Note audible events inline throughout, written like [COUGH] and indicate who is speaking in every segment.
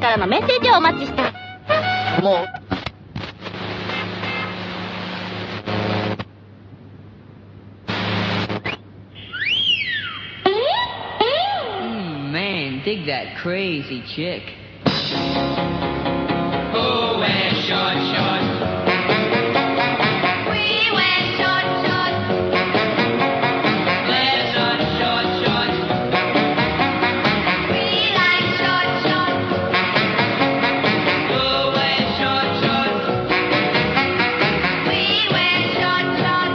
Speaker 1: からのメッセージをお待ちして。
Speaker 2: も
Speaker 3: う。Man, dig that crazy chick. Who went short, short?
Speaker 4: We went short, short.
Speaker 3: Let us on short, short.
Speaker 4: We like short, short.
Speaker 3: Who went short, short?
Speaker 4: We went short, short.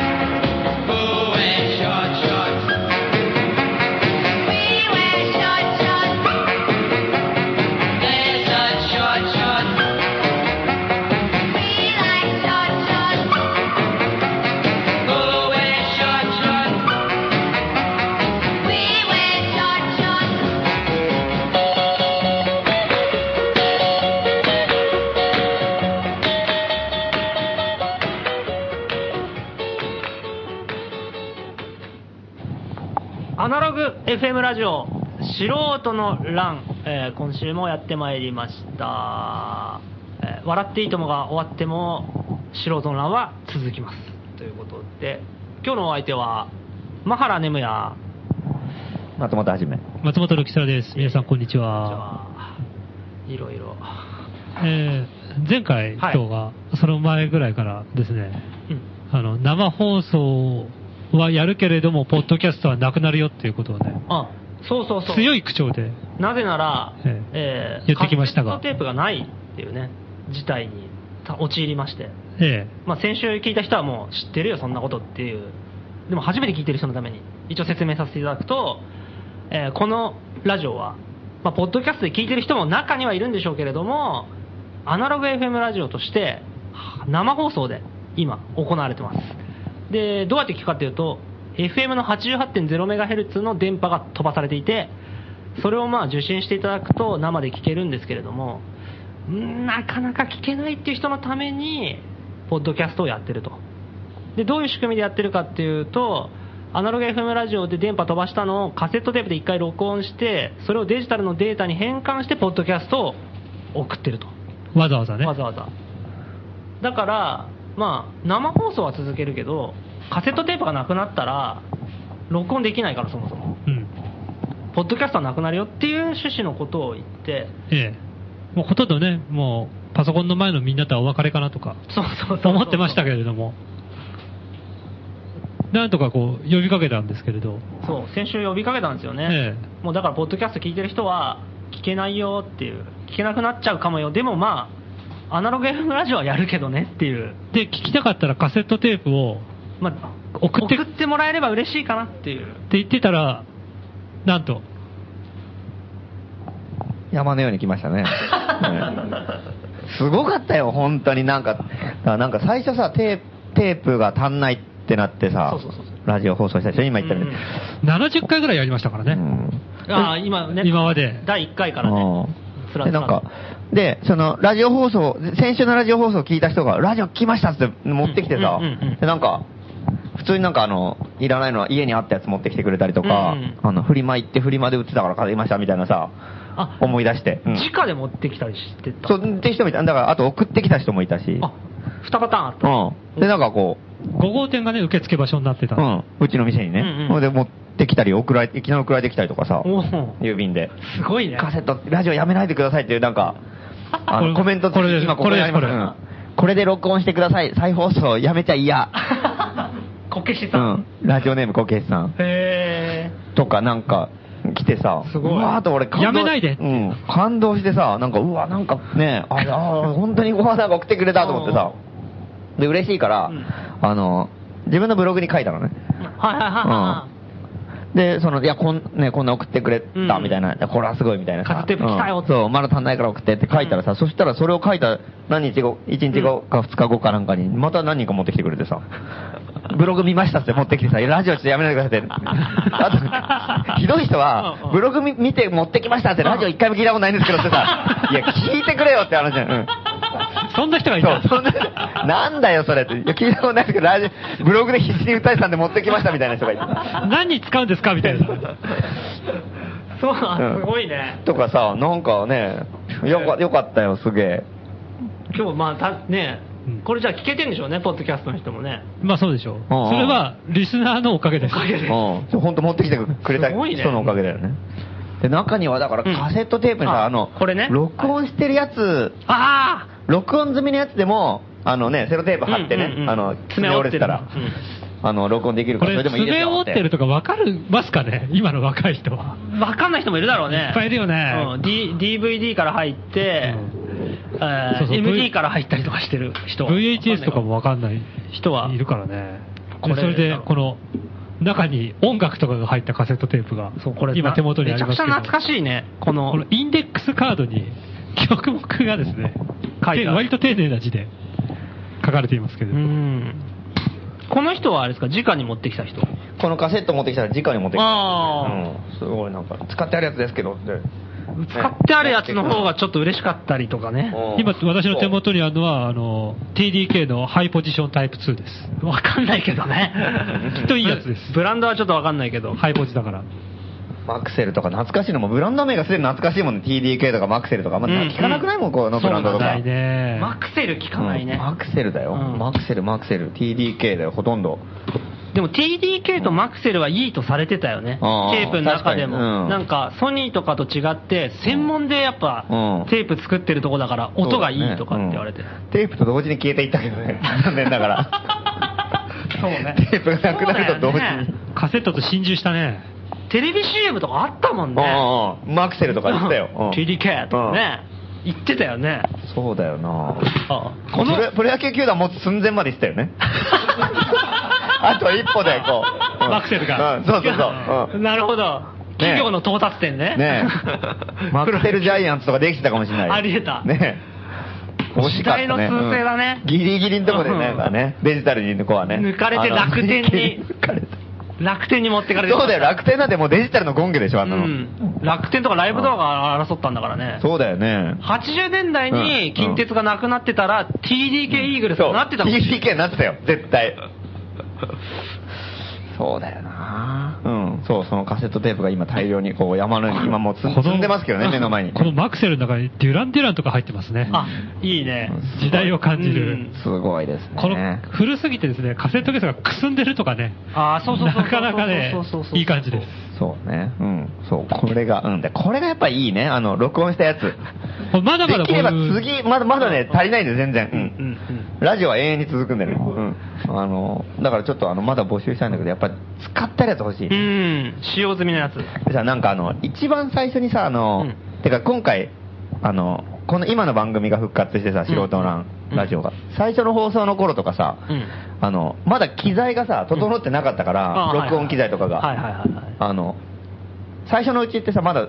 Speaker 3: Who went short, short?
Speaker 4: We went short, short.
Speaker 3: Let us on short, short.
Speaker 4: We like short, short.
Speaker 3: Who went short, short?
Speaker 4: We went short, short.
Speaker 5: アナログ FM ラジオ素人のラン、えー今週もやってまいりました、えー笑っていいともが終わっても素人のランは続きますということで今日のお相手はマハラネムヤ
Speaker 2: う、松本はじめ。
Speaker 6: 松本力沙です。皆さん、こんにちは。
Speaker 5: いろいろ
Speaker 6: えー前回、
Speaker 5: はい
Speaker 6: 今日が、その前ぐらいからですね、
Speaker 5: うん
Speaker 6: あの、生放送はやるけれども、ポッドキャストはなくなるよっていうことをね、
Speaker 5: あそうそうそう
Speaker 6: 強い口調で、
Speaker 5: なぜなら、え
Speaker 6: え
Speaker 5: ー
Speaker 6: 言ってきました
Speaker 5: カセ
Speaker 6: が
Speaker 5: ットテープがないっていうね事態にた陥りまして
Speaker 6: え
Speaker 5: まあ、先週聞いた人はもう知ってるよ、そんなことっていう、でも初めて聞いてる人のために、一応説明させていただくと、えーこのラジオは、まあ、ポッドキャストで聞いてる人も中にはいるんでしょうけれども、アナログ FM ラジオとして、は生放送で今、行われてます。で、どうやって聞くかっていうと、FM の 88.0MHz の電波が飛ばされていて、それをまあ受信していただくと生で聞けるんですけれども、んなかなか聞けないっていう人のために、ポッドキャストをやってると。で、どういう仕組みでやってるかっていうと、アナログ FM ラジオで電波飛ばしたのをカセットテープで一回録音して、それをデジタルのデータに変換して、ポッドキャストを送ってると。
Speaker 6: えわざわざね。
Speaker 5: わざわざ。だから、まあ、生放送は続けるけど、カセットテープがなくなったら、録音できないから、そもそも。
Speaker 6: うん。
Speaker 5: ポッドキャストはなくなるよっていう趣旨のことを言って、
Speaker 6: ええもうほとんどね、もう、パソコンの前のみんなとはお別れかなとか、
Speaker 5: そうそうそうそう
Speaker 6: 思ってましたけれども、なんとかこう、呼びかけたんですけれど、
Speaker 5: そう、先週呼びかけたんですよね。
Speaker 6: え
Speaker 5: もうだから、ポッドキャスト聞いてる人は、聞けないよっていう、聞けなくなっちゃうかもよ。でもまあ、アナログ FM ラジオはやるけどねっていう、
Speaker 6: で、聞きたかったらカセットテープを、
Speaker 5: まあ、
Speaker 6: 送って
Speaker 5: 送ってもらえれば嬉しいかなって
Speaker 6: [LAUGHS]
Speaker 5: いう。
Speaker 6: って言ってたら、なんと、
Speaker 2: 山のように来まし
Speaker 5: [LAUGHS]
Speaker 2: たね。うんすごかったよ、本当になんか、だからなんか最初さ、テープ、テープが足んないってなってさ
Speaker 5: そうそうそうそ、
Speaker 2: ラジオ放送したでしょ、今言ったみたい
Speaker 6: 70回ぐらいやりましたからね。
Speaker 2: うん
Speaker 5: ああ、今ね、
Speaker 6: 今まで
Speaker 5: 第1回からね、
Speaker 2: うん
Speaker 5: フラ
Speaker 2: で、
Speaker 5: ンス
Speaker 2: なんか、で、その、ラジオ放送、先週のラジオ放送を聞いた人が、ラジオ聞きましたっつって持ってきてさ、
Speaker 5: うんうんうんうん
Speaker 2: で、なんか、普通になんかあの、いらないのは家にあったやつ持ってきてくれたりとか、
Speaker 5: うんうん
Speaker 2: あの、フリマ行ってフリマで売ってたから買いましたみたいなさ、
Speaker 5: あ
Speaker 2: 思い出して。うん
Speaker 5: 直で持ってきたりしてた。
Speaker 2: そう、って人もいた。だから、あと送ってきた人もいたし、
Speaker 5: あ、2パターンあった。
Speaker 2: うん。で、なんかこ
Speaker 6: 5号店がね、受付場所になって
Speaker 2: う、
Speaker 6: た。
Speaker 2: うん、うちの店にね、
Speaker 5: うんうん
Speaker 2: ほんで持ってきたり、送られて、いきなり送られてきたりとかさ、
Speaker 5: おお
Speaker 2: 郵便で。
Speaker 5: すごいね。
Speaker 2: カセット、ラジオやめないでくださいっていう、なんか、あの
Speaker 6: これ
Speaker 2: コメント
Speaker 6: これです
Speaker 2: 今ここにありま
Speaker 6: これ
Speaker 2: す
Speaker 6: です
Speaker 2: うんこれで録音してください。再放送やめちゃ嫌。
Speaker 5: こけし
Speaker 2: う
Speaker 5: さん。
Speaker 2: ん。ラジオネームこけしさん。
Speaker 5: へ
Speaker 2: とかなんか、来てさ、
Speaker 5: すごいう
Speaker 2: わーっと俺感動
Speaker 6: やめないで
Speaker 2: うん。感動してさ、なんか、うわ、なんかね、ああー、本当にご飯なんか送ってくれたと思ってさ、で、嬉しいから、
Speaker 5: うん
Speaker 2: あの、自分のブログに書いたのね。
Speaker 5: ー。はいはいは
Speaker 2: で、その、いや、こん、ね、こんな送ってくれ
Speaker 5: うん
Speaker 2: た、みたいな、これはすごい、みたいな
Speaker 5: カ
Speaker 2: さ。
Speaker 5: セットテープ来たよ
Speaker 2: うんそう、まだ足んないから送ってって書いたらさ、そしたらそれを書いた何日後、1日後か2日後かなんかに、また何人か持ってきてくれてさ、ブログ見ましたって持ってきてさ、ラジオちょっとやめないでくださいって。あと、ひどい人
Speaker 5: うんう
Speaker 2: は
Speaker 5: ん、
Speaker 2: ブログ見見て持ってきましたってラジオ一回も聞いたことないんですけどっ
Speaker 5: [LAUGHS]
Speaker 2: てさ、いや、聞いてくれよって話じゃん。うん
Speaker 6: そんな人がい
Speaker 2: そう
Speaker 6: た、
Speaker 2: そんな、なんだよそれって。いや、聞いたことないですけど、ラジオブログで必死に歌いてたんで持ってきましたみたいな人がいた。
Speaker 6: 何に使うんですかみた
Speaker 5: [LAUGHS]
Speaker 6: いな。
Speaker 5: そうな、
Speaker 2: うんん
Speaker 5: すごいね。
Speaker 2: とかさ、なんかね、よかよかったよ、すげえ。
Speaker 5: 今日、まあ、た、ね
Speaker 6: うん、
Speaker 5: これじゃあ聞けてんでしょうね、ポッドキャストの人もね。
Speaker 6: まあそうでしょう。それは、リスナーのおかげです。
Speaker 5: おかげで
Speaker 2: うん。本当持ってきてくれた
Speaker 5: すごいね
Speaker 2: 人のおかげだよね。で、中にはだから
Speaker 5: うん
Speaker 2: カセットテープにさ、
Speaker 5: あ
Speaker 2: あの、
Speaker 5: これね
Speaker 2: 録音してるやつ、
Speaker 5: あ
Speaker 2: 録音済みのやつでも、あのね、セロテープ
Speaker 5: あ
Speaker 2: 貼ってね、あの、詰め折れてたら、あの、録音できる
Speaker 6: こ
Speaker 2: から、
Speaker 6: れ、
Speaker 2: それでもいい
Speaker 6: 詰
Speaker 2: です
Speaker 6: め
Speaker 2: よ
Speaker 6: 折ってるとか分かるますかね今の若い人は。
Speaker 5: 分かんない人もいるだろうね。
Speaker 6: いっぱいいるよね
Speaker 5: うん、D、DVD から入って、えー
Speaker 6: そうそう
Speaker 5: MD から入ったりとかしてる人
Speaker 6: VHS とかも分かんない
Speaker 5: 人はい
Speaker 6: るからね。
Speaker 5: こ
Speaker 6: で
Speaker 5: れ
Speaker 6: それで、この、中に音楽とかが入ったカセットテープが
Speaker 5: そう、これ、
Speaker 6: 今手元にあります
Speaker 5: めち
Speaker 6: け
Speaker 5: ゃ
Speaker 6: ど。
Speaker 5: くちゃ懐かしいね。この、
Speaker 6: このインデックスカードに曲目がですね、
Speaker 5: 書いてある
Speaker 6: で割と丁寧な字で書かれていますけれ
Speaker 5: う
Speaker 6: ど、
Speaker 5: ん。この人はあれですか、直に持ってきた人。
Speaker 2: このカセット持ってきたら直に持ってきた。う
Speaker 5: あ
Speaker 2: ん。すごいなんか、使ってあるやつですけどって。
Speaker 5: あ。使ってあるやつの方がちょっと嬉しかったりとかね。
Speaker 2: うん
Speaker 6: 今私の手元にあるのはあの TDK のハイポジションタイプ2です。
Speaker 5: わかんないけど
Speaker 6: [LAUGHS]
Speaker 5: ね。
Speaker 6: きっといいやつです。
Speaker 5: ブランドはちょっとわかんないけど。
Speaker 6: ハイポジだから。
Speaker 2: マクセルとか懐かしいのも、ブランド名がすでに懐かしいもんね。TDK とかマクセルとか。まあ、
Speaker 5: うん
Speaker 2: 聞かなくないもん、このブランドと
Speaker 5: そう
Speaker 2: か。
Speaker 5: な
Speaker 6: な
Speaker 5: うん
Speaker 6: い
Speaker 5: だ
Speaker 6: ね。
Speaker 5: マクセル聞かないね。
Speaker 2: うんマクセルだよ。
Speaker 5: うん
Speaker 2: マクセル、マクセル。TDK だよ、ほとんど。
Speaker 5: でも TDK とマクセルはいいとされてたよね。
Speaker 2: ああ
Speaker 5: テープの中でも。
Speaker 2: 確かにうん
Speaker 5: なんかソニーとかと違って、専門でやっ
Speaker 2: う
Speaker 5: ぱ
Speaker 2: ん
Speaker 5: テープ作ってるとこだから音がいいとかって言われて。
Speaker 2: うんテープと同時に消えていったけど
Speaker 5: [LAUGHS]
Speaker 2: ね。残念ながら。
Speaker 5: そうね
Speaker 2: テープがなくなると同時
Speaker 5: そうだよ
Speaker 2: に。
Speaker 5: ね
Speaker 6: カセットと心中したね。
Speaker 5: テレビ CM とかあったもんね。
Speaker 2: うんうんうんマクセルとか言ってたよ。うん
Speaker 5: TDK とかね。言ってたよね。
Speaker 2: そうだよな
Speaker 5: この
Speaker 2: プロプロ野球球団持つ寸前まで行ってた
Speaker 5: [LAUGHS]
Speaker 2: よね。あと一歩でこう。うん
Speaker 6: マクセルが
Speaker 2: うん、そうそうそう。うん
Speaker 5: なるほど。企業の到達点ね。
Speaker 2: ね
Speaker 5: [LAUGHS]
Speaker 2: え。マクセルジャイアンツとかできてたかもしれないよ。
Speaker 5: ありえた
Speaker 2: ねえ。惜しかったね。
Speaker 5: 時代の趨勢だね
Speaker 2: うんギリギリのとこで
Speaker 5: うん
Speaker 2: なんかね、デジタルにいる子はね。
Speaker 5: 抜かれて
Speaker 2: あの [LAUGHS]
Speaker 5: 楽天に
Speaker 2: 抜かれて
Speaker 5: 楽天に持ってかれて
Speaker 2: そうだよ、楽天なんてもうデジタルのゴンゲでしょ、あんな
Speaker 5: う
Speaker 2: の。
Speaker 5: ん。楽天とかライブ動画争ったんだからね。
Speaker 2: そうだよね。
Speaker 5: 80年代に近鉄がなくなってたら、TDK イーグルス
Speaker 2: そう
Speaker 5: になってたもん、
Speaker 2: TDK になってたよ、絶対。そうだよなうん、そう、そのカセットテープが今大量に、こう、山のように今もう積ん
Speaker 6: この
Speaker 2: 積んでますけどね、目の前に。
Speaker 6: このマクセルの中にデュラン・デュランとか入ってますね。
Speaker 5: あ、いいね。
Speaker 6: 時代を感じる。
Speaker 5: うん
Speaker 2: すごいです
Speaker 6: この
Speaker 2: ね。
Speaker 6: 古すぎてですね、カセットケースがくすんでるとかね、
Speaker 5: あーそうそうそうそう。
Speaker 6: なかなかね
Speaker 5: そうそうそう、そう
Speaker 6: いい感じです。
Speaker 2: そうね。うん。そう、これが、うん。で、これがやっぱいいね。あの、録音したやつ。
Speaker 6: これまだまだ
Speaker 2: で
Speaker 6: こ
Speaker 2: き
Speaker 6: う
Speaker 2: れば
Speaker 6: いう
Speaker 2: 次、まだまだね、足りないんで、全然。う。
Speaker 5: うんん
Speaker 2: ラジオは永遠に続くんだよね。うん。あの、だからちょっと、あの、まだ募集したいんだけど、やっぱ、使ってるやつ欲しい。
Speaker 5: うん。うん。使用済みのやつ。
Speaker 2: じゃあなんかあの、一番最初にさ、あ
Speaker 5: う
Speaker 2: の、
Speaker 5: ん
Speaker 2: てか今回、あの、この今の番組が復活してさ、
Speaker 5: ん
Speaker 2: 素人のラン
Speaker 5: うん
Speaker 2: ラジオが、最初の放送の頃とかさ、
Speaker 5: うん
Speaker 2: あの、まだ機材がさ、整ってなかったから、
Speaker 5: あー
Speaker 2: 録音機材とかが、
Speaker 5: はいはいはいはい。
Speaker 2: あの、最初のうちってさ、まだ、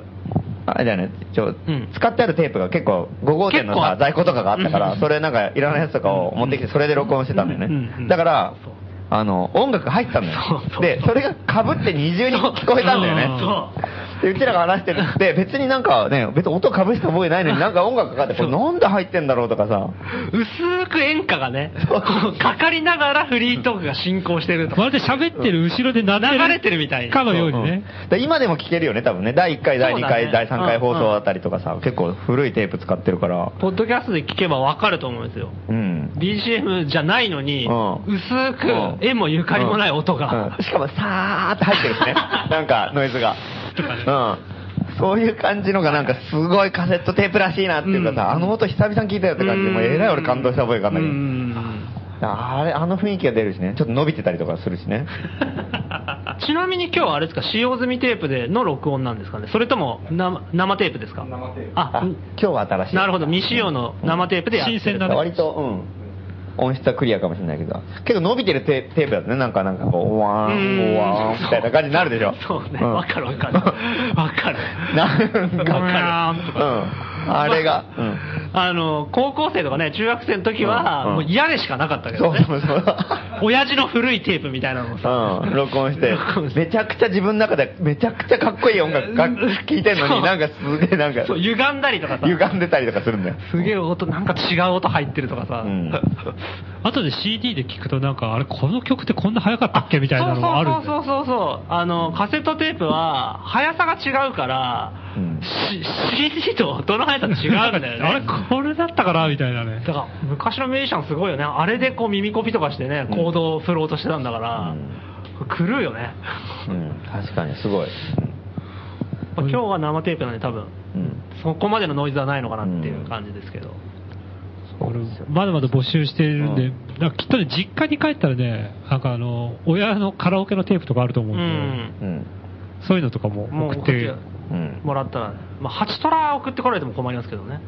Speaker 2: あれだよね、ちょ、
Speaker 5: ん
Speaker 2: 使ってあるテープが結構、5号店
Speaker 5: 結
Speaker 2: の
Speaker 5: 構あ
Speaker 2: さ
Speaker 5: っ、
Speaker 2: 在庫とかがあったか
Speaker 5: う
Speaker 2: ら、
Speaker 5: ん
Speaker 2: それなんかいらないやつとかを持ってきて、それで録音してたんだよ
Speaker 5: うんうんう
Speaker 2: ね
Speaker 5: ん。
Speaker 2: だから
Speaker 5: そう、
Speaker 2: あの、音楽入ってたんだよ
Speaker 5: そうそ。う
Speaker 2: で、それが被って二重に [LAUGHS] 聞こえたんだよね。
Speaker 5: そう。
Speaker 2: で、うちらが話してるって、別になんかね、別に音かぶした覚えないのになんか音楽かかって、これなんで入ってんだろうとかさ、
Speaker 5: 薄く演歌がね、こうかかりながらフリートークが進行してるとか
Speaker 6: まるで喋ってる後ろで流
Speaker 5: 流れてるみたいな
Speaker 6: かのようにね。
Speaker 2: で今でも聴けるよね、多分ね。第1回、第2回、
Speaker 5: そうだね
Speaker 2: 第3回放送あたりとかさ、結構古いテープ使ってるから、
Speaker 5: ポッドキャストで聞けばわかると思うんですよ。
Speaker 2: うん。
Speaker 5: BGM じゃないのに、
Speaker 2: うん
Speaker 5: 薄
Speaker 2: うん
Speaker 5: く、絵もゆかりもない音
Speaker 2: うん
Speaker 5: が
Speaker 2: うん。しかもさーって入ってる
Speaker 5: [LAUGHS]
Speaker 2: しね。なんか、ノイズが。うん。そういう感じのがなんかすごいカセットテープらしいなっていうかさ、あの音久々に聞いたよって感じで、もうえらい俺感動した覚えがあるんだけど。あれ、あの雰囲気が出るしね。ちょっと伸びてたりとかするしね。
Speaker 5: うんちなみに今日はあれですか、使用済みテープでの録音なんですかね、それとも生生テープですか、生テープあ
Speaker 2: あ、今日は新しい。
Speaker 5: なるほど、未使用の生テープでやってる
Speaker 6: 新鮮なね
Speaker 2: 割と、うん。音質はクリアかもしれないけど。けど伸びてるテテープだとね、なんか、なんかこう、ワ
Speaker 5: う
Speaker 2: ー
Speaker 5: ん
Speaker 2: ン、ワーン、みたいな感じになるでしょ。 [LAUGHS]
Speaker 5: そうね、
Speaker 2: ん
Speaker 5: わ、かるわかる、わかる、
Speaker 2: なんか、
Speaker 5: わかる
Speaker 2: うん。あれが
Speaker 5: まああの、高校生とかね、中学生の時は、
Speaker 2: うんうん
Speaker 5: もう嫌でしかなかったけ
Speaker 2: そ
Speaker 5: ど
Speaker 2: う
Speaker 5: ね。
Speaker 2: そうそう。
Speaker 5: 親父の古いテープみたいなのをさ、
Speaker 2: うん、録音して
Speaker 5: 録音し、て
Speaker 2: めちゃくちゃ自分の中で、めちゃくちゃかっこいい音楽が聴いてるの
Speaker 5: そう
Speaker 2: に、なんかすげえなんか、
Speaker 5: そう歪んだりとかさ、
Speaker 2: 歪んでたりとかするんだよ。
Speaker 5: すげえ音、なんか違う音入ってるとかさ、
Speaker 2: うん
Speaker 6: 後で CD で聞くとなんか、あれ、この曲ってこんな早かったっけみたいなのがあるんだよ
Speaker 5: そうそうそうそうそうあのカセットテープは速さが違うから、
Speaker 2: うん
Speaker 5: し CD と音の速さ違うん
Speaker 6: [LAUGHS]
Speaker 5: だよね
Speaker 6: あれ、これだったかなみたいなね。
Speaker 5: だから昔のミュージシャンすごいよねあれでこう耳コピとかしてね
Speaker 2: うん
Speaker 5: 行動を振ろうとしてたんだから、狂うよね、
Speaker 2: うん、確かにすごい。
Speaker 5: まあ今日は生テープなんで多分
Speaker 2: うん。
Speaker 5: そこまでのノイズはないのかなっていう感じですけど、
Speaker 2: そうですよ
Speaker 6: まだまだ募集してるんで、
Speaker 2: う
Speaker 6: なんかきっとね、実家に帰ったらね、なんかあの、親のカラオケのテープとかあると思う
Speaker 5: うん
Speaker 6: で、
Speaker 5: ん
Speaker 2: うん。
Speaker 6: そういうのとかも
Speaker 5: もう送
Speaker 6: 送っ
Speaker 5: ってて、
Speaker 2: うん。
Speaker 5: もらったら、まあ、8トラ送ってこられても困りますけどね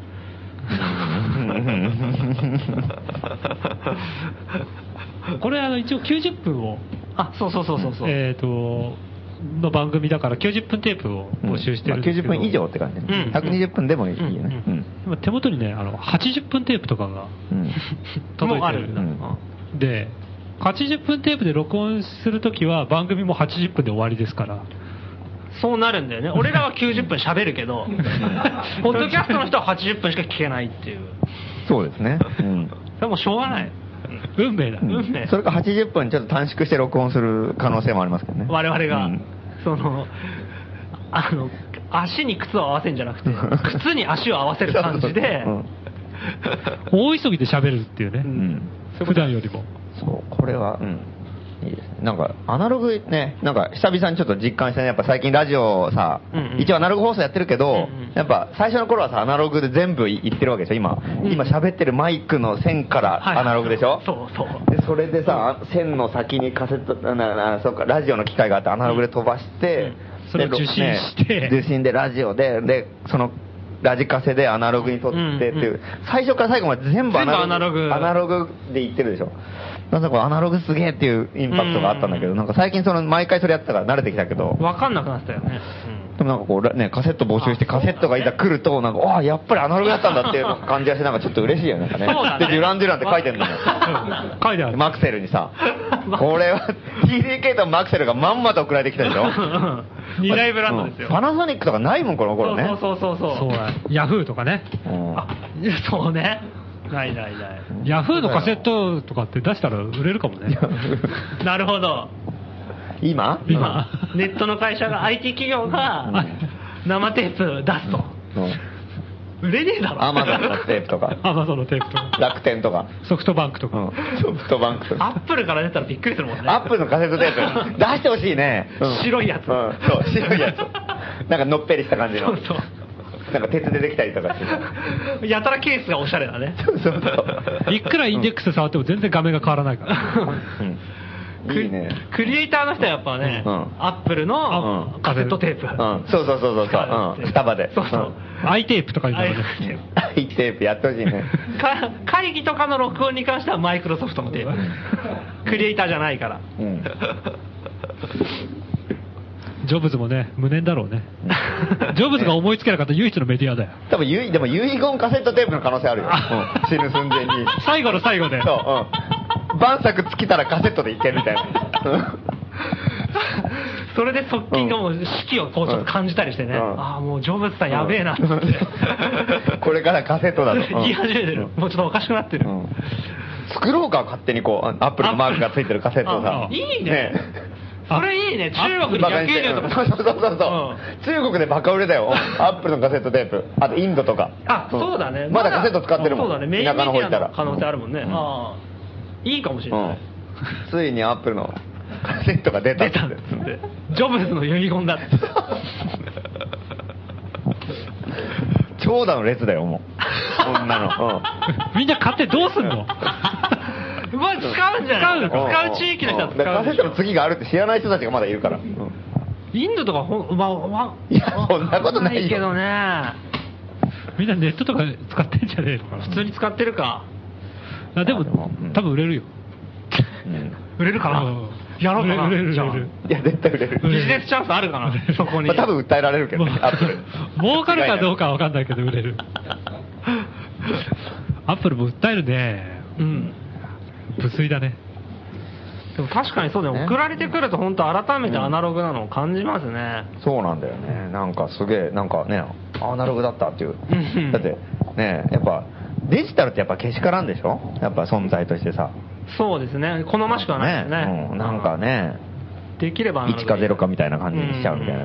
Speaker 6: これあの、一応90分を、
Speaker 5: あそうそうそうそうそう、
Speaker 6: えっ、と、の番組だから90分テープを募集してるんですけど、
Speaker 2: まあ90分以上って感じね。
Speaker 5: うん
Speaker 2: 120分でもいいよね。
Speaker 5: う
Speaker 2: うんん。
Speaker 6: 今手元にね、あの、80分テープとかが
Speaker 2: うん。
Speaker 5: も
Speaker 6: 届い
Speaker 5: う
Speaker 6: て
Speaker 5: あ
Speaker 6: る
Speaker 5: る
Speaker 6: ん
Speaker 5: ん
Speaker 6: だ
Speaker 5: だ、
Speaker 2: うん
Speaker 6: で、80分テープで録音するときは番組も80分で終わりですから。
Speaker 5: そうなるんだよね俺らは90分喋るけ
Speaker 2: [LAUGHS]
Speaker 5: どポッドキャストの人は80分しか聞けないっていう
Speaker 2: そうですね。うん。
Speaker 5: それはもうしょうがない、
Speaker 6: 運命だ。
Speaker 2: う
Speaker 5: 運
Speaker 2: ん
Speaker 5: 命
Speaker 2: それか80分ちょっと短縮して録音する可能性もありますけどね。
Speaker 5: 我々が、
Speaker 2: うん
Speaker 5: そのあの足に靴を合わせるんじゃなくて靴に足を合わせる感じで
Speaker 2: うん
Speaker 6: 大急ぎで喋るっていうね。
Speaker 2: うん。
Speaker 6: 普段よりも。
Speaker 2: そう、これは、うん。いいですね。なんか、アナログね、なんか、久々にちょっと実感してね、やっぱ最近ラジオさ、
Speaker 5: うんうん
Speaker 2: 一応アナログ放送やってるけど、
Speaker 5: うんうん
Speaker 2: やっぱ最初の頃はさ、アナログで全部い言ってるわけでしょ、今。
Speaker 5: うん
Speaker 2: 今喋ってるマイクの線からアナログでしょ、
Speaker 5: そうそう
Speaker 2: でそれでさ、線の先にカセット、ななそうか、ラジオの機械があって、アナログで飛ばして、
Speaker 6: うんそれを
Speaker 2: で
Speaker 6: 受信して
Speaker 2: ね受信でラジオで、で、その、ラジカセでアナログに撮ってっていう、
Speaker 5: うんうん
Speaker 2: 最初から最後まで全部アナロ
Speaker 5: 全
Speaker 2: グ。
Speaker 5: 部アナ
Speaker 2: アナログで言ってるでしょ。なんかこれアナログすげえっていうインパクトがあったんだけど、
Speaker 5: うん
Speaker 2: なんか最近その、毎回それやってたから慣れてきたけど、
Speaker 5: 分かんなくなったよ
Speaker 2: [LAUGHS]
Speaker 5: ね、うん
Speaker 2: でもなんかこう、らね、カセット募集してカセットがいざ来ると、なんか、ああ、やっぱりアナログだったんだっていう感じがして、なんかちょっと嬉しいよね。なんかね
Speaker 5: そうだね
Speaker 2: で、デュランデュランって書いてんのよ。
Speaker 5: [LAUGHS]
Speaker 6: 書いてある。
Speaker 2: マクセルにさ、これは TDK とマクセルがまんまと送られてきたでしょ
Speaker 5: 二大ブランドですよ
Speaker 2: うんパナソニックとかないもん、この頃ね。
Speaker 5: そうそうそう
Speaker 6: そ
Speaker 5: そうう
Speaker 6: だ。ヤフーとかね。
Speaker 2: うん
Speaker 5: あいやそうねないないない
Speaker 6: ヤフーのカセットとかって出したら売れるかもね。
Speaker 5: なるほど
Speaker 2: 今
Speaker 6: 今。
Speaker 5: ネットの会社が IT 企業が生テープ出すと売れねえだろ
Speaker 2: アマゾンのテープとか、
Speaker 6: アマゾンのテープとか。
Speaker 2: 楽天とか、
Speaker 6: ソフトバンクと
Speaker 2: う
Speaker 6: か
Speaker 2: ん。ソフトバンクと
Speaker 5: ア
Speaker 2: か。
Speaker 5: ップルから出たらびっくりするもんね
Speaker 2: アップルのカセットテープ出してほしいね、うん
Speaker 5: 白いやつ
Speaker 2: うんそう白いやつなんかのっぺりした感じの
Speaker 5: そうそう
Speaker 2: なんか鉄でできたりとかして
Speaker 5: やたらケースがおしゃれだね
Speaker 2: そうそうそう
Speaker 6: いくらインデックス触っても全然画面が変わらないから。
Speaker 2: うんいいね
Speaker 5: クリエイターの人はやっぱね、
Speaker 2: うん
Speaker 5: アップルの
Speaker 2: うん
Speaker 5: カセットテープ、
Speaker 2: うんそうそうそうそうそう、うん、双葉で
Speaker 5: そうそう、
Speaker 6: アイテープとかいうのがね。
Speaker 2: アイテープやってほしいね。
Speaker 5: か会議とかの録音に関してはマイクロソフトのテープクリエイターじゃないから
Speaker 2: うん。
Speaker 5: [LAUGHS]
Speaker 6: ジョブズもね、無念だろうね。ジョブズが思いつけなかった唯一のメディアだよ。
Speaker 2: 多分ゆいでも遺言カセットテープの可能性あるよ。うん死ぬ寸前に。
Speaker 6: 最後の最後で。
Speaker 2: そう、うん。晩作尽きたらカセットでいけみたいな。
Speaker 5: それで側近がもう士気をこうちょっと感じたりしてね、
Speaker 2: うん
Speaker 5: ああもうジョブズさんやべえ [LAUGHS] なって、
Speaker 2: うん [LAUGHS] これからカセットだと。うん
Speaker 5: 言い始めてる、もうちょっとおかしくなってる、
Speaker 2: うん作ろうか、勝手にこう、あアップルのマークがついてるカセットを
Speaker 5: あ
Speaker 2: さ。
Speaker 5: いいねそれいいね中国に
Speaker 2: バカ
Speaker 5: 野
Speaker 2: にし
Speaker 5: 球
Speaker 2: て
Speaker 5: 流
Speaker 2: う
Speaker 5: と
Speaker 2: ん
Speaker 5: か、
Speaker 2: そうそうそうそう、中国でバカ売れだよ、アップルのカセットテープ、あとインドとか、
Speaker 5: あそうだね
Speaker 2: まだカセット使ってるもん、
Speaker 5: そうだねメインメデ
Speaker 2: 田舎の方行
Speaker 5: ィ
Speaker 2: った
Speaker 5: ア
Speaker 2: ら
Speaker 5: の、可能性あるもんね、
Speaker 2: うん
Speaker 5: ああいいかもしれ
Speaker 2: う
Speaker 5: なんい、
Speaker 2: ついにアップルのカセットが出た
Speaker 5: 出
Speaker 2: って
Speaker 5: たっつってジョブズの遺言だ
Speaker 2: [LAUGHS]
Speaker 5: って
Speaker 2: 長蛇の列だよ、もう、そんなの、
Speaker 6: みんな買ってどうすんの
Speaker 5: まあ [LAUGHS] 使うんじゃない
Speaker 2: うん
Speaker 5: 使う地域の人は
Speaker 2: んだから
Speaker 5: 使う
Speaker 2: カセ
Speaker 5: でし
Speaker 2: ット
Speaker 5: ょ
Speaker 2: の次があるって知らない人たちがまだいるから、うん
Speaker 5: インドとかほん、まあ、まあ
Speaker 2: いやそんなことない
Speaker 5: わ
Speaker 2: よ
Speaker 5: かんけどね。
Speaker 6: みんなネットとか使ってんじゃねえのかな。
Speaker 5: 普通に使ってるか。
Speaker 6: あで
Speaker 2: あでも
Speaker 6: も
Speaker 2: うん、
Speaker 6: 多分売れるよ。
Speaker 2: うん
Speaker 5: 売れるか
Speaker 6: うん
Speaker 5: な。やろうか
Speaker 6: 売れる
Speaker 5: な、
Speaker 6: 売れる売れる
Speaker 5: じゃあ。
Speaker 2: いや、絶対売れる。
Speaker 5: ビジネスチャンスあるかな、そこに。
Speaker 2: まあ、多分訴えられるけどね、アップル。
Speaker 6: [LAUGHS] 儲かるかどうかは分かんないけど売れる。アップルも訴えるね。
Speaker 5: うん。
Speaker 6: 無粋だね。
Speaker 5: でも確かにそうだ
Speaker 2: ね
Speaker 5: よ。送られてくると本当改めてアナログなのを感じますね。
Speaker 2: そうなんだよね。なんかすげえ、なんかね、アナログだったっていう
Speaker 5: うん。
Speaker 2: だって、ね、やっぱ、デジタルってやっぱけしからんでしょやっぱ存在としてさ。
Speaker 5: そうですね。好ましくはないですね。
Speaker 2: うんなんか。ね、
Speaker 5: できればアナログ
Speaker 2: 1か0かみたいな感じにしちゃうみたい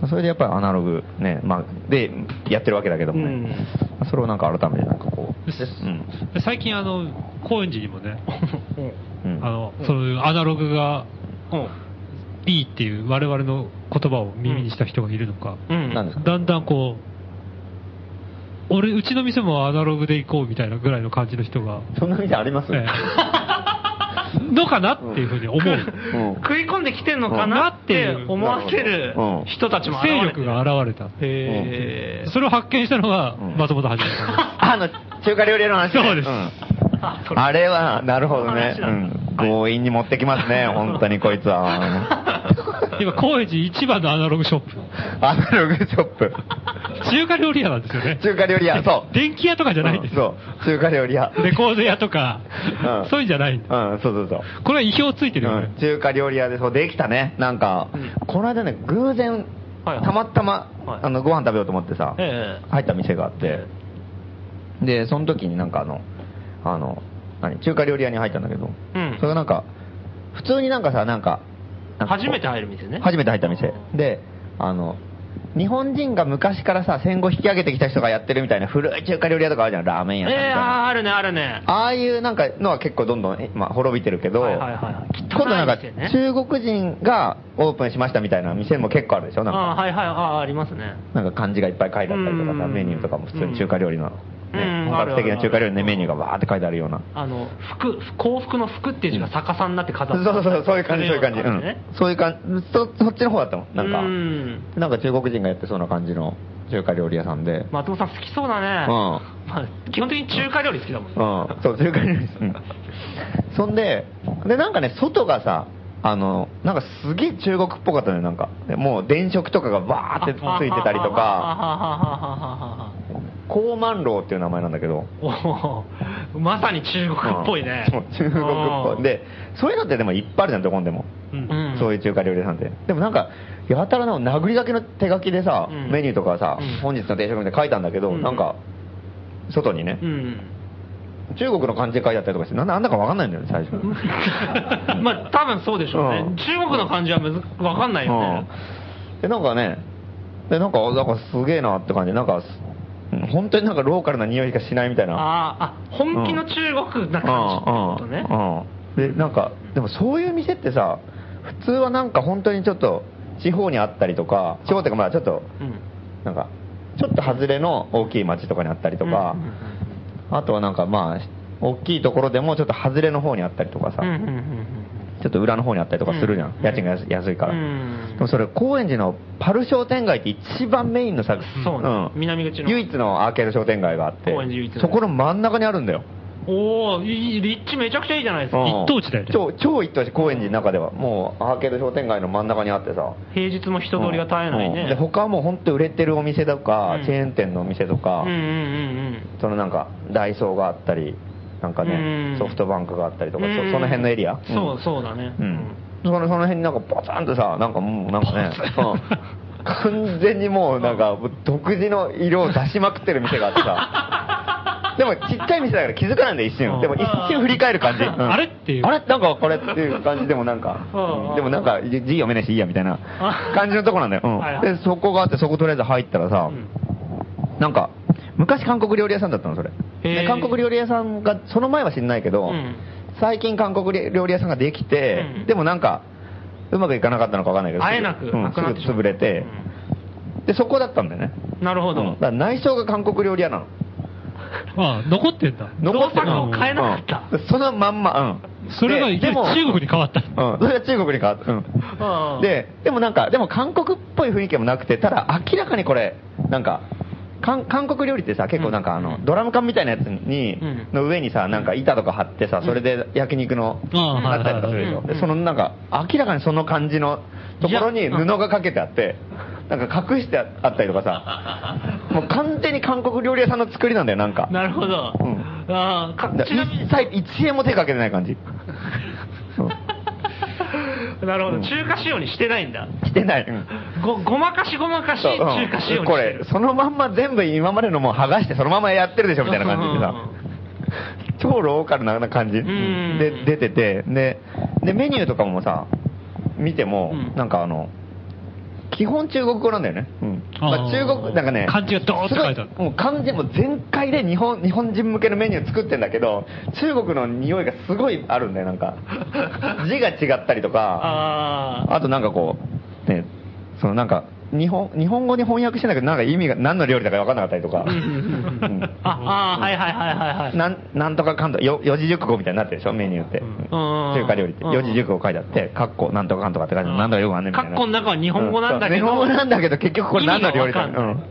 Speaker 2: な。それでやっぱりアナログ、ね、まあ、で、やってるわけだけどもね。それをなんか改めてなんかこう、うん。
Speaker 6: 最近、あの、高円寺にもね、
Speaker 5: うん
Speaker 2: うん
Speaker 6: あの、そういうアナログが
Speaker 5: うん
Speaker 6: いいっていう我々の言葉を耳にした人がいるのか、
Speaker 5: うん。
Speaker 2: なんですか
Speaker 6: だんだんこう、俺、うちの店もアナログで行こうみたいなぐらいの感じの人が、
Speaker 2: そんな店あります
Speaker 6: ええのかなっていうふうに [LAUGHS]
Speaker 2: [LAUGHS]
Speaker 6: 思う。
Speaker 2: うん
Speaker 5: 食い込んできてんのかなって思わせる
Speaker 2: うん
Speaker 5: 人たちも現れ
Speaker 6: 勢
Speaker 5: て
Speaker 6: 力が現れた。
Speaker 5: へー
Speaker 6: それを発見したのが
Speaker 2: うん
Speaker 6: 松本はじめさんです。
Speaker 2: [LAUGHS] あの、中華料理屋の話ね
Speaker 6: そうです
Speaker 2: ん
Speaker 5: あそれ
Speaker 2: あれは、なるほどね。
Speaker 5: 話
Speaker 2: う
Speaker 5: だ
Speaker 2: ん。強引に持ってきますね、本当にこいつは。
Speaker 6: [LAUGHS] 今、高円寺一番のアナログショップ。
Speaker 2: アナログショップ。
Speaker 6: 中華料理屋なんですよね。
Speaker 2: 中華料理屋、そう。
Speaker 6: 電気屋とかじゃないんです
Speaker 2: そ
Speaker 6: よ。
Speaker 2: う。中華料理屋。
Speaker 6: レコード屋とか
Speaker 2: うん、
Speaker 6: そういうんじゃないんです。
Speaker 2: うん、そうそうそう。
Speaker 6: これは意表ついてるよ
Speaker 2: う
Speaker 6: ね
Speaker 2: ん。中華料理屋で、そう、できたね。なんか、この間ね、偶然、
Speaker 5: はいはい
Speaker 2: たまたま
Speaker 5: はい、
Speaker 2: あの、ご飯食べようと思ってさ、
Speaker 5: ええ
Speaker 2: 入った店があって、で、その時になんかあの、あの、何、中華料理屋に入ったんだけど、
Speaker 5: うん
Speaker 2: それがなんか、普通になんかさ、なんか、なんかこう
Speaker 5: 初めて入る店ね。
Speaker 2: 初めて入った店。で、あの、日本人が昔からさ、戦後引き上げてきた人がやってるみたいな古い中華料理屋とかあるじゃん、ラーメン
Speaker 5: え
Speaker 2: 屋さんみたい
Speaker 5: え
Speaker 2: な。
Speaker 5: あーあるね、あるね。
Speaker 2: ああいうなんかのは結構どんどん、えまあ、滅びてるけど、
Speaker 5: はいはいはい
Speaker 2: 今度なんか
Speaker 5: 汚い店ね
Speaker 2: 中国人がオープンしましたみたいな店も結構あるでしょなん
Speaker 5: あー
Speaker 2: か、
Speaker 5: はいはい、ああー、ありますね。
Speaker 2: なんか漢字がいっぱい書いてあったりとかさ、
Speaker 5: うん
Speaker 2: メニューとかも普通に中華料理の、ね、
Speaker 5: うん
Speaker 2: 本格的な中華
Speaker 5: あるある
Speaker 2: 料理
Speaker 5: あ
Speaker 2: の
Speaker 5: る
Speaker 2: メニューがわーって書いてあるような。
Speaker 5: あの、服、幸福の服っていう字が逆さになって飾
Speaker 2: そ
Speaker 5: っ
Speaker 2: う
Speaker 5: て
Speaker 2: そうそう、そういう感じ、そういう感じ。う
Speaker 5: ね
Speaker 2: ん。そういう感じ、そ、そっちの方だったもん。なんか、
Speaker 5: うん
Speaker 2: なんか中国人がやってそうな感じの中華料理屋さんで。
Speaker 5: 松本さん好きそうだね。
Speaker 2: ん
Speaker 5: まあ、基本的に中華料理好きだもんね。
Speaker 2: うん、そう、中華料理です。うんそんで、で、なんかね、外がさ、あの、なんかすげえ中国っぽかったね、なんか。でもう電飾とかがバーってついてたりとか、
Speaker 5: か。
Speaker 2: 高万楼っていう名前なんだけど。
Speaker 5: おーまさに中 [LAUGHS] 国っぽいね。
Speaker 2: うんそう中国っぽい。で、そういうのってでもいっぱいあるじゃん、どこにでも。
Speaker 5: うん、うん、
Speaker 2: そういう中華料理屋さんって。でもなんか、やたらの殴り書きの手書きでさ、
Speaker 5: うん
Speaker 2: メニューとかさ、
Speaker 5: うん
Speaker 2: 本日の定食みたいな書いたんだけど、
Speaker 5: うん
Speaker 2: なんか、外にね、
Speaker 5: うん。
Speaker 2: 中国の漢字で書いてあったりとかして、なんだなんだかわかんないんだよね、最初。
Speaker 5: [LAUGHS] まあ、多分そうでしょうね。
Speaker 2: うん
Speaker 5: 中国の漢字はむずわかんないよね。
Speaker 2: うん、でなんかねでなんかなんかすげえなって感じなんかうん本当になんかローカルな匂いがしないみたいな
Speaker 5: あーあ、本気の中国な感じってことね。
Speaker 2: うんうんうんでなんかでもそういう店ってさ普通はなんか本当にちょっと地方にあったりとか地方っていうかまあちょっと
Speaker 5: うん
Speaker 2: なんかちょっと外れの大きい町とかにあったりとか、
Speaker 5: うんうん
Speaker 2: あとはなんかまあ大きいところでもちょっと外れの方にあったりとかさ、
Speaker 5: うんうんうんうん
Speaker 2: ちょっと裏の方にあったりとかするじゃん、
Speaker 5: うん
Speaker 2: 家賃が安安いから、
Speaker 5: うん
Speaker 2: でもそれ高円寺のパル商店街って一番メインのさ、
Speaker 5: そうね南口の
Speaker 2: 唯一のアーケード商店街があって
Speaker 5: 高円寺唯一の
Speaker 2: そこの真ん中にあるんだよ、
Speaker 5: おーいい立地めちゃくちゃいいじゃないです
Speaker 2: うん
Speaker 5: か。
Speaker 6: 一等地だよね
Speaker 2: 超超一等地高円寺の中ではもうアーケード商店街の真ん中にあってさ
Speaker 5: 平日も人通りが絶えない
Speaker 2: うんで
Speaker 5: ね。
Speaker 2: 他はもう本当売れてるお店とか、
Speaker 5: うん
Speaker 2: チェーン店のお店と
Speaker 5: うんう
Speaker 2: か、
Speaker 5: んうん
Speaker 2: そのなんかダイソーがあったりなんかね
Speaker 5: うん
Speaker 2: ソフトバンクがあったりとか、
Speaker 5: うん
Speaker 2: そその辺のエリ
Speaker 5: う
Speaker 2: ア、
Speaker 5: ん。そうそうだね。
Speaker 2: うん、そのその辺になんかポツンとさなんかもうなんかね、うん、完全にもうなんか独自の色を出しまくってる店があ
Speaker 5: [LAUGHS]
Speaker 2: ってさでもちっちゃい店だから気づかないんだよ一
Speaker 6: う
Speaker 2: 瞬
Speaker 6: ん
Speaker 2: でも一瞬振り返る感じ、うん
Speaker 6: あれっていう
Speaker 2: あれなんかこれっていう感じでもなんか、
Speaker 5: うん
Speaker 2: うんでもなんか字読めないしいいやみたいな
Speaker 5: あ
Speaker 2: 感じのとこなんだよ、うん
Speaker 5: はいはい
Speaker 2: でそこがあってそことりあえず入ったらさ、
Speaker 5: うん
Speaker 2: なんか昔韓国料理屋さんだったのそれ
Speaker 5: へー
Speaker 2: で韓国料理屋さんがその前は知んないけど、
Speaker 5: うん
Speaker 2: 最近韓国料理屋さんができて、
Speaker 5: うん
Speaker 2: でもなんかうまくいかなかったのかわかんないけど
Speaker 5: あえなく
Speaker 2: うん
Speaker 5: なくなってし
Speaker 2: す
Speaker 5: まう
Speaker 2: ぐ潰れて、でそこだったんだよね
Speaker 5: うんなるほ
Speaker 2: うん
Speaker 5: ど
Speaker 2: だ。から内装が韓国料理屋なの
Speaker 6: ああ、残ってんだ。
Speaker 2: 残ってる
Speaker 5: 造作を変えなかった
Speaker 2: うんそのまんまうん
Speaker 6: それがいき
Speaker 2: で
Speaker 6: な
Speaker 2: で
Speaker 6: り中
Speaker 2: も
Speaker 6: 国に変わった。
Speaker 2: うん、それは中国に変わった、うん
Speaker 5: あー
Speaker 2: ででもなんかでも韓国っぽい雰囲気もなくてただ明らかにこれなんか韓韓国料理ってさ、結構なんかあの、ドラム缶みたいなやつに、
Speaker 5: うん
Speaker 2: の上にさ、なんか板とか貼ってさ、それで焼肉の、
Speaker 6: うんああ
Speaker 2: あったりとかするでしょ。
Speaker 5: はいはいはい
Speaker 2: でそのなんか、明らかにその感じのところ
Speaker 5: い
Speaker 2: に
Speaker 5: や
Speaker 2: 布がかけてあって、なんか隠してあったりとか
Speaker 5: [LAUGHS]
Speaker 2: さ、もう完全に韓国料理屋さんの作りなんだよ、なんか。
Speaker 5: なるほど。
Speaker 2: うん
Speaker 5: ああ、か
Speaker 2: だ
Speaker 5: ちなみに、
Speaker 2: 一切、一円も手かけてない
Speaker 5: [LAUGHS]
Speaker 2: 感じ。そう
Speaker 5: なるほ
Speaker 2: う
Speaker 5: ど。
Speaker 2: ん
Speaker 5: 中華仕様にしてないんだ。
Speaker 2: してない。うん
Speaker 5: ご、ごまかしごまかし、
Speaker 2: そう
Speaker 5: 中
Speaker 2: うん
Speaker 5: 華仕様にしてる。
Speaker 2: これ、そのまんま全部今までのもう剥がして、そのままやってるでしょみたいな感じでさ
Speaker 5: うん、
Speaker 2: 超ローカルな感じ
Speaker 5: ん
Speaker 2: で出てて、で、でメニューとかもさ、見ても
Speaker 5: う、ん
Speaker 2: なんかあの、基本中国語なんだよね。うんまあ
Speaker 6: あー
Speaker 2: 中国、なんかね、
Speaker 6: 漢字がドーンって書いてある
Speaker 2: すごもう漢字も全開で日本日本人向けのメニュー作ってんだけど、中国の匂いがすごいあるんだよ、な
Speaker 5: [LAUGHS]
Speaker 2: んか。字が違ったりとか。
Speaker 5: ああ、
Speaker 2: あとなんかこう、ね、そのなんか、日本、日本語に翻訳してんだけど、なんか意味が、何の料理だか分かんなかったりとか、うん
Speaker 5: ああー、はいはいはいはいはい。
Speaker 2: なん、なんとかかんとか、よ四字熟語みたいになってるでしょ、メニューって。中華料理って、四字熟語書いてあって、かっこ、なんとかかんとかって書いてある、なんとかよくわかんないみたいな。
Speaker 5: かっこの中は日本語なんだけど
Speaker 2: うそう日本語なんだけど、結局これ何の料理だ
Speaker 5: 意味
Speaker 2: う
Speaker 5: がわかんない
Speaker 2: ん。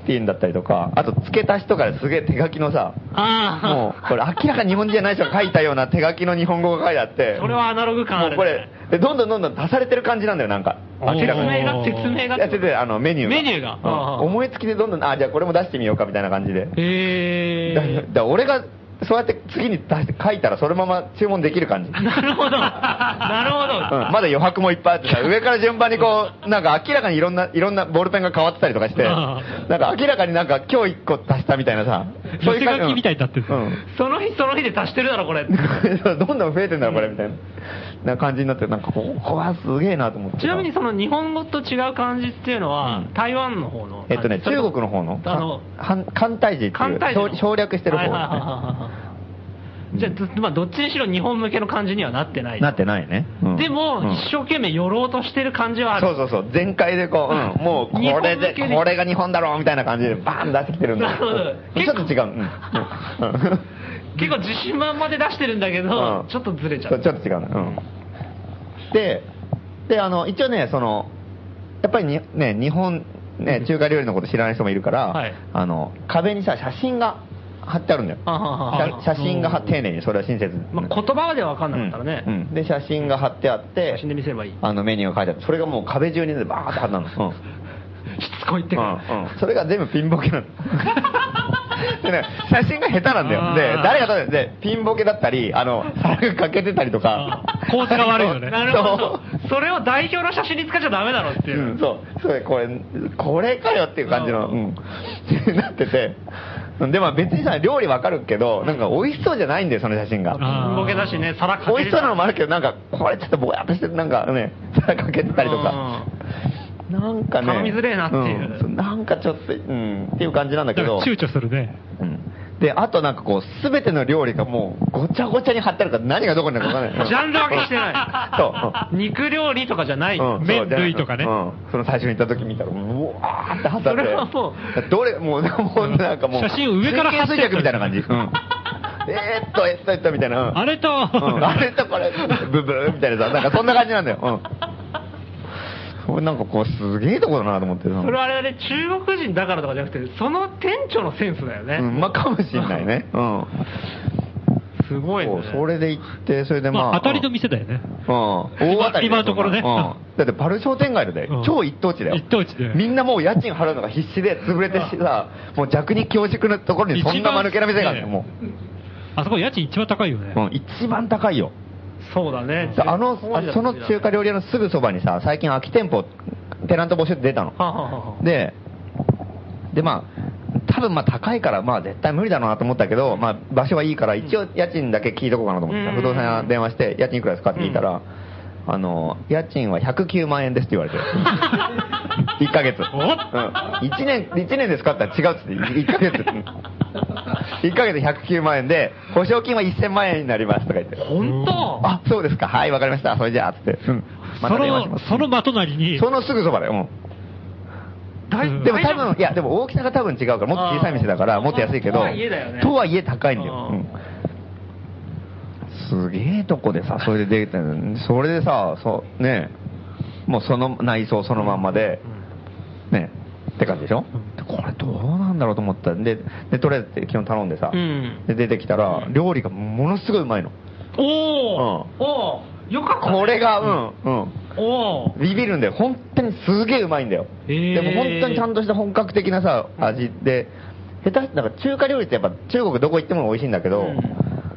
Speaker 2: っていうんだったりとか、あと付け足しとかですげえ手書き
Speaker 5: [LAUGHS]
Speaker 2: のさ、
Speaker 5: ああ、
Speaker 2: もう、これ明らかに日本人じゃない人が書いたような手書きの日本語が書いてあって、
Speaker 5: それはアナログ感あ
Speaker 2: もう
Speaker 5: る、ね。
Speaker 2: これ、でどんどんどんどん足されてる感じなんだよ、なんか。明らか
Speaker 6: お
Speaker 2: に。
Speaker 6: ー
Speaker 5: 説明が、
Speaker 2: や
Speaker 5: 説
Speaker 2: って
Speaker 5: 明が。
Speaker 2: て、あの、メニューが。
Speaker 5: メニューが
Speaker 2: うん
Speaker 5: ああ
Speaker 2: 思いつきでどんどん、あ、じゃあこれも出してみようかみたいな感じで。
Speaker 5: え
Speaker 2: だだから俺が、そうやって次に出して書いたらそのまま注文できる感じ。
Speaker 5: ー、なるほど。なるほど。
Speaker 2: うん、まだ余白もいっぱいあってさ、上から順番にこう、なんか明らかにいろんな、いろんなボールペンが変わってたりとかして、
Speaker 6: あ
Speaker 2: なんか明らかになんか今日一個足したみたいなさ、 [LAUGHS] 感じ
Speaker 6: 寄せ書きみたいになってる
Speaker 2: うん。 [LAUGHS]
Speaker 5: その日その日で足してるだろ、これ。
Speaker 2: うんどんどん増えてんだろ、これ、みたいな。な感じになって、なんか、ここはすげえなと思ってさ。
Speaker 5: ちなみにその日本語と違う漢字っていうのは、台湾の方の。
Speaker 2: えっとね、中国の方の、
Speaker 5: あの、
Speaker 2: はん艦隊字ってい
Speaker 5: 簡
Speaker 2: う
Speaker 5: 体、字の
Speaker 2: 省省略してる
Speaker 5: はい
Speaker 2: 方です
Speaker 5: はいはいはい
Speaker 2: ね。
Speaker 5: はいじゃあど、まあ、どっちにしろ日本向けの漢字にはなってない。
Speaker 2: なってないね。うん
Speaker 5: でも、
Speaker 2: うん
Speaker 5: 一生懸命寄ろうとしてる感じはある。
Speaker 2: そうそうそう、全開でこう、うん、もうこれで、
Speaker 5: 日本向けに
Speaker 2: これが日本だろうみたいな感じでバーン出してきてるん
Speaker 5: な
Speaker 2: だ
Speaker 5: るほど
Speaker 2: うんちょっと違う。うん
Speaker 5: 結構自信満々で出してるんだけど、
Speaker 2: うん
Speaker 5: ちょっとずれちゃ
Speaker 2: そうう。ちょっと違うねうん。で、で、あの、一応ね、その、やっぱりにね、日本、ね、中華料理のこと知らない人もいるから、
Speaker 5: はい
Speaker 2: あの、壁にさ、写真が貼ってあるんだよ。
Speaker 5: あははは
Speaker 2: 写写真が貼丁寧に、それは親切。
Speaker 5: まあ、言葉では分かんなかったらね、
Speaker 2: うんうんで写真が貼ってあって
Speaker 5: 写真で見せればいい。
Speaker 2: あのメニューが書いてあってそれがもう壁中にねバーって貼ってあるの、うん
Speaker 5: しつこいってか、
Speaker 2: うん [LAUGHS] うんそれが全部ピンボケなのでね写真が下手なんだよで
Speaker 5: あー
Speaker 2: 誰が撮るでピンボケだったりあの皿が欠けてたりとか
Speaker 6: あー構図が悪いよね
Speaker 5: なるほ
Speaker 2: そう
Speaker 5: ど。それを代表の写真に使っちゃダメだろっていうう。
Speaker 2: ん、そう、それこれ、これかよっていう感じの、
Speaker 5: う
Speaker 2: うん、 [LAUGHS] ってなってて、でも別にさ、料理わかるけど、なんか美味しそうじゃないんだよ、その写真が。
Speaker 6: あー
Speaker 5: ボケだしね、皿かけてた
Speaker 2: 美味しそうなのもあるけど、なんか、これちょっとぼやっとして、なんかね、皿かけてたりとか、なんかね、
Speaker 5: 頼みづれえなっていう
Speaker 2: うんなんかちょっと、うん、っていう感じなんだ
Speaker 6: だ
Speaker 2: け
Speaker 6: から
Speaker 2: ど、
Speaker 6: 躊躇するね。
Speaker 2: うんで、あとなんかこう、すべての料理がもう、ごちゃごちゃに貼ってあるから、何がどこにあるかわかん
Speaker 5: う
Speaker 2: なんい。
Speaker 5: ジャンル分けしてない。
Speaker 2: そううん [LAUGHS]
Speaker 5: 肉料理とかじゃない。
Speaker 2: うん
Speaker 6: 麺類とかね
Speaker 2: うんその最初に行った時見たら、うわーって貼ってあって。
Speaker 5: それはも
Speaker 2: どれ、もう、もうなんかもう。
Speaker 6: 写真を上から貼って
Speaker 2: 神経衰弱みたいな感じ。うん。えーっと、えっと、えっと、みたいな。うん
Speaker 6: あれと、
Speaker 2: うんあれとこれ、ブブーみたいなさ、なんかそんな感じなんだよ。うん。これなんかこう、すげえとこだなと思ってさ。
Speaker 5: それはあれだね、中国人だからとかじゃなくて、その店長のセンスだよね。
Speaker 2: うん、まあ、かもしんないね。うん。
Speaker 5: すごいね
Speaker 2: そう。それで行って、それでま
Speaker 6: ま
Speaker 2: あ。
Speaker 6: あ、当たりの店だよね。
Speaker 2: うん、大当たりだ
Speaker 6: 今
Speaker 2: よ
Speaker 6: 今のところね
Speaker 2: そんなうんだってパル商店街ので、
Speaker 6: うん
Speaker 2: 超一等地だよ
Speaker 6: 一等地だよ
Speaker 2: みんなもう家賃払うのが必死で潰れてさ、もう弱肉強食のところにそんな間抜けな店があるのも
Speaker 6: あそこ家賃一番高いよね
Speaker 2: う、。うん、一番高いよ
Speaker 5: そうだね。
Speaker 2: あのあその中華
Speaker 5: 料
Speaker 2: 料理屋のすぐそばにさ最近空き店舗テナント募集って出たの
Speaker 5: はあはあはあ
Speaker 2: ででまあ多分まあ高いからまあ絶対無理だろうなと思ったけど、まあ、場所はいいから一応家賃だけ聞いとこうかなと思ってさ、
Speaker 5: うん
Speaker 2: 不動産屋電話して家賃いくらですかって聞いたら、あの家賃は109万円ですって言われて1
Speaker 6: [LAUGHS]
Speaker 2: ヶ月、うん、1, 年1年ですかって言ったら違うっつって1ヶ月1ヶ月109万円で保証金は1000万円になりますとか言って
Speaker 5: 本当
Speaker 2: あそうですかはいわかりましたそれじゃあっつって、うん、ま
Speaker 6: そ
Speaker 2: た電話しま
Speaker 6: の、
Speaker 2: す
Speaker 6: そのまとなりに、
Speaker 2: そのすぐそばだよ、も
Speaker 5: 大
Speaker 6: うん
Speaker 2: う。でも多分、いや、でも大きさが多分違うから、もっと小さい店だから、
Speaker 5: あー
Speaker 2: もっと安いけど、
Speaker 5: とはいえだよね
Speaker 2: とはいえ高いんだよ。
Speaker 5: う
Speaker 2: うんんすげえとこでさ、それで出てたのそれでさ、そう、ねえもうその内装そのまんまで、ねえって感じでしょ、これどうなんだろうと思ったんで、で、とりあえず昨日頼んでさ、
Speaker 5: うん
Speaker 2: で、出てきたら、料理がものすごいうまいの。
Speaker 5: おー、おーよかったね、
Speaker 2: これが、うん、うん。
Speaker 5: おー
Speaker 2: ビビるんだよ。本当にすげえうまいんだよ。
Speaker 5: へー
Speaker 2: でも本当にちゃんとした本格的なさ、味で、下手しなんか中華料理ってやっぱ中国どこ行っても美味しいんだけど、
Speaker 5: うん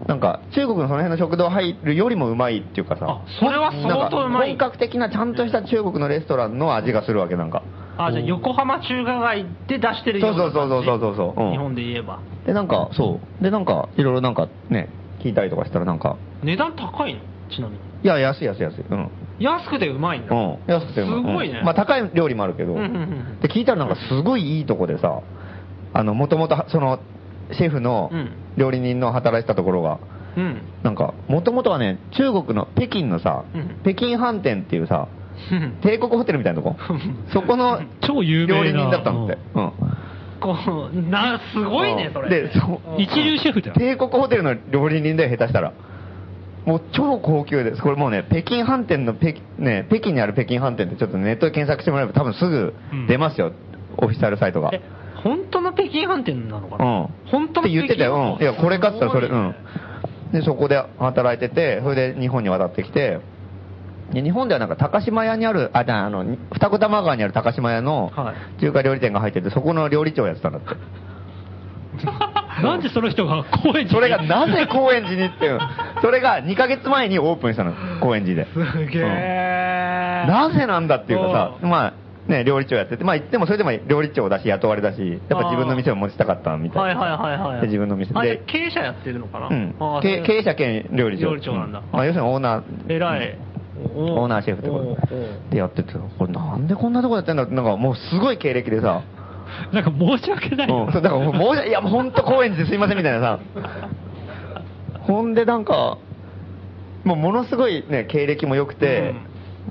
Speaker 2: なんか中国のその辺の食堂入るよりもうまいっていうかさ
Speaker 5: あ、それは相当うまい
Speaker 2: なんか本格的なちゃんとした中国のレストランの味がするわけなんか。
Speaker 5: あじゃあ横浜中華街で出してるような感じ
Speaker 2: そうそうそうそうそうそううん
Speaker 5: 日本で言えば
Speaker 2: で、なんか、そう。で、なんか、いろいろなんかね、聞いたりとかしたらなんか、
Speaker 5: 値段高いのちなみに
Speaker 2: いや、安い安い安い。うん。
Speaker 5: 安くてうまいんだ、
Speaker 2: うん。安くてうます
Speaker 5: ごいね、
Speaker 2: うんまあ高い料理もあるけど、
Speaker 5: うんうんうん
Speaker 2: で聞いたらなんかすごいいいとこでさあのもともとそのシェフの
Speaker 5: うん
Speaker 2: 料理人の働いてたところが
Speaker 5: うん
Speaker 2: なんかもともとはね中国の北京のさ、
Speaker 5: うん
Speaker 2: 北京飯店っていうさ
Speaker 5: うん [LAUGHS]
Speaker 2: 帝国ホテルみたいなとこそこの
Speaker 6: 超有名な
Speaker 2: 料理人だったんだって、うん、
Speaker 5: こうなすごいねそれ
Speaker 2: でそ
Speaker 5: うん
Speaker 6: 一流シェフだよ。
Speaker 2: 帝国ホテルの料理人だよ下手したらもう超高級ですこれもうね北京飯店の北,、ね、北京にある北京飯店ってちょっとネットで検索してもらえば多分すぐ出ますよ、オフィシャルサイトが
Speaker 5: え本当の北京飯店なのか
Speaker 2: う
Speaker 5: な、
Speaker 2: ん。
Speaker 5: 本当
Speaker 2: っ
Speaker 5: の北京
Speaker 2: て言ってたよ。うん。いや、これ買ったらそれ、
Speaker 5: す
Speaker 2: う
Speaker 5: ごい
Speaker 2: ん。で、そこで働いてて、それで日本に渡ってきて、で日本ではなんか高島屋にある、あ、じゃあ、あの、に二子玉川にある高島屋の
Speaker 5: は
Speaker 2: 中華料理店が入ってて、そこの料理長をやってた
Speaker 5: [LAUGHS]
Speaker 2: んだって。
Speaker 6: なんでその人が高円寺に
Speaker 2: それがなぜ高円寺にっていう、それが2ヶ月前にオープンしたの、高円寺で。
Speaker 5: すげえ、
Speaker 2: なぜなんだっていうか
Speaker 5: う
Speaker 2: さ、まあ、ね、料理長やってて、まあ、でもそれでも料理長だし、雇われだし、やっぱ自分の店を持ちたかったみたいな。
Speaker 5: はいはいはいはい
Speaker 2: で自分の店で
Speaker 5: あじゃあ経営者やってるのかな、
Speaker 2: うん
Speaker 5: あー
Speaker 2: け
Speaker 5: そう
Speaker 2: 経営者兼料理長。
Speaker 5: 料理長なんだ
Speaker 2: うまあ、要するにオーナー。
Speaker 5: 偉い
Speaker 2: うんオーナーシェフって
Speaker 5: お
Speaker 2: こ
Speaker 5: うおう
Speaker 2: とでやってて、これなんでこんなとこやってんだって、なんかもうすごい経歴でさ、
Speaker 6: なんか申し訳ないよ
Speaker 2: うん、そう [LAUGHS] だからもう申し訳、いやもう本当高円寺ですいませんみたいなさ、ほんでなんか、もうものすごいね、経歴も良くて、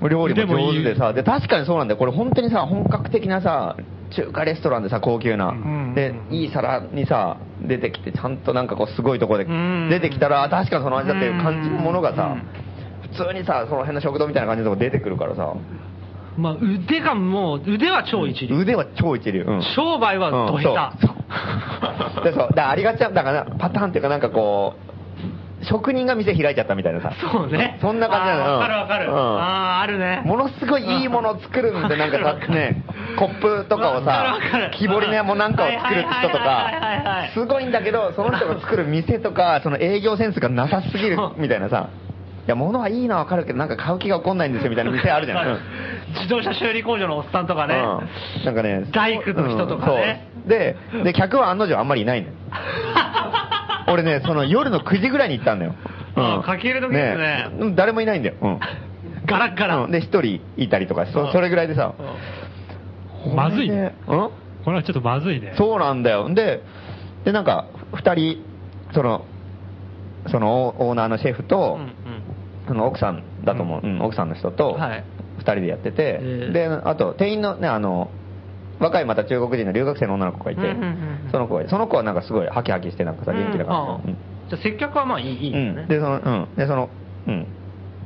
Speaker 2: 料理も上手でさで確かにそうなんだよ、これ本当にさ、本格的なさ、中華レストランでさ、高級な、
Speaker 5: ん
Speaker 2: で、いい皿にさ、出てきて、ちゃんとなんかこう、すごいとこで
Speaker 5: うん
Speaker 2: 出てきたら、あ確かにその味だっていう感じのものがさ
Speaker 5: うん、
Speaker 2: 普通にさ、その辺の食堂みたいな感じのとこ出てくるからさ、
Speaker 5: まあ、腕がもう腕は超一流、
Speaker 2: 腕は超一流。うん
Speaker 5: 商売はど下手、
Speaker 2: うんそうそうでそうだからありがちなんだからパターンっていうかなんかこう職人が店開いちゃったみたいなさ
Speaker 5: そうね。
Speaker 2: そんな感じなの
Speaker 5: あーわかるわかる。
Speaker 2: うん
Speaker 5: ああー、あるね。
Speaker 2: ものすごいいいものを作るんでなん
Speaker 5: [LAUGHS]
Speaker 2: かさねコップとかをさ
Speaker 5: わかるわかる
Speaker 2: 木彫りのやもなんかを作る人と
Speaker 5: はいはいはいはいはいは
Speaker 2: か
Speaker 5: い
Speaker 2: すごいんだけどその人が作る店とかその営業センスがなさすぎるみたいなさいや物はいいのはわかるけどなんか買う気が起こんないんですよみたいな店あるじゃんうん
Speaker 5: 自動車修理工場のおっさんとかね。
Speaker 2: うんなんかね
Speaker 5: 大工の人とかね
Speaker 2: うんそうでで客は案の定あんまりいな
Speaker 5: [LAUGHS]
Speaker 2: いのよ俺ねその夜の9時ぐらいに行ったんだよ、
Speaker 5: あ駆け入れ時ですね
Speaker 2: うん誰もいないんだよ、うん
Speaker 5: ガラッガラ。
Speaker 2: うんで1人いたりとか
Speaker 5: うん
Speaker 2: そそれぐらいでさ
Speaker 6: まずい
Speaker 2: これ
Speaker 6: ね
Speaker 2: ねうん
Speaker 6: これはちょっとまずいね。
Speaker 2: そうなんだよででなんか2人そのそのオーオーナーのシェフと、
Speaker 5: うん
Speaker 2: その奥さんだと思う、うん奥さんの人と
Speaker 5: はい
Speaker 2: 2人でやってて、
Speaker 5: え
Speaker 2: であと店員のねあの若いまた中国人の留学生の女の子がいて、
Speaker 5: うんうんうん
Speaker 2: その子がその子はなんかすごいハキハキしてなんかさ
Speaker 5: うん。
Speaker 2: 元気だから、
Speaker 5: うんあーじゃあ接客はまあいい、いいん
Speaker 2: うん
Speaker 5: だね。
Speaker 2: でそのうんでそのうん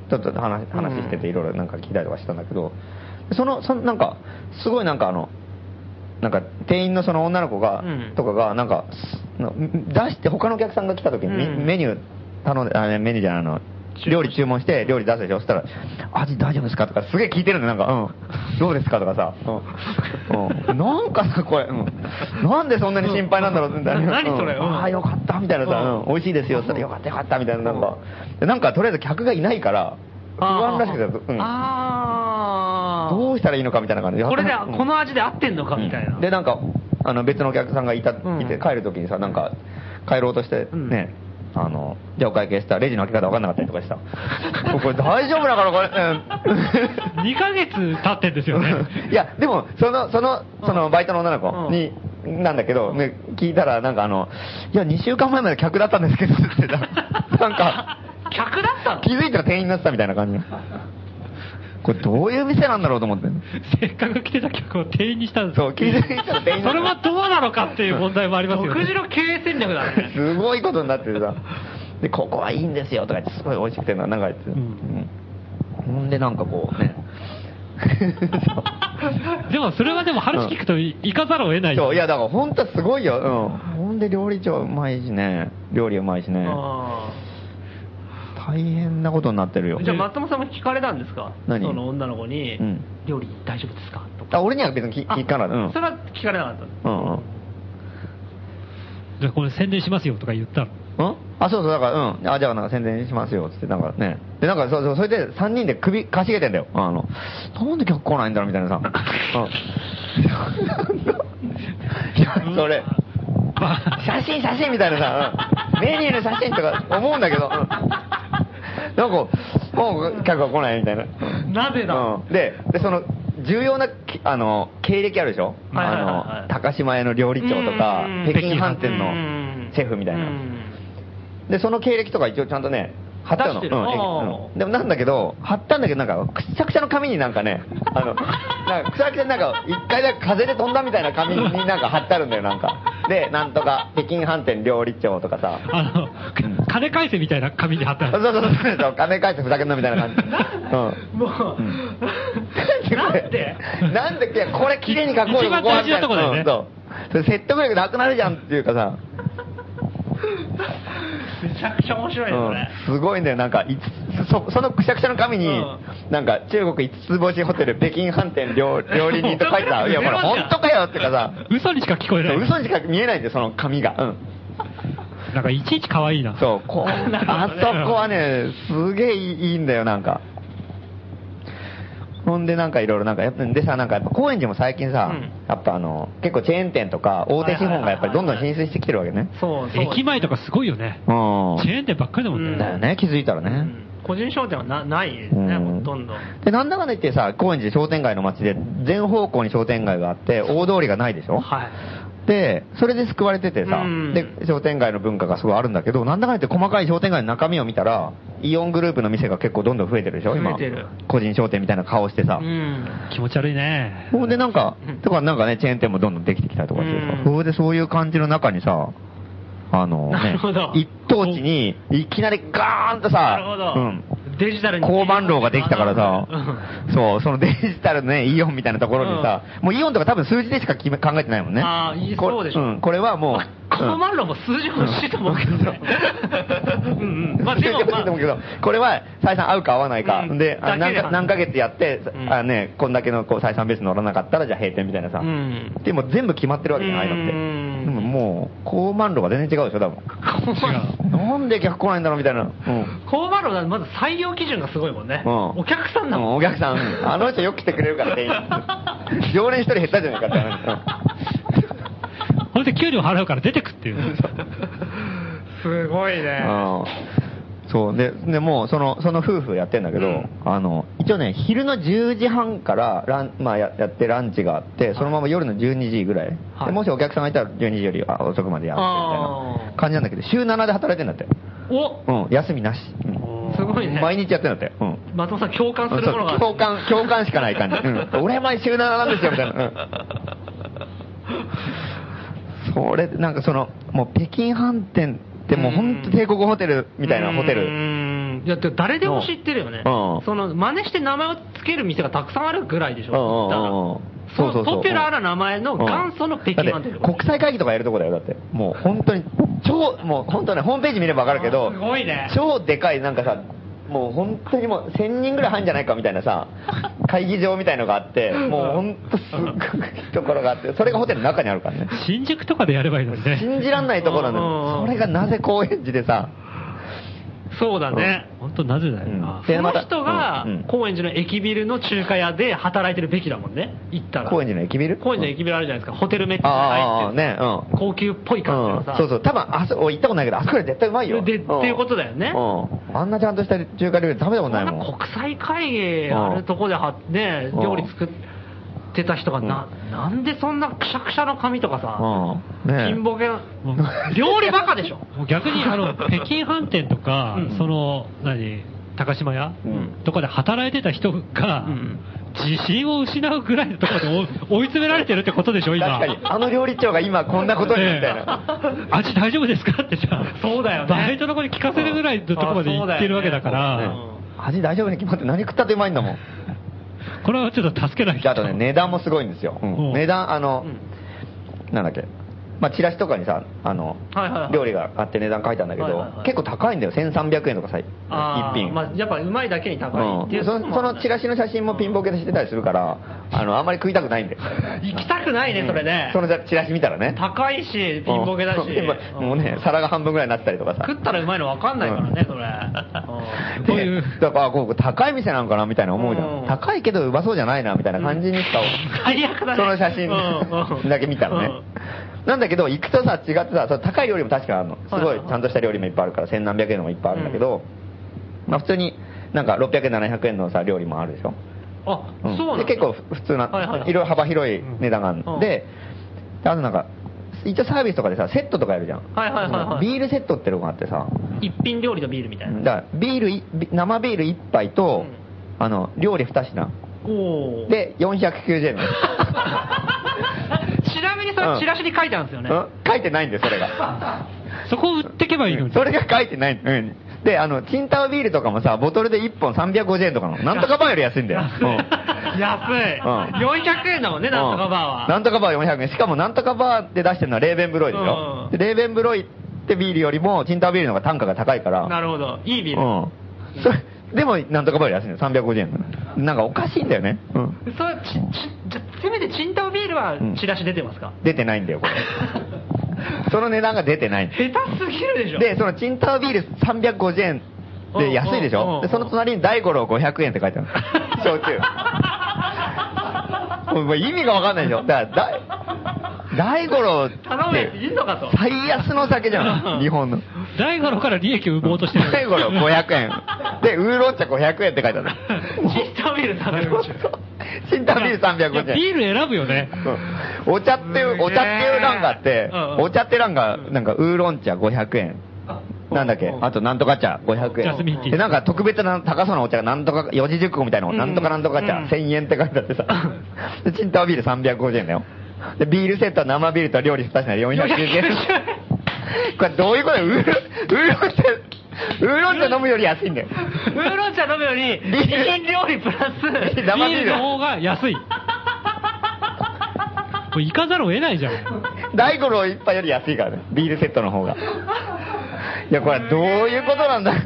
Speaker 2: ちょっと話話してていろいろなんか聞いたりとかしたんだけど、そのそのなんかすごいなんかあのなんか店員のその女の子が、
Speaker 5: うん
Speaker 2: とかがなんかすな出して他のお客さんが来た時にメ,、
Speaker 5: うん
Speaker 2: メニュー頼んであメニューじゃないあの
Speaker 5: 注文
Speaker 2: 料理注文して料理出すでしょそしたら「味大丈夫ですか?」とかすげえ聞いてるんだよなんか「うんどうですか?」とかさ、うんうんなんかさこれ、うん、なんでそんなに心配なんだろうみたいな
Speaker 5: うんな何それ
Speaker 2: う
Speaker 5: うん
Speaker 2: んああよかったみたいなさ、
Speaker 5: うん
Speaker 2: うん美味しいですよ、それよかったよかったみたいな、なんか、でなんかとりあえず客がいないから、不安らしくて、うん
Speaker 5: ああ。
Speaker 2: どうしたらいいのかみたいな感じで、
Speaker 5: これで、
Speaker 2: うん
Speaker 5: この味で合ってんのかみたいな。
Speaker 2: で、なんか、あの別のお客さんがいた、
Speaker 5: うん
Speaker 2: いて、帰るときにさ、なんか、帰ろうとして、
Speaker 5: うん
Speaker 2: ね、あの、じゃあお会計したら、レジの開け方分かんなかったりとかした。もうこれ大丈夫だから、これ、うん
Speaker 6: 2ヶ月経ってんですよね。
Speaker 2: [LAUGHS] いや、でも、その、その、その、バイトの女の子に、なんだけど、ね、聞いたら、なんかあの、いや、2週間前まで客だったんですけど、って
Speaker 6: [LAUGHS]
Speaker 2: 言ってたなんか、
Speaker 5: 客だったの
Speaker 2: 気づいたら店員になってたみたいな感じ。これどういう店なんだろうと思って。
Speaker 6: せっかく来てた客を定員にしたんです
Speaker 2: そう、
Speaker 6: よ
Speaker 2: 気づいたら店員に
Speaker 6: [LAUGHS] それ
Speaker 2: な
Speaker 6: は
Speaker 2: って
Speaker 6: どうなのかっていう問題もありますよ
Speaker 5: 独自
Speaker 6: ね。
Speaker 5: の経営戦略だ
Speaker 2: た。
Speaker 5: ね。
Speaker 2: すごいことになっててさ。で、ここはいいんですよとか言って、すごい美味しくてな、なんか言って。
Speaker 6: ん [LAUGHS]
Speaker 2: うんほんでなんかこうね、
Speaker 6: でもそれはでも話聞くとい行かざるを得ないじゃん
Speaker 2: そう、いや、だから本当はすごいよ。うん。ほんで料理長うまいしね。料理うまいしね。
Speaker 5: あ
Speaker 2: 大変なことになってるよ
Speaker 5: ー。じゃあ、松本さんも聞かれたんですか
Speaker 2: 何
Speaker 5: その女の子に
Speaker 2: うん、
Speaker 5: 料理大丈夫ですかとか。
Speaker 2: あ俺には別に聞
Speaker 5: あ
Speaker 2: 聞かない。うん。
Speaker 5: それは聞かれなかっ
Speaker 2: うんうん。
Speaker 6: じゃあこれ宣伝しますよとか言ったの。
Speaker 2: うんあ、そうそう、だから、うん。あ、じゃあなんか宣伝しますよ、つって、なんかね。で、なんか、そうそう、それで3人で首かしげてんだよ。あの、なんで客来ないんだろうみたいなさ。うん。いや、それ、写真写真みたいなさ、うんメニューの写真とか思うんだけど、うんなんか、もう客が来ないみたいな。
Speaker 5: た。なぜだ
Speaker 2: うん、ででその重要なきあの経歴あるでしょ、
Speaker 5: はいはいはいはい
Speaker 2: あの高島屋の料理長とか
Speaker 5: うん
Speaker 2: 北京飯店
Speaker 5: う
Speaker 2: の
Speaker 5: ん
Speaker 2: シェフみたい
Speaker 5: う
Speaker 2: な
Speaker 5: ん
Speaker 2: でその経歴とか一応ちゃんとね貼ったの
Speaker 5: 出してる
Speaker 2: うん
Speaker 5: おー
Speaker 2: うんでもなんだけど貼ったんだけどなんかくっちゃくちゃの紙になんかねあの [LAUGHS] なんかくちゃくちゃになんか一回だけ風で飛んだみたいな紙になんか貼ってあるんだよなんかでなんとか北京飯店料理長とかさ
Speaker 6: あの、金返せみたいな紙に貼った
Speaker 2: そう
Speaker 6: の。
Speaker 2: そうそうそう金返してふざけんなみたいな感じ、うん、
Speaker 5: もう、 [LAUGHS] なんで
Speaker 2: なんでいやこれ綺麗に書こう
Speaker 6: 一番
Speaker 2: ここは
Speaker 6: 大事なとこだよね
Speaker 2: うんそうそれ説得力なくなるじゃんっていうかさ、
Speaker 5: めちゃくちゃ面白いね、これ。
Speaker 2: うんすごいんだよなんかいつそそのくしゃくしゃの紙に、
Speaker 5: うん
Speaker 2: なんか中国五つ星ホテル北京飯店料料理人と書いてたいやこれ本当かよっていうかさ
Speaker 6: 嘘にしか聞こえない。
Speaker 2: 嘘にしか見えないんだよその紙がうん
Speaker 6: なんかいちいち可愛いな。
Speaker 2: そう、こう、
Speaker 5: なる
Speaker 2: あ
Speaker 5: ほどね
Speaker 2: そこはね、すげえいいんだよ、なんか。ほんで、なんかいろいろ、なんか、やっぱでさ、なんかやっぱ高円寺も最近さ、
Speaker 5: うん
Speaker 2: やっぱあの、結構チェーン店とか、大手資本がやっぱりどんどん進出してきてるわけね。
Speaker 5: そう、そう。
Speaker 6: 駅前とかすごいよね。
Speaker 2: うん。
Speaker 6: チェーン店ばっかりだもん
Speaker 5: うん
Speaker 6: ね。
Speaker 2: だよね、気づいたら
Speaker 5: う
Speaker 2: ね。
Speaker 5: ん個人商店はなないです
Speaker 2: うん
Speaker 5: ね、ほとんど。
Speaker 2: で、なんだかんだ言ってさ、高円寺商店街の街で、全方向に商店街があって、大通りがないでしょ
Speaker 5: はい。
Speaker 2: で、それで救われててさ、
Speaker 5: うん
Speaker 2: で、商店街の文化がすごいあるんだけど、なんだかんだ言って細かい商店街の中身を見たら、イオングループの店が結構どんどん増えてるでしょ、今。
Speaker 5: 増えてる
Speaker 2: 個人商店みたいな顔してさ
Speaker 5: う。ん。
Speaker 6: 気持ち悪いね。
Speaker 2: ほんでなんか
Speaker 5: うん、
Speaker 2: とかなんかね、チェーン店もどんどんできてきたりとかしてさ
Speaker 5: う、ん
Speaker 2: それでそういう感じの中にさ、あの
Speaker 5: な
Speaker 2: ね
Speaker 5: るほど、
Speaker 2: 一等地にいきなりガーンとさ、
Speaker 5: なるほど。
Speaker 2: うん
Speaker 5: デジタルに。
Speaker 2: 交番楼ができたから
Speaker 5: うん
Speaker 2: さ、そう、そのデジタルのね、イオンみたいなところにさ、もうイオンとか多分数字でしか決め考えてないもんね。
Speaker 5: あーいい
Speaker 2: これ
Speaker 5: そうでしょ
Speaker 2: ん、これはもう、
Speaker 5: 交番楼も数字欲しいと思うけど
Speaker 2: [LAUGHS]
Speaker 5: ね。うんうん。まあでも、まあ、
Speaker 2: 思うけど、 [LAUGHS] これは採算合うか合わないか、
Speaker 5: うん
Speaker 2: で、あ
Speaker 5: だ
Speaker 2: 何
Speaker 5: けで
Speaker 2: か何ヶ月やって、
Speaker 5: うん
Speaker 2: あね、こんだけのこう採算ベース乗らなかったら、じゃあ閉店みたいなさ、
Speaker 5: うん。
Speaker 2: でも全部決まってるわけじゃないのって、
Speaker 5: うん
Speaker 2: でももう、高慢路が全然違うでしょ、多分
Speaker 5: 交番
Speaker 6: 違う
Speaker 2: なんで客来ないんだろうみたいな、うん
Speaker 5: 交番楼はまず採用基準がすごいもんね。
Speaker 2: うん
Speaker 5: お客さんだ
Speaker 2: う
Speaker 5: もん。
Speaker 2: お客
Speaker 5: [LAUGHS]
Speaker 2: さん、あの人よく来てくれるから、店員、常連一人減ったじゃないかっ
Speaker 5: [LAUGHS]
Speaker 2: て話。うん
Speaker 6: ほんで給料払うから出てくっ
Speaker 5: [LAUGHS]
Speaker 6: ていう。
Speaker 5: すごいね。
Speaker 2: うんそうででもうそのその夫婦やってんだけど、
Speaker 5: うん
Speaker 2: あの一応ね昼の10時半からラン、まあ、ややってランチがあってそのまま夜の12時ぐらい、
Speaker 5: はい
Speaker 2: でもしお客さんがいたら12時よりあ遅くまでやってみたい
Speaker 5: あ
Speaker 2: な
Speaker 5: ー
Speaker 2: 感じなんだけど週7で働いてんだって、
Speaker 5: お
Speaker 2: うん、休みなし、うん
Speaker 5: すごいね。
Speaker 2: 毎日やってんだって、うん、
Speaker 5: 松本さん共感する
Speaker 2: そう
Speaker 5: ものがある。
Speaker 2: 共感共感しかない
Speaker 5: [LAUGHS]
Speaker 2: 感じ、うん、俺は毎週7なんですよみたいな、うんそれなんかそのもう北京飯店ってもう本当帝国ホテルみたいなホテル、
Speaker 5: ル。いや、でも誰でも知ってるよね。
Speaker 2: うん
Speaker 5: その、真似して名前をつける店がたくさんあるぐらいでしょ。だから
Speaker 2: そうそうそう
Speaker 5: そポピュラーな名前の元祖の北京飯店
Speaker 2: だって国際会議とかやるとこだよだってもう本当に超もう本当ねホームページ見れば分かるけど
Speaker 5: すごいね。
Speaker 2: 超でかいなんかさもう本当にもう1000人ぐらい入るんじゃないかみたいな
Speaker 5: [LAUGHS]
Speaker 2: さ会議場みたいのがあってもう本当すっごいところがあってそれがホテルの中にあるからね
Speaker 6: 新宿とかでやればいいのにね。
Speaker 2: 信じらんないところなの
Speaker 5: うん
Speaker 2: よそれがなぜ高円寺でさ
Speaker 5: そうだね。
Speaker 6: 本当なぜだよな。
Speaker 2: うん
Speaker 5: その人が
Speaker 2: うんうん
Speaker 5: 高円寺の駅ビルの中華屋で働いてるべきだもんね、行ったら。
Speaker 2: 高円寺の駅ビル
Speaker 5: 高円寺の駅ビルあるじゃないですか、ホテルメッチに
Speaker 2: あああ
Speaker 5: 入
Speaker 2: あ
Speaker 5: って
Speaker 2: ねうん
Speaker 5: 高級っぽい感じ
Speaker 2: う
Speaker 5: の
Speaker 2: ん
Speaker 5: さ、
Speaker 2: そうそう多分あそこ行ったことないけどあそこで絶対うまいよ
Speaker 5: で
Speaker 2: ん
Speaker 5: っていうことだよね
Speaker 2: うんあんなちゃんとした中華料理食べたことないも
Speaker 5: こ
Speaker 2: ん
Speaker 5: んな国際会議あるとこでは、ね、
Speaker 2: うん
Speaker 5: 料理作ってた人がな、なんでそんなくしゃくしゃの髪とかさ、
Speaker 2: うんねえ
Speaker 5: 金ボケの
Speaker 6: もう
Speaker 5: 料理バカでしょ。
Speaker 6: もう逆にあ
Speaker 5: [LAUGHS]
Speaker 6: の北京飯店とか、
Speaker 5: うん
Speaker 6: その何高島屋、
Speaker 2: うん
Speaker 6: とかで働いてた人が、
Speaker 5: うん
Speaker 6: 自信を失うぐらいのところ
Speaker 5: [LAUGHS]
Speaker 6: で追追い詰められてるってことでしょ今
Speaker 2: 確かに、あの料理長が今こんなことにみたいな。
Speaker 6: ええ味大丈夫ですかってさ
Speaker 5: そうだよね
Speaker 6: バイトの子に聞かせるぐらいのところまで行ってるわけだか
Speaker 5: あそうだよ
Speaker 6: ら
Speaker 5: ね
Speaker 2: 味大丈夫に決まって何食ったってうまいんだもん。
Speaker 6: これはちょっと助けない
Speaker 2: で
Speaker 6: と。
Speaker 2: あとね、値段もすごいんですよ。
Speaker 6: うん
Speaker 2: 値段、あの、
Speaker 5: うん
Speaker 2: なんだっけ、まあ、チラシとかにさ、あの、
Speaker 5: はいはいはい
Speaker 2: 料理があって値段書いてあるんだけど、
Speaker 5: はいはいはい
Speaker 2: 結構高いんだよ、1300円とかさ、一
Speaker 5: あー
Speaker 2: 品。
Speaker 5: まあ、やっぱうまいだけに高い
Speaker 2: うん
Speaker 5: ってい
Speaker 2: で
Speaker 5: う
Speaker 2: そ
Speaker 5: と
Speaker 2: の
Speaker 5: も
Speaker 2: そ
Speaker 5: あるね
Speaker 2: のチラシの写真もピンボケでしてたりするから、あの、あんまり食いたくないんだよ。
Speaker 5: 行きたくないね、それね。
Speaker 2: そのチラシ見たらね。
Speaker 5: 高いし、ピンボケだし。
Speaker 2: うんもうね、皿が半分ぐらいになってたりとかさ。
Speaker 5: 食ったらうまいの分かんないからね、それ。
Speaker 6: こういう
Speaker 2: でだから、あここ高い店なんかなみたいな思うじゃ
Speaker 5: うん
Speaker 2: ん。高いけどうまそうじゃないな、みたいな感じにしか、
Speaker 5: 最悪だね。
Speaker 2: その写
Speaker 5: うんうん
Speaker 2: 真だけ見たのね
Speaker 5: うん。
Speaker 2: なんだけど、行くとさ、違ってさ、その高い料理も確かにあるの。す
Speaker 5: は
Speaker 2: ご
Speaker 5: いはい
Speaker 2: い
Speaker 5: はい
Speaker 2: ちゃんとした料理もいっぱいあるから、千何百円のもいっぱいあるんだけど、まあ普通に、なんか600円、700円のさ、料理もあるでしょ。
Speaker 5: あ、
Speaker 2: うん
Speaker 5: そうなん
Speaker 2: で
Speaker 5: だ
Speaker 2: 結構ふ普通な、
Speaker 5: はいはいはい
Speaker 2: いろいろ幅広い値段がある、
Speaker 5: うん
Speaker 2: で、あとなんか、一応サービスとかでさ、セットとかやるじゃん。
Speaker 5: はいはいはいはい
Speaker 2: ビールセットってのがあってさ、
Speaker 5: 一品料理とビールみたい
Speaker 2: だ
Speaker 5: な。
Speaker 2: からビールい、ビ生ビール1杯と、あの、料理2品。
Speaker 5: おー
Speaker 2: で、490円。
Speaker 5: [LAUGHS] ちなみにそれチラシに書いてあるんですよね。
Speaker 2: うん書いてないんだよ、それが。
Speaker 6: そこを売ってけばいいのに。
Speaker 2: それが書い
Speaker 5: [LAUGHS]
Speaker 2: てない。うん。で、あの、チンタオビールとかもさ、ボトルで1本350円とかなの。なんとかバーより安
Speaker 5: [LAUGHS]
Speaker 2: いんだよ。うん
Speaker 5: 安い。
Speaker 2: う
Speaker 5: 400円だもんね、なんとかバーは。
Speaker 2: うんなんとかバー400円。しかもなんとかバーで出してるのはレーベンブロイでし
Speaker 5: うん
Speaker 2: ょ。でレーベンブロイってビールよりも、チンタービールの方が単価が高いから。
Speaker 5: なるほど。いいビール。
Speaker 2: うん。それでも、なんとかバーより安いんだよ。350円。なんかおかしいんだよね。うん。
Speaker 5: そう、ち、ち、じゃせめてチンタオビールは
Speaker 2: うん
Speaker 5: チラシ出てますか
Speaker 2: 出てないんだよ、これ。その値段が出てない。
Speaker 5: 下手すぎるでしょ。
Speaker 2: で、そのチンタービール350円で安いでし
Speaker 5: うんうんうん
Speaker 2: ょ。で、その隣に大五郎500円って書いてある。焼酎。もうもう意味がわかんないでしょ。だから、大大五郎って。
Speaker 5: 頼めって言うのかと。
Speaker 2: 最安の酒じゃん、日本の。
Speaker 6: 大五郎から利益を奪おうとしてる。
Speaker 2: 最後の500円。で、ウーロン茶500円って書いてある。もう
Speaker 5: チンタオビール食べるでしょ。
Speaker 2: 新タビール
Speaker 6: いや
Speaker 2: 350円。
Speaker 6: ビール選ぶよね。
Speaker 2: うんお茶って
Speaker 5: す
Speaker 2: い
Speaker 5: げ
Speaker 2: う、
Speaker 5: え
Speaker 2: お茶っていう欄があって
Speaker 5: うんうん、
Speaker 2: お茶って欄が、なんか、ウーロン茶500円。なんだっけ
Speaker 5: うん
Speaker 2: あと、なんとか茶500円。
Speaker 6: ジャスミンティー
Speaker 2: で、なんか特別な高そうなお茶が、なんとか、四字熟語みたいなの、
Speaker 5: うん
Speaker 2: なんとかなんとか
Speaker 5: うん
Speaker 2: 茶1000円って書いてあってさ。
Speaker 5: [LAUGHS]
Speaker 2: で、チンタオビール350円だよ。で、ビールセットは生ビールと料理2品で490円。これどういうことウーロン茶、ウーロン茶飲むより安いんだよ。
Speaker 5: ウーロン茶飲むより、
Speaker 2: ビール
Speaker 5: 一品料理プラ
Speaker 6: ビ
Speaker 5: ス、
Speaker 2: 生ビール
Speaker 6: ールの方が安い。もう行かざるを得ないじゃん。
Speaker 2: 大五郎一杯より安いからね。ビールセットの
Speaker 5: [LAUGHS]
Speaker 2: 方が。いや、これどういうことなんだ。
Speaker 5: す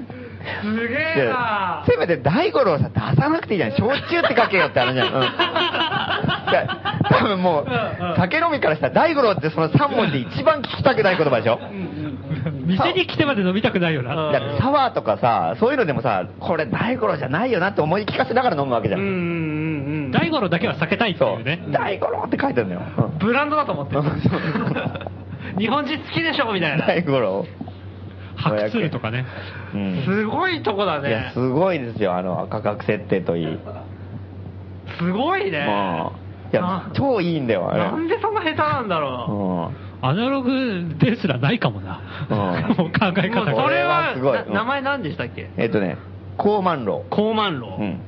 Speaker 5: げえ
Speaker 2: で
Speaker 5: な
Speaker 2: せめて大五郎さ、出さなくていいじゃん。焼酎って書けよってあるじゃん。うんいや。多分もう
Speaker 5: うんうん、
Speaker 2: 酒飲みからしたら大五郎ってその3文字で一番聞きたくない言葉でしょ。
Speaker 6: 店に来てまで飲みたくないよ
Speaker 5: うん
Speaker 6: な。
Speaker 2: だってサワーとかさ、そういうのでもさ、これ大五郎じゃないよなって思い聞かせながら飲むわけじゃ。
Speaker 5: うんうんんうん。
Speaker 6: 大五郎だけは避けたいって
Speaker 2: そ
Speaker 6: いう
Speaker 2: う
Speaker 6: ね。。
Speaker 2: 大五郎って書いてあるんだよ。うん
Speaker 5: ブランドだと思って
Speaker 2: [LAUGHS]
Speaker 5: る
Speaker 2: うんそう
Speaker 5: 日本人好きでしょみたいな。
Speaker 2: [LAUGHS] 大五郎。
Speaker 6: 白鶴とかね。
Speaker 2: うん
Speaker 5: すごいとこだ
Speaker 2: いや、
Speaker 5: ね
Speaker 2: す。ごいですよ、あの、価格設定といい。もう。
Speaker 5: すごいね。
Speaker 2: いや
Speaker 5: な、
Speaker 2: 超いいんだよ、あれ。
Speaker 5: なんでそんな下手なんだ
Speaker 2: う
Speaker 5: ろ
Speaker 2: ん。
Speaker 6: アナログですらないかもな
Speaker 2: う。ん
Speaker 6: もう考
Speaker 5: う。
Speaker 6: え
Speaker 5: もう
Speaker 6: 方
Speaker 5: そ
Speaker 6: が。
Speaker 5: れ
Speaker 2: これはすごい
Speaker 5: は、
Speaker 2: うん
Speaker 5: な名前何でしたっけ
Speaker 2: えっとね、高慢楼。
Speaker 5: 高慢楼
Speaker 2: う。ん。
Speaker 5: うん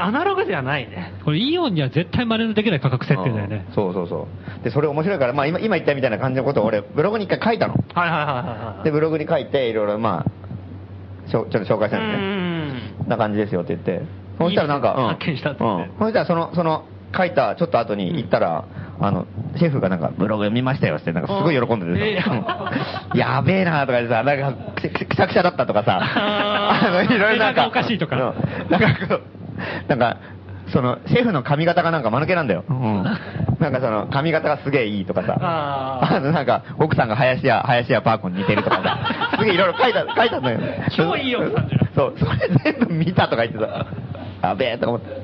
Speaker 5: アナログではないね。
Speaker 6: これイオンには絶対真似のできない価格設定だよね
Speaker 2: う。んそうそうそう。で、それ面白いから、まあ今、今言ったみたいな感じのことを俺、ブログに一回書いたの。
Speaker 5: はいはいはいはいはい。
Speaker 2: で、ブログに書いて、いろいろ、まあ、しょちょっと紹介した
Speaker 5: うん
Speaker 2: のね。
Speaker 5: うん
Speaker 2: こんな感じですよって言って。そしたらなんか、
Speaker 5: いいね
Speaker 2: うん
Speaker 5: 発見したって
Speaker 2: う
Speaker 5: 言って
Speaker 2: ん。そしたらその、その、書いたちょっと後に行ったら、あの、シェフがなんか、ブログ読みましたよって、なんかすごい喜んで
Speaker 5: え
Speaker 2: て
Speaker 5: え
Speaker 2: さ、うんやべえなとかでさ、なんか、くせくしゃくしゃだったとかさ、
Speaker 5: あー
Speaker 2: [LAUGHS] あの、いろいろな
Speaker 6: 手
Speaker 2: んか、
Speaker 6: がおかしいとか
Speaker 2: うんなんかこう、なんか、その、シェフの髪型がなんか間抜けなんだよ。うん。なんかその、髪型がすげえいいとかさ、
Speaker 5: あー
Speaker 2: あの、なんか、奥さんが林家、林家パーコに似てるとかさ、 [LAUGHS] すげえいろいろ書いた、書いたのよ。
Speaker 5: 超いい奥さんじゃん
Speaker 2: そう、それ全部見たとか言ってた。やべえとか思って。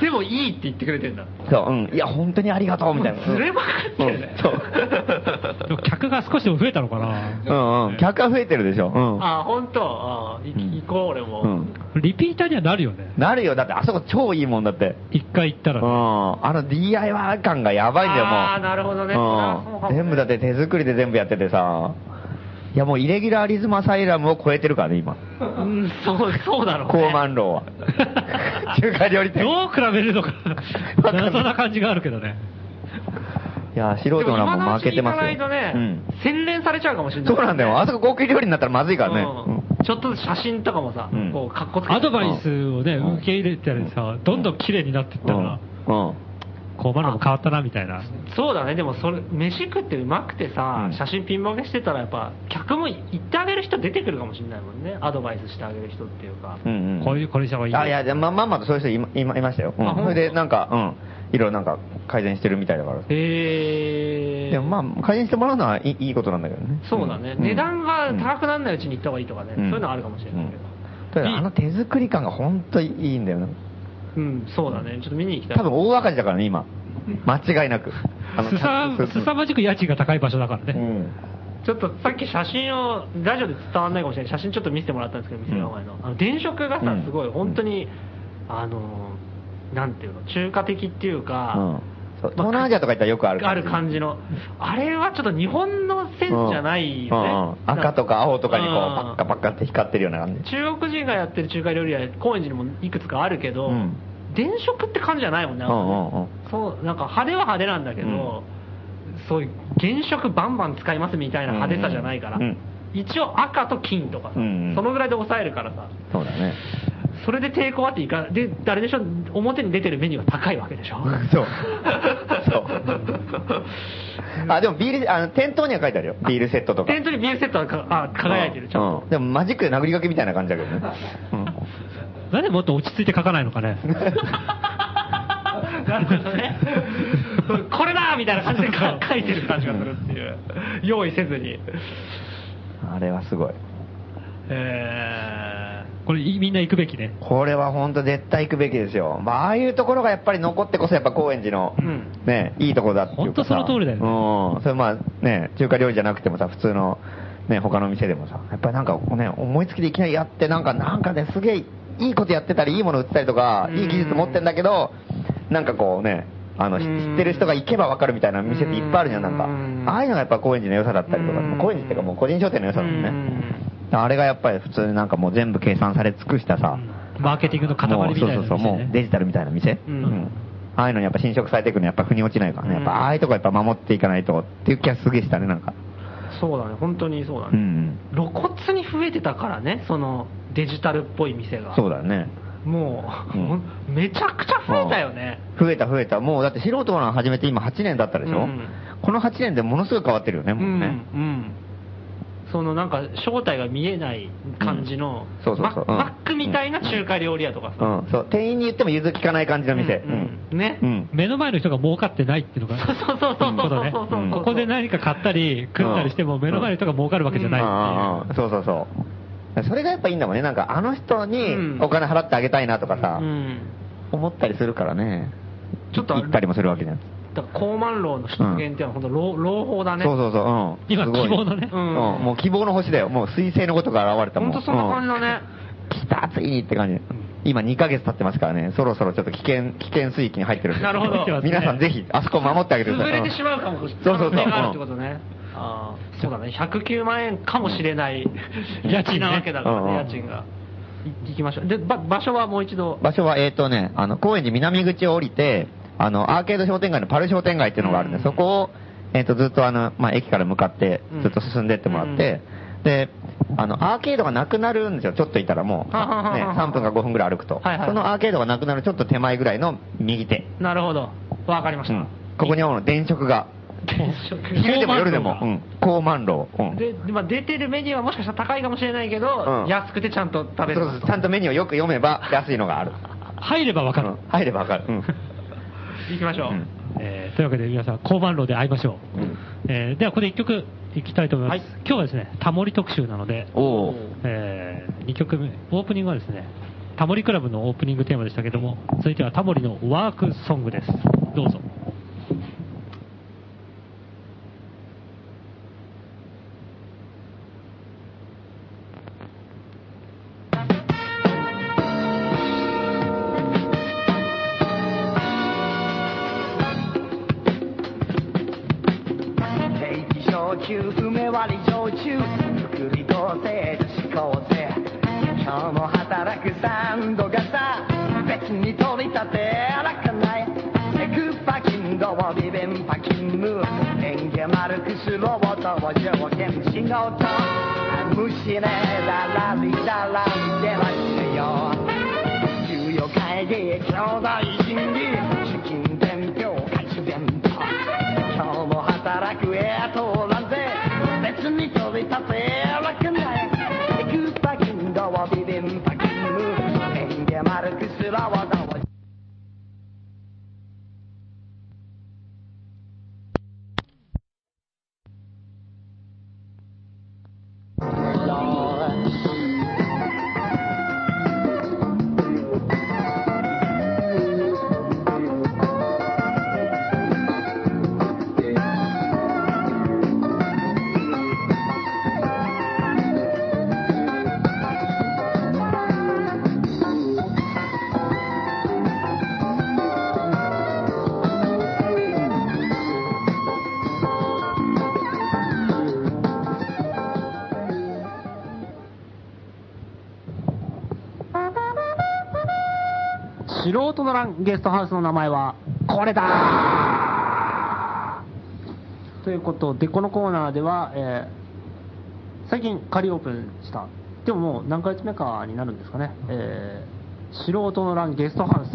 Speaker 5: でもいいって言ってくれてんだ。
Speaker 2: そう、うん。いや、本当にありがとう、みたいな。
Speaker 5: ずれまくってるね
Speaker 2: うん。そう。
Speaker 6: でも客が少しでも増えたのかな。
Speaker 2: うんうん。客が増えてるでしょ。う
Speaker 5: あ、本当。あい
Speaker 2: うん
Speaker 5: 行こう、俺も。
Speaker 2: ん。うん。
Speaker 6: リピーターにはなるよね。
Speaker 2: なるよ。だって、あそこ超いいもんだって。
Speaker 6: 一回行った
Speaker 2: う
Speaker 6: ら
Speaker 2: ん。
Speaker 6: ね。
Speaker 2: あの DIY 感がやばいんだよ、もう。
Speaker 5: あーなるほどねあそうかも
Speaker 2: うん。
Speaker 5: ね
Speaker 2: 全部だって手作りで全部やっててさ。いや、もうイレギュラーリズムアサイラムを超えてるからね、今。
Speaker 5: うん、そう、そうだろう、ね。
Speaker 2: 高
Speaker 5: [LAUGHS]
Speaker 2: 慢楼は。中華料理店。
Speaker 6: どう比べるのか
Speaker 2: かんない
Speaker 6: 謎な感じがあるけどね。
Speaker 2: いや、素人なもん負けてます
Speaker 5: で
Speaker 2: よ。
Speaker 5: も今のうちに行かないとね、
Speaker 2: うん。
Speaker 5: 洗練されちゃうかもしれない、
Speaker 2: そうなんだよ。あそこ高級料理になったらまずいからね。
Speaker 5: うん
Speaker 2: うん
Speaker 5: ちょっとずつ写真とかもさ、
Speaker 2: うん
Speaker 5: こう、かっこつけて
Speaker 6: アドバイスをね、
Speaker 2: うん
Speaker 6: 受け入れたりさ、どんどん綺麗になっていったら、
Speaker 2: うん。うん
Speaker 6: こう、マナーも変わったな、みたいな。
Speaker 5: そうだね、でもそれ、飯食ってうまくてさ、
Speaker 2: うん
Speaker 5: 写真ピンボケしてたら、やっぱ、客も行ってあげる人出てくるかもしれないもんね、アドバイスしてあげる人っていうか。
Speaker 2: うんうん。
Speaker 6: こういう、これした方がいいよ。
Speaker 2: あ、いや、でま、まんまとそういう人いまいまいましたよ。う
Speaker 5: あ
Speaker 2: ん。
Speaker 5: ほん
Speaker 2: そ
Speaker 5: と
Speaker 2: れで、なんか、うん。いろいろなんか改善してるみたいだから。
Speaker 5: へー
Speaker 2: でもまあ、改善してもらうのはいいいいことなんだけどね。
Speaker 5: そうだね、
Speaker 2: ん
Speaker 5: 値段が高くならないうちに行った方がいいとかね、
Speaker 2: ん
Speaker 5: そういうのはあるかもしれないけど。
Speaker 2: うんただあの手作り感が本当にいいんだよな。
Speaker 5: うん、そうだね。ちょっと見に行きたい。
Speaker 2: 多分大赤字だからね、今。間違いなく。あの
Speaker 6: すさ、すさまじく家賃が高い場所だから
Speaker 2: う
Speaker 6: ね。
Speaker 2: ん。
Speaker 5: ちょっとさっき写真を、ラジオで伝わらないかもしれない。写真ちょっと見せてもらったんですけど、店の前の。あの、電飾が
Speaker 2: う
Speaker 5: さ
Speaker 2: ん、
Speaker 5: すごい、本当に、あの、なんていうの、中華的っていうか、
Speaker 2: うんそう
Speaker 5: ま
Speaker 2: 東南アジアとか行ったらよくある
Speaker 5: ある感じの。あれはちょっと日本の線じゃないよね。
Speaker 2: うんうん赤とか青とかにこう、
Speaker 5: うん
Speaker 2: パッカパッカって光ってるような感じ。
Speaker 5: 中国人がやってる中華料理屋、高円寺にもいくつかあるけど、
Speaker 2: うん
Speaker 5: 電飾って感じじゃないもんね、
Speaker 2: うんうんうん
Speaker 5: そうなんか派手は派手なんだけど、
Speaker 2: うん
Speaker 5: そういう原色バンバン使いますみたいな派手さじゃないから、
Speaker 2: うん
Speaker 5: 一応赤と金とかさ、
Speaker 2: うんうん
Speaker 5: そのぐらいで抑えるからさ、
Speaker 2: そうだね。
Speaker 5: それで抵抗あっていかで、誰でしょ、表に出てるメニューが高いわけでしょ。
Speaker 2: そう。そう。あ、でもビール、あの、店頭には書いてあるよ。ビールセットとか。
Speaker 5: [LAUGHS] 店頭にビールセットはかあ輝いてる、ちょっと。
Speaker 2: うんでもマジックで殴り書きみたいな感じだけどね。
Speaker 6: なんでもっと落ち着いて書かないのかね。
Speaker 5: [LAUGHS] なるほど
Speaker 6: [LAUGHS]
Speaker 5: ね。これだみたいな感じでか書いてる感じがするっていう。用意せずに。
Speaker 2: うんあれはすごい。
Speaker 5: えー
Speaker 6: これ、いみんな行くべきね。
Speaker 2: これは本当絶対行くべきですよ。まあ、ああいうところがやっぱり残ってこそやっぱ高円寺の、
Speaker 5: うん
Speaker 2: ね、いいところだっていうかさ。
Speaker 6: 本当その通りだよね
Speaker 2: うん。それまあね、中華料理じゃなくてもさ、普通のね、他の店でもさ、やっぱりなんかこうね、思いつきでいきなりやって、なんかなんかね、すげえいいことやってたり、いいもの売ってたりとか
Speaker 5: う、ん
Speaker 2: いい技術持ってんだけど、なんかこうね、あの、知
Speaker 5: うん
Speaker 2: 知ってる人が行けばわかるみたいな店っていっぱいあるじゃん、なんか
Speaker 5: うん。
Speaker 2: ああいうのがやっぱ高円寺の良さだったりとか
Speaker 5: うん、
Speaker 2: 高円寺っていうかもう個人商店の良さだもんね。あれがやっぱり普通になんかもう全部計算され尽くしたさ、
Speaker 6: マーケティングの塊みたいな
Speaker 2: もうそうそうそう、
Speaker 6: 店
Speaker 2: も
Speaker 6: ね
Speaker 2: うデジタルみたいな店、
Speaker 5: う
Speaker 2: うんんああいうのにやっぱ侵食されていくのやっぱ腑に落ちないからね、
Speaker 5: うん
Speaker 2: やっぱああいうとこやっぱ守っていかないとっていう気がすげえしたね、なんか。
Speaker 5: そうだね、本当にそうだ
Speaker 2: う
Speaker 5: ね。
Speaker 2: ん、
Speaker 5: 露骨に増えてたからね、そのデジタルっぽい店
Speaker 2: う
Speaker 5: が。
Speaker 2: ん。そうだね。
Speaker 5: もう、
Speaker 2: う
Speaker 5: めちゃくちゃ増えたよね。
Speaker 2: 増えた増えた。もうだって素人の始めて今8年だったでし
Speaker 5: う
Speaker 2: ょ、
Speaker 5: ん
Speaker 2: この8年でものすごい変わってるよね、
Speaker 5: うん、う
Speaker 2: もうね。
Speaker 5: ん。そのなんか正体が見えない感じの、
Speaker 2: うんそうそうそう
Speaker 5: マ
Speaker 2: うん
Speaker 5: マックみたいな中華料理屋とかさ。
Speaker 2: うん、そう。店員に言っても融通きかない感じの店。
Speaker 5: うん
Speaker 2: うん
Speaker 5: ね
Speaker 2: うん。
Speaker 6: 目の前の人が儲かってないっていうのが、
Speaker 5: そうそうそうそうそうそうそう、
Speaker 2: うん
Speaker 6: ここで何か買ったり、食ったりしても、目の前の人が儲かるわけじゃないっ
Speaker 2: ああああそうそうそう。それがやっぱいいんだもんね。なんかあの人
Speaker 5: うん
Speaker 2: にお金払ってあげたいなとかさ、
Speaker 5: うん、
Speaker 2: 思ったりするからね。
Speaker 5: ちょっとあれ
Speaker 2: 行ったりもするわけじゃん。
Speaker 5: だから高慢楼の出現っていうのは本当朗朗報だね
Speaker 2: そうそうそう。うん。
Speaker 6: 今
Speaker 2: すごい
Speaker 6: 希望のね
Speaker 5: うん
Speaker 2: うんもう希望の星だよ。もう彗星のことが現れたもん。
Speaker 5: 本当そんな感じだね、
Speaker 2: うん来た、ついにって感じ。今2ヶ月経ってますからね。そろそろちょっと危険、危険水域に入ってるんで
Speaker 5: なるほど
Speaker 2: 皆さんぜひ、あそこ守ってあげてく
Speaker 5: 潰
Speaker 2: ださい。
Speaker 5: れてしまうかも
Speaker 2: うん
Speaker 5: しれ
Speaker 2: そう
Speaker 5: 可
Speaker 2: そう
Speaker 5: 能
Speaker 2: そう。
Speaker 5: 性があるってことねああそうだね109万円かもしれない
Speaker 6: 家賃ね
Speaker 5: なわけだから
Speaker 2: うん
Speaker 5: ね
Speaker 2: うん
Speaker 5: 家賃がい行きましょうでば場所はもう一度
Speaker 2: うん場所は、えーとね、あの、高円寺南口を降りて、あの、アーケード商店街のパル商店街っていうのがあるん
Speaker 5: う
Speaker 2: で、
Speaker 5: ん
Speaker 2: そこを、えーと、ずっとあの、まあ、駅から向かって
Speaker 5: うん、
Speaker 2: ずっと進んでってもらって、で、あの、アーケードがなくなるんですよ。ちょっといたらもう、ね、
Speaker 5: はははは
Speaker 2: 3分か5分ぐらい歩くと
Speaker 5: はいはい。
Speaker 2: そのアーケードがなくなるちょっと手前ぐらいの右手。
Speaker 5: なるほどわかりました、
Speaker 2: ここにあるの電飾が。昼でも夜でも、うん。高慢楼。うん。
Speaker 5: で、まあ、出てるメニューはもしかしたら高いかもしれないけど、
Speaker 2: うん
Speaker 5: 安くてちゃんと食べ
Speaker 2: そ
Speaker 5: る
Speaker 2: うそうちゃんとメニューをよく読
Speaker 5: [LAUGHS]
Speaker 2: めば安いのがある。
Speaker 6: ていう。入ればわかる
Speaker 2: うん。入ればわかる。うん。
Speaker 5: 行きましょう、
Speaker 2: うん
Speaker 6: えーというわけで皆さん、交番路で会いましょう。
Speaker 2: うん
Speaker 6: えーでは、ここで1曲いきたいと思います。
Speaker 5: はい
Speaker 6: 今日はですね、タモリ特集なので、
Speaker 2: お
Speaker 6: え2曲目、オープニングはですね、タモリクラブのオープニングテーマでしたけども、続いてはタモリのワークソングです。どうぞ。
Speaker 1: 定期昇給梅割り焼酎福利厚生女子高生今日も働くサウンドがさ別に取り立てらかないエクパキンドをリベンパキンム演芸丸くスローと上限仕事虫ねだらりだ兄弟審議資金伝票開始全般今日も働くエトランで別に取り立て楽ないエクパキンドをビビンパキンムエンゲマルクスラワダワ
Speaker 5: 素人のランゲストハウスの名前はこれだということでこのコーナーでは、えー最近仮オープンしたでももう何ヶ月目かになるんですかね、えー素人のランゲストハウス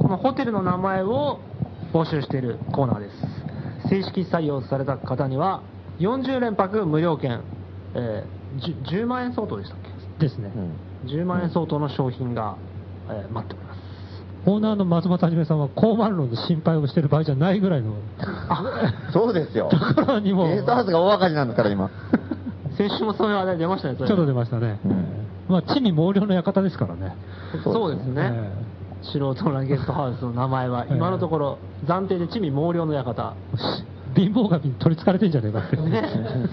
Speaker 5: このホテルの名前を募集しているコーナーです正式採用された方には40連泊無料券、えーじゅ 10, 万円相当でしたっ
Speaker 6: ですね、
Speaker 5: け10万円相当の商品が、えー待っております
Speaker 6: オーナーの松本はじめさんは高慢論の心配をしてる場合じゃないぐらいの [LAUGHS]
Speaker 2: そうですよ。
Speaker 6: ところにも
Speaker 2: ゲストハウスが大赤字なんだか
Speaker 5: [LAUGHS]
Speaker 2: ら、今。
Speaker 5: 先週もそういう話題出ましたね、
Speaker 6: ち
Speaker 5: そ
Speaker 6: ょっ
Speaker 5: れ
Speaker 6: と出ましたね、
Speaker 2: うん
Speaker 6: まあ、地味毛量の館ですからね、
Speaker 5: そうですね、素人のランゲストハウスの名前は、
Speaker 6: ええ
Speaker 5: 今のところ、暫定で地味毛量の
Speaker 6: [LAUGHS]
Speaker 5: 館、
Speaker 6: 貧乏神に取りつかれてんじゃねえかって、
Speaker 5: ね、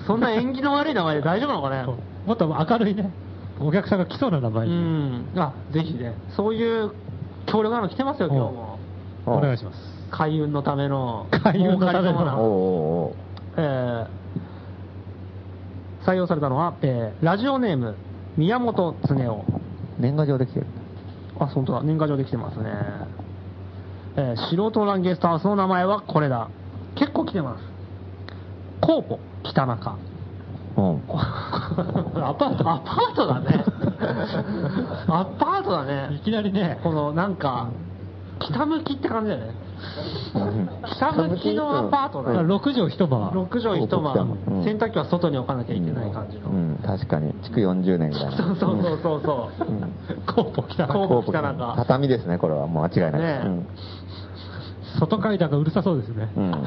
Speaker 5: そんな縁起の悪い名前で大丈夫なのかね、
Speaker 6: もっと明るいね、お客さんが来そうな名
Speaker 5: う
Speaker 6: 前に、
Speaker 5: ん、あぜひね、そういう協力なの来てますよ、今日も、
Speaker 6: お願いします。
Speaker 5: 開運のための、
Speaker 6: 開運のための
Speaker 5: 儲かりそうな
Speaker 2: おうおうおう
Speaker 5: えー採用されたのは、えーラジオネーム、宮本恒夫。
Speaker 2: 年賀状できてる。
Speaker 5: あ、本当だ。年賀状できてますね。えー素人ランゲストハウスの名前はこれだ。結構来てます。コーポ、北中。
Speaker 2: うん。
Speaker 5: アパートアパートだ
Speaker 6: [LAUGHS]
Speaker 5: ね。アパートだね。
Speaker 6: いきなりね
Speaker 5: このなんか、北向きって感じだよね。
Speaker 2: うん
Speaker 5: 北向きのアパートだ
Speaker 6: だから
Speaker 5: ね。
Speaker 6: 6畳一晩、
Speaker 5: 6畳一
Speaker 2: こ
Speaker 5: 間
Speaker 2: こ北うん、
Speaker 5: 洗濯機は外に置かなきゃいけない感じの。
Speaker 2: うん、確かに。築40年ぐらい
Speaker 5: そう
Speaker 2: の。
Speaker 5: そうそうそうそうう。
Speaker 2: ん
Speaker 6: コーポ来た
Speaker 5: コーポ北中
Speaker 2: 畳ですね、これは。もう間違いない。
Speaker 5: ねえ
Speaker 2: うん
Speaker 6: 外階段がうるさそうですね、
Speaker 2: うん。そう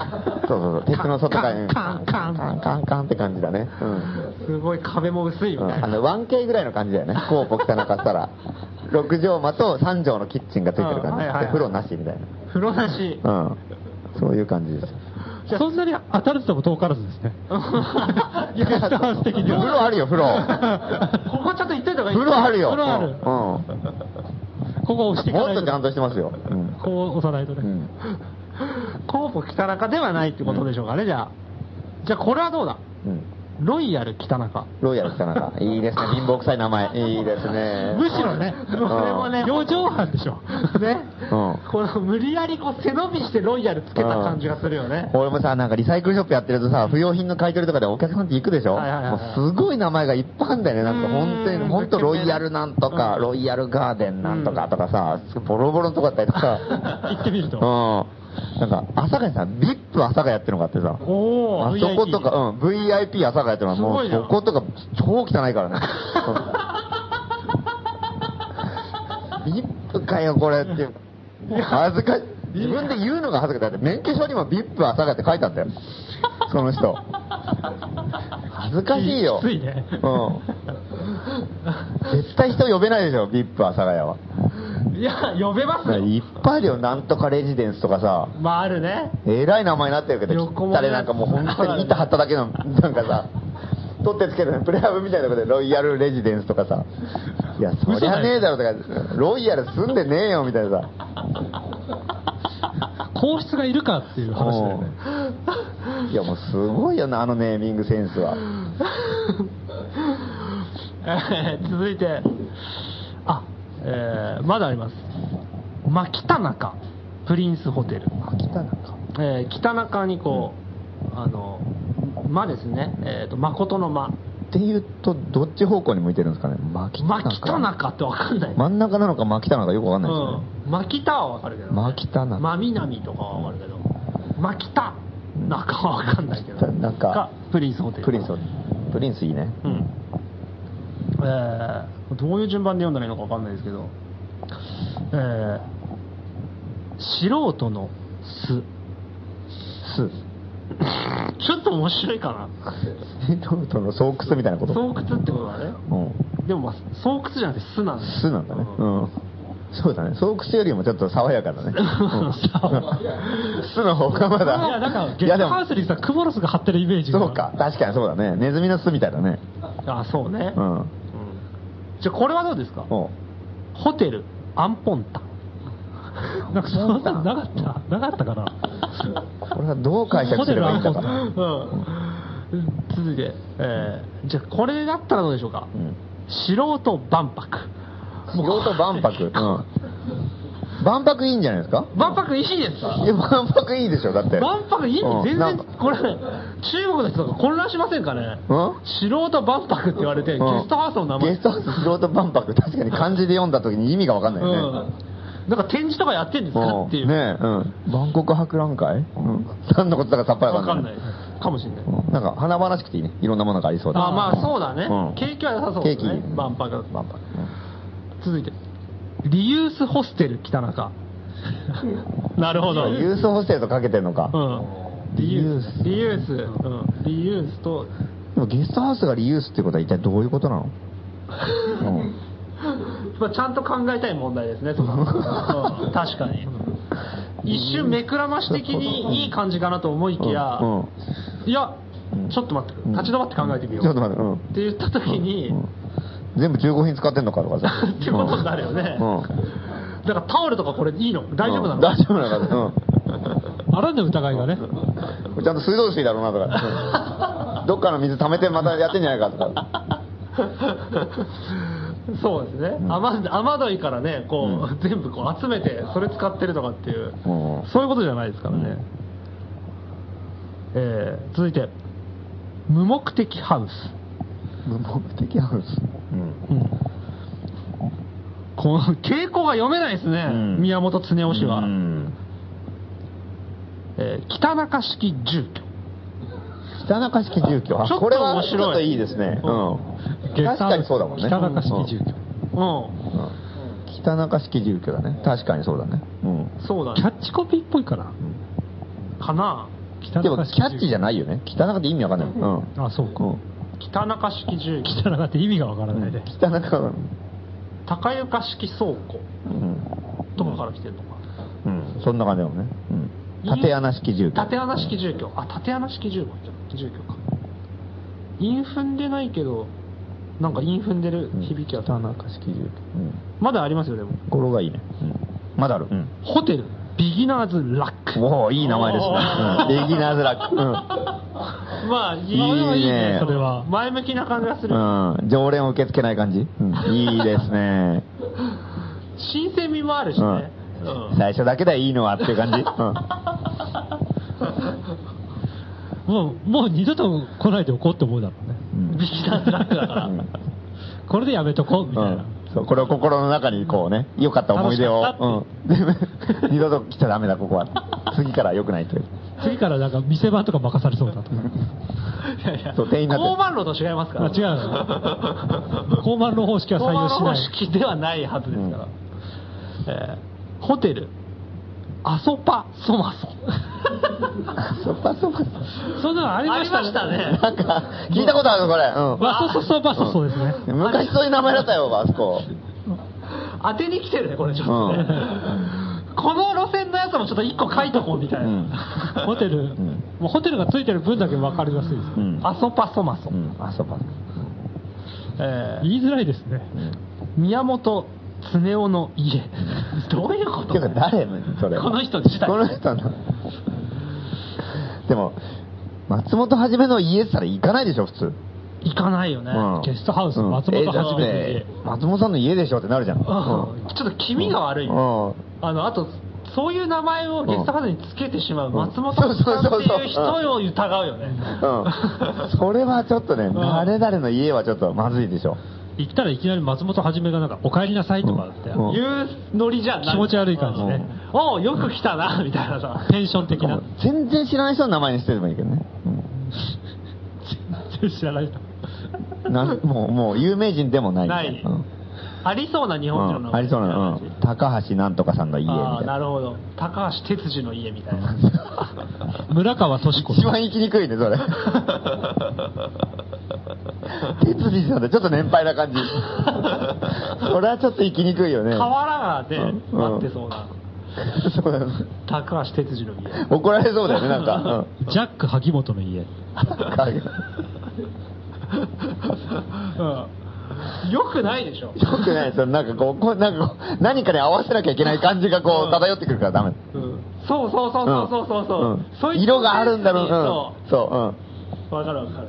Speaker 2: そうそう。鉄の外側に。
Speaker 5: カンカン
Speaker 2: カンカンカンって感じだね。うん。
Speaker 5: すごい壁も薄いみ
Speaker 2: うん
Speaker 5: たい
Speaker 2: あ
Speaker 5: な。
Speaker 2: の、1K ぐらいの感じだよね。コーポ汚かったら。6畳間と3畳のキッチンがついてる
Speaker 5: うん
Speaker 2: 感
Speaker 5: はい
Speaker 2: じ。
Speaker 5: はい
Speaker 2: で
Speaker 5: はい
Speaker 2: 風呂なしみたい
Speaker 5: 風呂なし。
Speaker 2: な。うん。そういう感じです。
Speaker 6: そんなに当たるとも遠からずで
Speaker 5: [LAUGHS]
Speaker 6: すね、ゲストハウス的に
Speaker 2: 風呂あ
Speaker 6: は、
Speaker 2: るよ、
Speaker 5: [LAUGHS]
Speaker 2: 風呂。
Speaker 5: ここちょっと行っといた方がいい。
Speaker 2: 風呂あるよ。
Speaker 6: 風呂ある
Speaker 2: うんうん。
Speaker 6: ここ押していか
Speaker 2: も
Speaker 6: な
Speaker 2: っと
Speaker 6: い
Speaker 2: ちゃん
Speaker 6: と、
Speaker 2: としてますよ。うん。
Speaker 6: こう押さないと
Speaker 2: う
Speaker 6: ね、
Speaker 2: ん
Speaker 5: [LAUGHS] コーポ北中ではないってことでしょうかね、じゃあ。じゃあこれはどうだ
Speaker 2: うん。
Speaker 5: ロイヤル北中。
Speaker 2: ロイヤルかなんか。いいですね。貧乏臭い名前。いいですね。
Speaker 6: むしろね、
Speaker 5: これもね、
Speaker 6: 4畳半でしょ。
Speaker 5: ね、
Speaker 2: うん
Speaker 5: この無理やりこう背伸びしてロイヤルつけた感じがするよね。
Speaker 2: 俺もさ、なんかリサイクルショップやってるとさ、不用品の買い取りとかでお客さんって行くでしょ、
Speaker 5: はいはいはいはい
Speaker 2: もうすごい名前がいっぱいあんだよね。なんか本
Speaker 5: う
Speaker 2: 当
Speaker 5: ー
Speaker 2: に、
Speaker 5: ん
Speaker 2: 本当ロイヤルなんとか、
Speaker 5: うん
Speaker 2: ロイヤルガーデンなんとかとかさ、ボロボロのとこだったりとか、
Speaker 5: [LAUGHS]
Speaker 6: 行ってみる
Speaker 2: う
Speaker 6: と
Speaker 2: ん。なんか、阿佐ヶ谷さ、VIP 阿佐ヶ谷ってのがあってさ、
Speaker 5: お
Speaker 2: あそことか、うん、VIP 阿佐ヶ谷ってのはも
Speaker 5: すご
Speaker 2: う、
Speaker 5: いじゃ
Speaker 2: そ
Speaker 5: ん
Speaker 2: ことか超汚いから
Speaker 6: [LAUGHS]
Speaker 2: ね。VIP かよ、これって。恥ずかしい。自分で言うのが恥ずかしい。だって免許証にも VIP 阿佐ヶ谷って書いてあったよ。その人。恥ずかしいよ。
Speaker 6: きついね
Speaker 2: うん。絶対人呼べないでしょ、VIP 阿佐ヶ
Speaker 6: [LAUGHS]
Speaker 2: 谷は。
Speaker 5: いや、呼べますよ。
Speaker 2: いっぱいあるよ、なんとかレジデンスとかさ。
Speaker 5: まああるね。
Speaker 2: えらい名前になってるけど、
Speaker 5: 横
Speaker 2: 切
Speaker 5: も
Speaker 2: ったれなんかもう本当に板張っただけの、なんかさ、取ってつけるプレハブみたいなとこでロイヤルレジデンスとかさ、いや、そりゃねえだろとか、ロイヤル住んでねえよみたいなさ、
Speaker 6: 皇室がいるかっていう話だよね。
Speaker 2: うんいやもうすごいよな、あのネーミングセンスは。
Speaker 5: えー [LAUGHS] 続いて、あ、えーまだあります。牧田中プリンスホテル。
Speaker 2: 秋田なんか。
Speaker 5: えー北中にこう、あの、間ですね、えー、と誠の間、
Speaker 2: っていうと、どっち方向に向いてるんですかね、巻き
Speaker 5: 真北中ってわかんない、
Speaker 2: 真ん中なのか真北なのかよくわかんないですよね。
Speaker 5: マキタはわかるけど、
Speaker 2: マキタな
Speaker 5: マミナミとかはわかるけど、マキタなんかはわかんないけど、
Speaker 2: なんか
Speaker 5: がプリンスホテル。
Speaker 2: プリンスをプリンスいいね [LAUGHS]
Speaker 5: うん。えー、どういう順番で読んだらいいのかわかんないですけど、えー、素人の巣。
Speaker 2: ス
Speaker 5: ちょっと面白いか
Speaker 2: えトルトの巣窟みたいなこ
Speaker 5: な。
Speaker 2: と
Speaker 5: 巣窟ってことだね。
Speaker 2: うん
Speaker 5: でも、まあ、巣窟じゃなくて巣なんだよ
Speaker 2: 巣なんだね
Speaker 5: う
Speaker 2: うんんそうだね巣窟よりもちょっと爽やかだ
Speaker 5: [LAUGHS]
Speaker 2: ね、うん、巣の方がまだ
Speaker 5: いや、なんか、
Speaker 2: い
Speaker 5: ゲ
Speaker 2: や
Speaker 5: ス
Speaker 2: で
Speaker 5: トハ
Speaker 2: も
Speaker 5: ウスにさ、クモロスが張ってるイメージが
Speaker 2: そう。か確かにそうだねネズミの巣みたいだね
Speaker 5: あ、そうね。
Speaker 2: う
Speaker 5: うん
Speaker 2: ん
Speaker 5: じゃあ、これはどうですか
Speaker 2: おう
Speaker 5: ホテル、アンポンタ。
Speaker 6: なんかそんなのなかったなかったかな
Speaker 2: これはどう解釈すればいいんだか
Speaker 5: う
Speaker 2: な、
Speaker 5: ん。続いて、えー、じゃあ、これだったらどうでしょうか
Speaker 2: うん、
Speaker 5: 素人万博。
Speaker 2: 素人万博、うん、万博いいんじゃないですか
Speaker 5: 万博いいです
Speaker 2: いや万博いいでしょだって
Speaker 5: 万博いいの
Speaker 2: うん
Speaker 5: 全
Speaker 2: なん
Speaker 5: 然
Speaker 2: か、
Speaker 5: これ、中国の人が混乱しませんかね
Speaker 2: うん
Speaker 5: 素人万博って言われて、ゲ
Speaker 2: うん
Speaker 5: ストハウスの名前。
Speaker 2: ゲストハウス素人万博確かに漢字で読んだ時に意味が分かんないよね、
Speaker 5: うん、なんか展示とかやってんですか
Speaker 2: うん
Speaker 5: っていう、
Speaker 2: ねえ、うん、万国博覧会、うん、何のことだかさっぱり
Speaker 5: わ
Speaker 2: 分
Speaker 5: か
Speaker 2: か
Speaker 5: ん
Speaker 2: ん
Speaker 5: な
Speaker 2: ないい
Speaker 5: かもしれない、
Speaker 2: うんなんか華々しくていいねいろんなものがありそうだ
Speaker 5: あまあそうだね、
Speaker 2: うん
Speaker 5: 景気は良さそうですね
Speaker 2: 景気いいね
Speaker 5: 万博
Speaker 2: 万博、
Speaker 5: 続いてリユースホステル北
Speaker 2: [LAUGHS]
Speaker 5: 中なるほど、う
Speaker 2: うん、ユースホステルとかけてんのか、
Speaker 5: ん、リユースリユース、うん、リユースと
Speaker 2: でもゲストハウスがリユースってことは一体どういうこと
Speaker 5: [LAUGHS]
Speaker 2: なの、うん
Speaker 5: まあちゃんと考えたい問題ですねそ
Speaker 2: [LAUGHS]
Speaker 5: こは、うん確かに、一瞬目くらまし的にいい感じかなと思いきや、
Speaker 2: うんうん
Speaker 5: いや
Speaker 2: うん
Speaker 5: ちょっと待って、
Speaker 2: うん
Speaker 5: 立ち止まって考えてみよう、
Speaker 2: ちょっと待って、うん
Speaker 5: って言った時に、
Speaker 2: うん全部15品使ってんのかと
Speaker 5: [LAUGHS]
Speaker 2: かさ
Speaker 5: ってことになるよね、
Speaker 2: うん
Speaker 5: だからタオルとかこれいいの大丈夫なの、
Speaker 2: うん大丈夫なのか
Speaker 6: あらぬ疑いがね
Speaker 2: うんちゃんと水道水だろうなと
Speaker 5: [LAUGHS]
Speaker 2: か、うんどっかの水溜めてまたやってんじゃないかとか
Speaker 5: [LAUGHS] そうですね、
Speaker 2: ん
Speaker 5: 雨雨どいからねこう、
Speaker 2: うん
Speaker 5: 全部こう集めてそれ使ってるとかっていう、
Speaker 2: うん
Speaker 5: そういうことじゃないですからね、えー続いて無目的ハウス
Speaker 2: 無目的ハウス、うん
Speaker 5: この傾向が読めないですね、
Speaker 2: うん
Speaker 5: 宮本恒雄氏は、
Speaker 2: うん
Speaker 5: えー北中式住居
Speaker 2: 北中式住居あ
Speaker 5: ちょっと
Speaker 2: これは
Speaker 5: 面白い
Speaker 2: ちょっといいですね、うん、確かにそうだもんね
Speaker 6: 北中式住居
Speaker 5: うん
Speaker 2: うんうん北中式住居だね確かにそうだね、うん
Speaker 5: そうだ
Speaker 6: キ
Speaker 5: ね
Speaker 6: ャッチコピーっぽいかな
Speaker 5: かな
Speaker 6: 北
Speaker 2: でも
Speaker 6: 中
Speaker 2: キ
Speaker 6: 式
Speaker 2: ャッチじゃないよね北中って意味わかんないうん
Speaker 6: あそうか
Speaker 2: うん
Speaker 5: 北中式住居
Speaker 6: 北中って意味がわからないで
Speaker 2: 北中は
Speaker 5: 高床式倉庫
Speaker 2: うん、
Speaker 5: とかから来てるのか、
Speaker 2: うん、そんな感じだもんね、うん、縦穴式住居
Speaker 5: 縦穴式住居あ縦穴式住居住居か韻踏んでないけどなんか韻踏んでる響きは、
Speaker 2: 北中式住居、うん、
Speaker 5: まだありますよでも
Speaker 2: 語呂がいいね、うん、まだある、うん
Speaker 5: ホテルビギナーズラック
Speaker 2: おおいい名前ですね、うん、ビギナーズラック、
Speaker 5: [LAUGHS] まあ今でもいいね
Speaker 2: いいね
Speaker 5: それは前向きな感じがする、
Speaker 2: うんうん、常連を受け付けない感じ、うん、いいですね、
Speaker 5: 新鮮味もあるし
Speaker 2: う
Speaker 5: ね、
Speaker 2: ん
Speaker 5: うん、
Speaker 2: 最初だけでいいのはっていう感じ、う
Speaker 6: もうもう二度と来ないでおこうって思うだろうね
Speaker 2: んうん
Speaker 5: ビギナーズラックだから、
Speaker 2: うん
Speaker 6: これでやめとこうみたいな
Speaker 2: うんそうこれを心の中にこうね良かった思い出を、うん、 [LAUGHS] 二度と来ちゃダメだここは次から良くないという
Speaker 6: 次からなんか店番とか任されそうだとか
Speaker 5: いやいや
Speaker 2: そう店員になって
Speaker 5: 交番路と違います
Speaker 2: [LAUGHS]
Speaker 5: から
Speaker 6: あ違
Speaker 5: [LAUGHS]
Speaker 6: うの交番の方式は採用し
Speaker 5: 交番路方
Speaker 6: ない
Speaker 5: 式ではないはずですから、
Speaker 2: うん
Speaker 5: えーホテルアソパソマソ
Speaker 2: そばそば
Speaker 6: そんなのありました
Speaker 5: ありました
Speaker 2: なんか聞いたことあるこれ、うん
Speaker 6: わそうそうそうばそうそうですね
Speaker 2: 昔そういう名前だったよあそこ
Speaker 5: [LAUGHS] 当てに来てるねこれちょっとね、
Speaker 2: う
Speaker 5: この路線のやつもちょっと一個書いとこうみたいな、
Speaker 2: うん
Speaker 6: ホテル、
Speaker 2: ん
Speaker 6: もうホテルがついてる分だけ分かりやすいです、
Speaker 2: うん
Speaker 5: アソパソマソ、
Speaker 2: うんあそば
Speaker 5: えー
Speaker 6: 言いづらいですね
Speaker 5: 宮本恒雄の家どういうこ
Speaker 2: て
Speaker 5: と
Speaker 2: いうか誰それ
Speaker 5: この人自体
Speaker 2: この人のでも松本はじめの家って言ったら行かないでしょ普通
Speaker 5: 行かないよね、
Speaker 2: うん
Speaker 6: ゲストハウス松本
Speaker 2: うんえだ
Speaker 6: はじめの家
Speaker 2: って松本さんの家でしょってなるじゃん、うん
Speaker 5: うんちょっと気味が悪い、
Speaker 2: うん
Speaker 5: あのあとそういう名前をゲストハウスにつけてしまう松本
Speaker 2: うん
Speaker 5: さんって
Speaker 2: そうそうそう
Speaker 5: い
Speaker 2: そう
Speaker 5: う人を疑うよね、
Speaker 2: うん、それはちょっとね、
Speaker 5: ん
Speaker 2: 誰々の家はちょっとまずいでしょ。
Speaker 5: 行ったらいきなり松本はじめがなんか、お帰りなさいとかって、
Speaker 2: うん
Speaker 6: 言うノリじゃない
Speaker 5: 気持ち悪い感じ
Speaker 6: う
Speaker 5: ね
Speaker 6: んおうよく来たな、みたいなさ。
Speaker 5: テンション的な。
Speaker 2: 全然知らない人の名前にしてればいいけどね。
Speaker 5: 知らない人。
Speaker 2: うんなんもう、もう、有名人でもないみた
Speaker 6: ない
Speaker 2: うん
Speaker 6: ありそうな日
Speaker 2: う
Speaker 6: 本人の名
Speaker 2: ん、あ
Speaker 6: 前
Speaker 2: りそうなの、うん、高橋なんとかさんの家みたい
Speaker 6: あーな
Speaker 2: な。
Speaker 6: るほど。高橋哲司の家みたいな。
Speaker 5: [LAUGHS] 村川敏子。
Speaker 2: 一番行きにくいね、それ。哲司さんってちょっと年配な
Speaker 6: [LAUGHS]
Speaker 2: 感じ。それはちょっと行きにくいよね。
Speaker 6: 河原川で
Speaker 2: うん
Speaker 6: 待ってそうな。
Speaker 2: そうだね
Speaker 6: 高橋哲司の家。
Speaker 2: [LAUGHS] 怒られそうだよね、な
Speaker 6: [LAUGHS]
Speaker 2: んか。
Speaker 5: ジャック萩本の家。
Speaker 6: うんよくないでしょ。
Speaker 2: うん、よくないそのなんかこう、こうなんかこう何かで合わせなきゃいけない感じがこう漂ってくるからダメ。
Speaker 6: うんそうそうそうそうそうそう。
Speaker 2: ん
Speaker 6: そういう
Speaker 2: 色があるんだろう、
Speaker 6: そ
Speaker 2: うん、そう、うん。
Speaker 6: う。わかるわかる。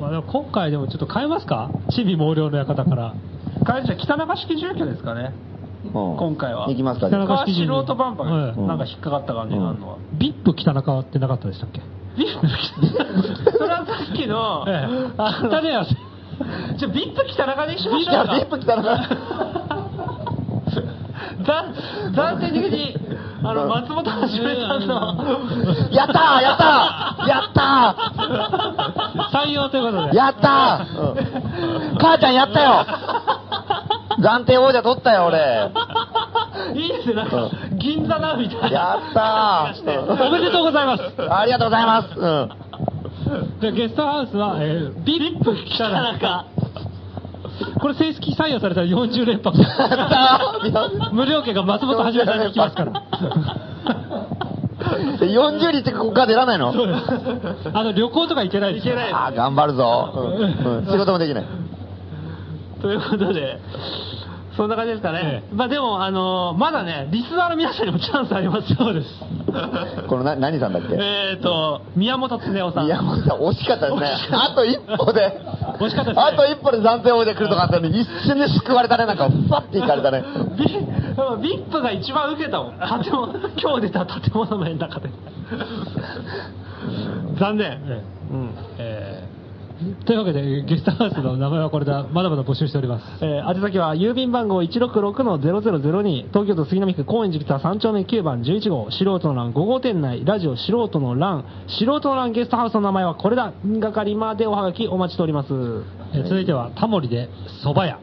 Speaker 5: まあ、でも今回でもちょっと変えますか地味毛量の館から。
Speaker 6: 彼女は北中式住居ですかね。今
Speaker 2: 今
Speaker 6: 回は
Speaker 2: 行きますか、
Speaker 5: 北
Speaker 2: ね
Speaker 5: 中、
Speaker 6: 中式素人バンパが
Speaker 5: うん
Speaker 6: なんか引っかかった感じがあるのは。
Speaker 5: ビップ北中ってなかったでしたっけ
Speaker 6: ビップそれはさっきの、
Speaker 5: [LAUGHS] ええ
Speaker 6: あ
Speaker 5: 北で
Speaker 6: の
Speaker 5: やせ
Speaker 6: じゃあビップ北中にしま
Speaker 2: い
Speaker 6: しょう
Speaker 2: や、
Speaker 6: か
Speaker 2: リップ来たのか。
Speaker 6: 暫暫定的にあの松本はじめさんの
Speaker 2: やったーやったーやった
Speaker 5: 採用ということ
Speaker 2: ー
Speaker 5: で。
Speaker 2: やったー、うん母ちゃんやったよ暫定王者取ったよ、俺。
Speaker 6: いいですねなんか銀座なみたいな
Speaker 2: やったー
Speaker 5: おめでとうございます。
Speaker 2: ありがとうございます。うん
Speaker 5: じゃあゲストハウスは、えービップ北中。これ正式採用されたら40連覇。無料券が松本はじめさんに行きます
Speaker 6: [LAUGHS]
Speaker 5: から。
Speaker 2: 40日ってここから出らないの
Speaker 5: あの旅行とか行けないですよ。
Speaker 2: あー頑張るぞ、うんうん仕事もできない。
Speaker 6: ということでそんな感じですかね、
Speaker 5: え
Speaker 6: まあでもあのまだねリスナーの皆さんにもチャンスありますそうです
Speaker 2: このな、何さんだっけ
Speaker 6: [LAUGHS] えっと宮本恒夫さん
Speaker 2: いや、もうさ、惜しかったですね。あと一歩で、
Speaker 5: 惜しかったですね
Speaker 2: あと一歩で暫定王で来るとかあったのに、一瞬で救われたね。なんか、ふわっていかれたね。
Speaker 6: ビビップが一番受けたもん建物今日出た建物の中で残念、
Speaker 5: ええ
Speaker 6: うん
Speaker 5: えーというわけで、ゲストハウスの名前はこれだ。まだまだ募集しております。
Speaker 6: えー、宛先は郵便番号166-0002東京都杉並区高円寺北3丁目9番11号素人の欄5号店内ラジオ素人の欄素人の欄ゲストハウスの名前はこれだにがかりまでおはがきお待ちしております
Speaker 5: えー続いては、タモリで蕎麦屋。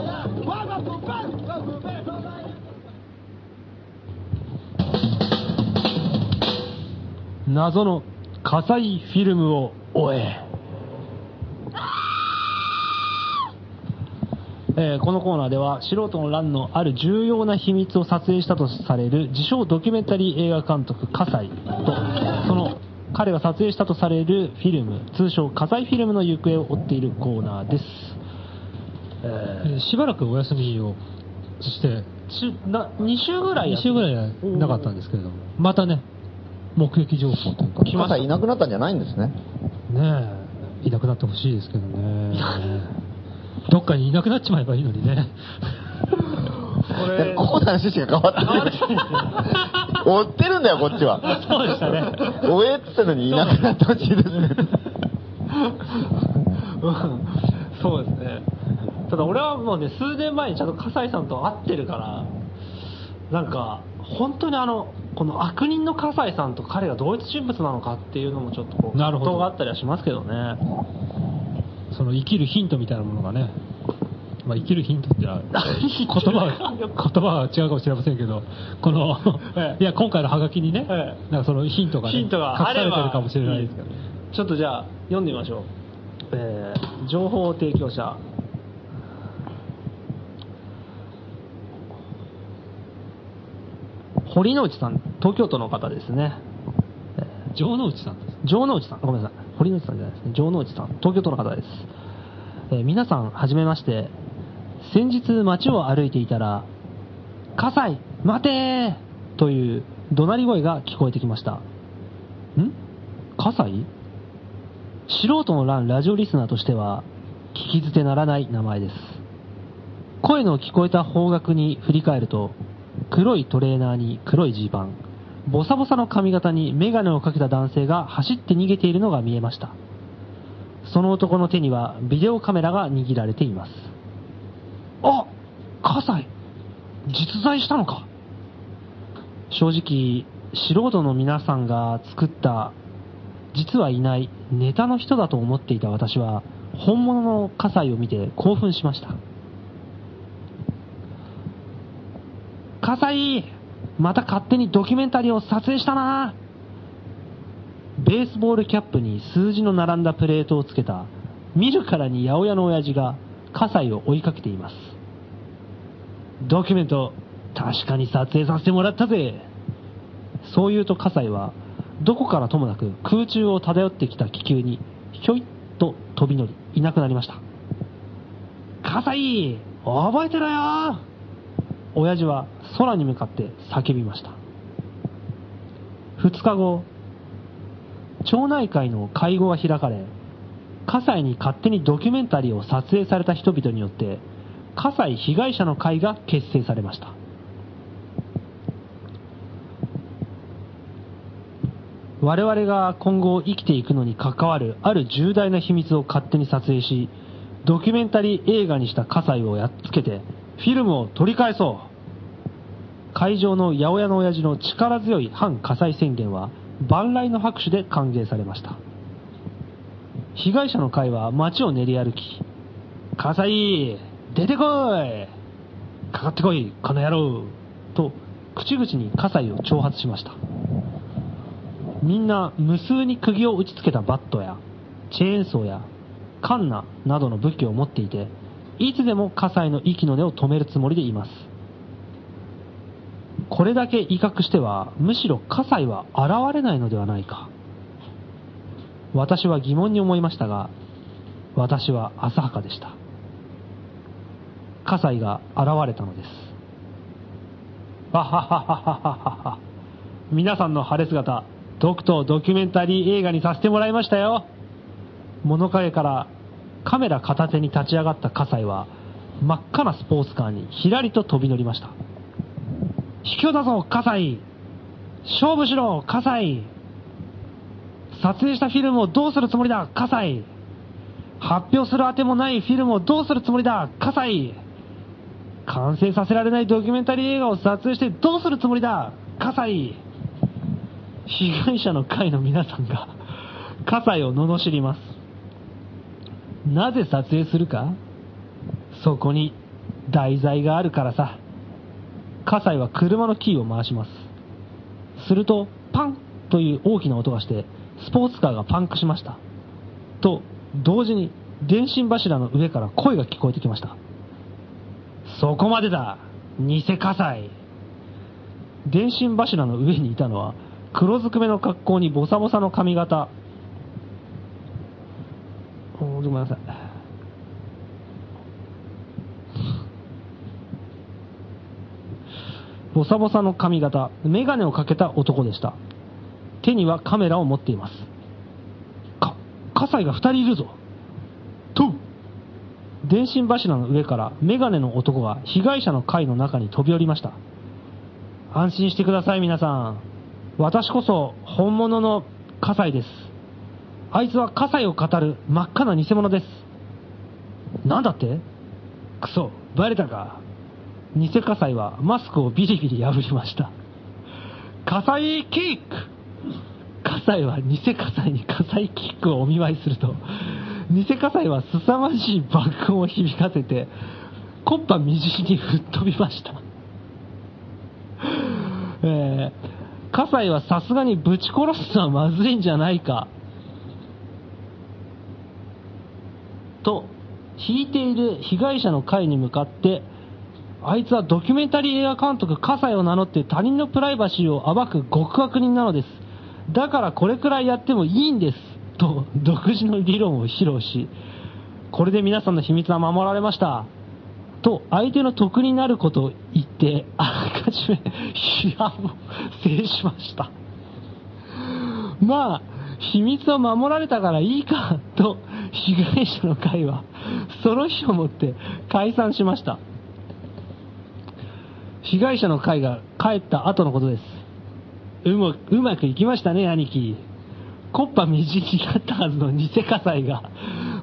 Speaker 7: Bye-bye.
Speaker 8: 謎の火災フィルムを追え。えーこのコーナーでは素人の乱のある重要な秘密を撮影したとされる自称ドキュメンタリー映画監督葛西とその彼が撮影したとされるフィルム通称火災フィルムの行方を追っているコーナーです、え
Speaker 5: えーしばらくお休みをして、
Speaker 8: ー、な2週ぐらい
Speaker 5: 2週ぐらいはなかったんですけれども、またね、目撃情報というか、
Speaker 2: 傘いなくなったんじゃないんですね。
Speaker 5: ねえ、いなくなってほしいですけど
Speaker 6: [LAUGHS]
Speaker 5: ね。どっかにいなくなっちまえばいいのに [LAUGHS] ね。
Speaker 2: いやコーナーの趣旨が変わってる。追ってるんだよ、こっちは。
Speaker 5: そうでしたね。
Speaker 2: 追えって言ったのにいなくなってほしいです
Speaker 5: [LAUGHS]
Speaker 2: ね。
Speaker 6: そうですね。ただ俺はもうね、数年前にちゃんと笠井さんと会ってるから、なんか、本当にあの、この悪人の笠井さんと彼が同一人物なのかっていうのもちょっとこう、
Speaker 5: なるほど
Speaker 6: 葛藤があったりはしますけどね。
Speaker 5: その生きるヒントみたいなものがね、まあ、生きるヒントってのは
Speaker 6: [LAUGHS]
Speaker 5: 言葉は言葉は違うかもしれませんけど、この
Speaker 6: [LAUGHS] ええ
Speaker 5: いや今回のハガキにね、
Speaker 6: ええ
Speaker 5: なんかそのヒントが,、ね、
Speaker 6: ヒントがあ
Speaker 5: 隠さ
Speaker 6: れ
Speaker 5: れ
Speaker 6: ば
Speaker 5: てるかもしれないですから、
Speaker 6: ちょっとじゃあ、読んでみましょう。えー情報提供者。堀之内さん、東京都の方ですね。
Speaker 5: 城之内さんです。
Speaker 6: 城之内さん、ごめんなさい、堀之内さんじゃないですね、城之内さん、東京都の方です。えー皆さん、はじめまして、先日、街を歩いていたら、葛西、待てーという怒鳴り声が聞こえてきました。ん葛西素人の欄ラジオリスナーとしては、聞き捨てならない名前です。声の聞こえた方角に振り返ると、黒いトレーナーに黒いジーパン、ボサボサの髪型にメガネをかけた男性が走って逃げているのが見えました。その男の手にはビデオカメラが握られています。あ葛西実在したのか正直、素人の皆さんが作った実はいないネタの人だと思っていた私は本物の葛西を見て興奮しました葛西また勝手にドキュメンタリーを撮影したなベースボールキャップに数字の並んだプレートをつけた見るからに八百屋の親父が葛西を追いかけていますドキュメント確かに撮影させてもらったぜそう言うと葛西は、どこからともなく空中を漂ってきた気球に、ひょいっと飛び乗り、いなくなりました。葛西覚えてろよ親父は空に向かって叫びました。二日後、町内会の会合が開かれ、葛西に勝手にドキュメンタリーを撮影された人々によって、葛西被害者の会が結成されました。我々が今後生きていくのに関わるある重大な秘密を勝手に撮影しドキュメンタリー映画にした葛西をやっつけてフィルムを取り返そう会場の八百屋の親父の力強い反葛西宣言は万来の拍手で歓迎されました被害者の会は街を練り歩き葛西出てこいかかってこいこの野郎と口々に葛西を挑発しましたみんな無数に釘を打ちつけたバットやチェーンソーやカンナなどの武器を持っていていつでも葛西の息の根を止めるつもりでいますこれだけ威嚇してはむしろ葛西は現れないのではないか私は疑問に思いましたが私は浅はかでした葛西が現れたのですわはははははは皆さんの晴れ姿、とくとドキュメンタリー映画にさせてもらいましたよ。物陰からカメラ片手に立ち上がった葛西は、真っ赤なスポーツカーにひらりと飛び乗りました。卑怯だぞ、葛西勝負しろ、葛西撮影したフィルムをどうするつもりだ、葛西発表するあてもないフィルムをどうするつもりだ、葛西完成させられないドキュメンタリー映画を撮影してどうするつもりだ葛西被害者の会の皆さんが葛西を罵りますなぜ撮影するかそこに題材があるからさ葛西は車のキーを回しますするとパンという大きな音がして、スポーツカーがパンクしました。と、同時に電信柱の上から声が聞こえてきました。そこまでだ偽火災電信柱の上にいたのは、黒ずくめの格好にボサボサの髪型。おーごめんなさい。ボサボサの髪型、メガネをかけた男でした。手にはカメラを持っています。か、葛西が二人いるぞ。と電信柱の上からメガネの男が被害者の会の中に飛び降りました。安心してください皆さん。私こそ本物の葛西です。あいつは葛西を語る真っ赤な偽物です。なんだってクソ、バレたか。偽火災はマスクをビリビリ破りました。火災キック火災は偽火災に火災キックをお見舞いすると、偽火災は凄まじい爆音を響かせて、コッパみじんに吹っ飛びました。えー、火災はさすがにぶち殺すのはまずいんじゃないか。と、引いている被害者の会に向かって、あいつはドキュメンタリー映画監督、葛西を名乗って他人のプライバシーを暴く極悪人なのです。だからこれくらいやってもいいんです。と、独自の理論を披露し、これで皆さんの秘密は守られました。と、相手の得になることを言って、あらかじめ批判を制しました。まあ、秘密を守られたからいいか、と、被害者の会は、その日をもって解散しました。被害者の会が帰った後のことです。うもうまくいきましたね、兄貴。コッパみじんになったはずの偽火災が、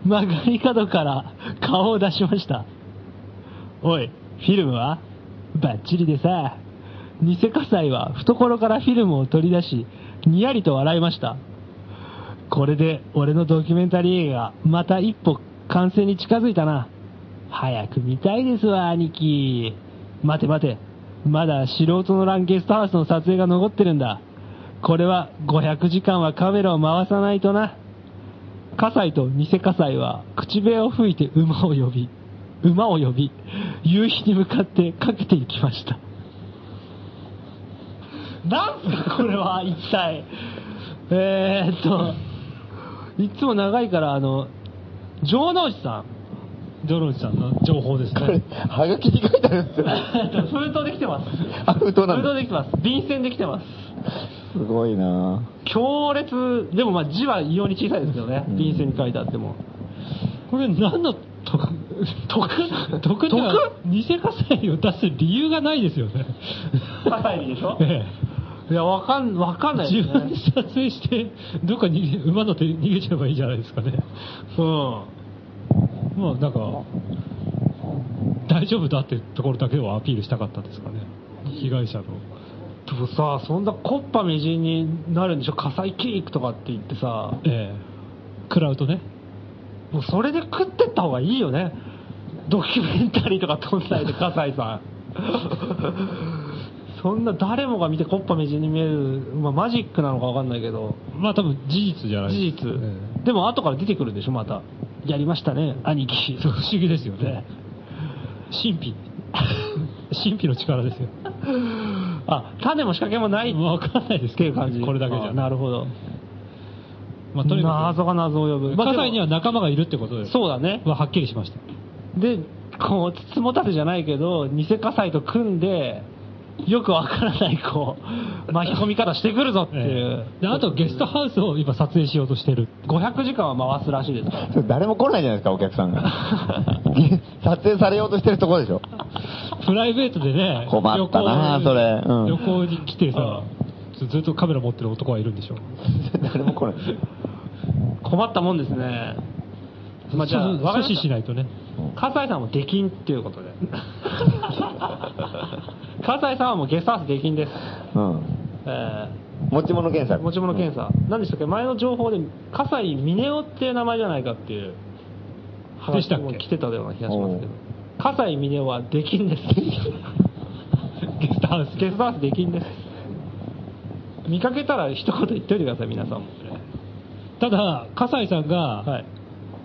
Speaker 6: 曲がり角から顔を出しました。おい、フィルムはバッチリでさ。偽火災は懐からフィルムを取り出し、にやりと笑いました。これで俺のドキュメンタリー映画、また一歩完成に近づいたな。早く見たいですわ、兄貴。待て待て。まだ素人のランゲストハウスの撮影が残ってるんだ。これは500時間はカメラを回さないとな。葛西と偽葛西は口笛を吹いて馬を呼び、馬を呼び、夕日に向かってかけていきました。なんすかこれは一体。えーっと、いつも長いから、あの、城之内さん。
Speaker 9: 城之内さんの情報です
Speaker 2: こ
Speaker 6: [LAUGHS]
Speaker 2: れ
Speaker 9: ね。、
Speaker 2: はがきに書いてあるんですよ。
Speaker 5: えっと封筒できてます。
Speaker 2: あ、封筒な
Speaker 5: 封
Speaker 2: ん
Speaker 5: 筒
Speaker 2: だ。
Speaker 5: できてます。便箋できてます。
Speaker 2: すごいな
Speaker 5: 強烈、でもまあ字は異様に小さいですけどね。
Speaker 2: うん
Speaker 5: 便箋に書いてあっても。
Speaker 9: これ何
Speaker 5: [LAUGHS]
Speaker 9: の得、得、得ってのは偽火災を出す理由がないですよ
Speaker 5: [LAUGHS]
Speaker 9: ね。
Speaker 5: 火災にでしょ
Speaker 9: え
Speaker 5: いや、わかん、わかん
Speaker 9: え
Speaker 5: ないで
Speaker 9: 自
Speaker 5: す
Speaker 9: 分で
Speaker 5: ね。
Speaker 9: 撮影して、どっかに馬乗って逃げちゃえばいいじゃないですかね。
Speaker 5: うん。
Speaker 9: まあなんか、大丈夫だってところだけをアピールしたかったですかね。被害者の。
Speaker 5: でもさ、そんなコッパみじんになるんでしょ火災キークとかって言ってさ、
Speaker 9: ええクラウドね。
Speaker 5: もうそれで食ってった方がいいよね。ドキュメンタリーとか撮んないで、笠井 [LAUGHS] さん。そんな誰もが見てコッパみじんに見える、まあ、マジックなのかわかんないけど、
Speaker 9: まあ多分事実じゃない
Speaker 5: 事実、
Speaker 9: え
Speaker 5: でも後から出てくるんでしょ、また。やりましたね、兄貴
Speaker 9: え。不思議ですよね。 [LAUGHS] 神
Speaker 5: [LAUGHS]
Speaker 9: 秘。神秘の力ですよ。
Speaker 5: あ、種も仕掛けもない
Speaker 9: わかんないです
Speaker 5: ってい
Speaker 9: け
Speaker 5: う
Speaker 9: ど、
Speaker 5: 感じ。
Speaker 9: これだけじ
Speaker 5: あ
Speaker 9: ゃ。
Speaker 5: なるほど。
Speaker 9: まあ、とにか
Speaker 5: 謎が謎を呼ぶ。
Speaker 9: く、
Speaker 5: まあ
Speaker 9: 葛西には
Speaker 5: で
Speaker 9: 仲間がいるってことで
Speaker 5: もそうだね。
Speaker 9: ははっきりしました。
Speaker 5: で、こう、つつもたせじゃないけど、偽火災と組んで、よくわからない、こう、巻き込み方してくるぞっていう。
Speaker 9: ええであと、ゲストハウスを今撮影しようとしてる。
Speaker 5: 500時間は回すらしいですから。
Speaker 2: それ誰も来ないじゃないですか、お客さんが。 [LAUGHS] 撮影されようとしてるところでしょ。 [LAUGHS]
Speaker 9: プライベートでね、
Speaker 2: 困ったなそれうん
Speaker 9: 旅行に来てさ、ずっとカメラ持ってる男はいるんでしょ。
Speaker 2: 誰も来ない。
Speaker 5: 困ったもんですね。まあ、じゃあ、
Speaker 9: 阻
Speaker 5: わか
Speaker 9: 止し
Speaker 5: い。
Speaker 9: ないとね。
Speaker 5: 笠井さんも出禁っていうことで。笠井さんはもうゲストハウス出禁です。
Speaker 2: うん。
Speaker 5: え
Speaker 2: 持ち物検
Speaker 5: え [LAUGHS]
Speaker 2: 査。
Speaker 5: 持ち物検査。何でしたっけ前の情報で、笠井峰夫っていう名前じゃないかっていう
Speaker 9: でしたっけ
Speaker 5: も来てたような気がしますけど。笠井峰夫は出禁です。
Speaker 9: ゲストハウス。
Speaker 5: ゲストハウス出禁です。見かけたら一言言っといてください皆さんも
Speaker 6: ただ、笠井さんが、
Speaker 5: はい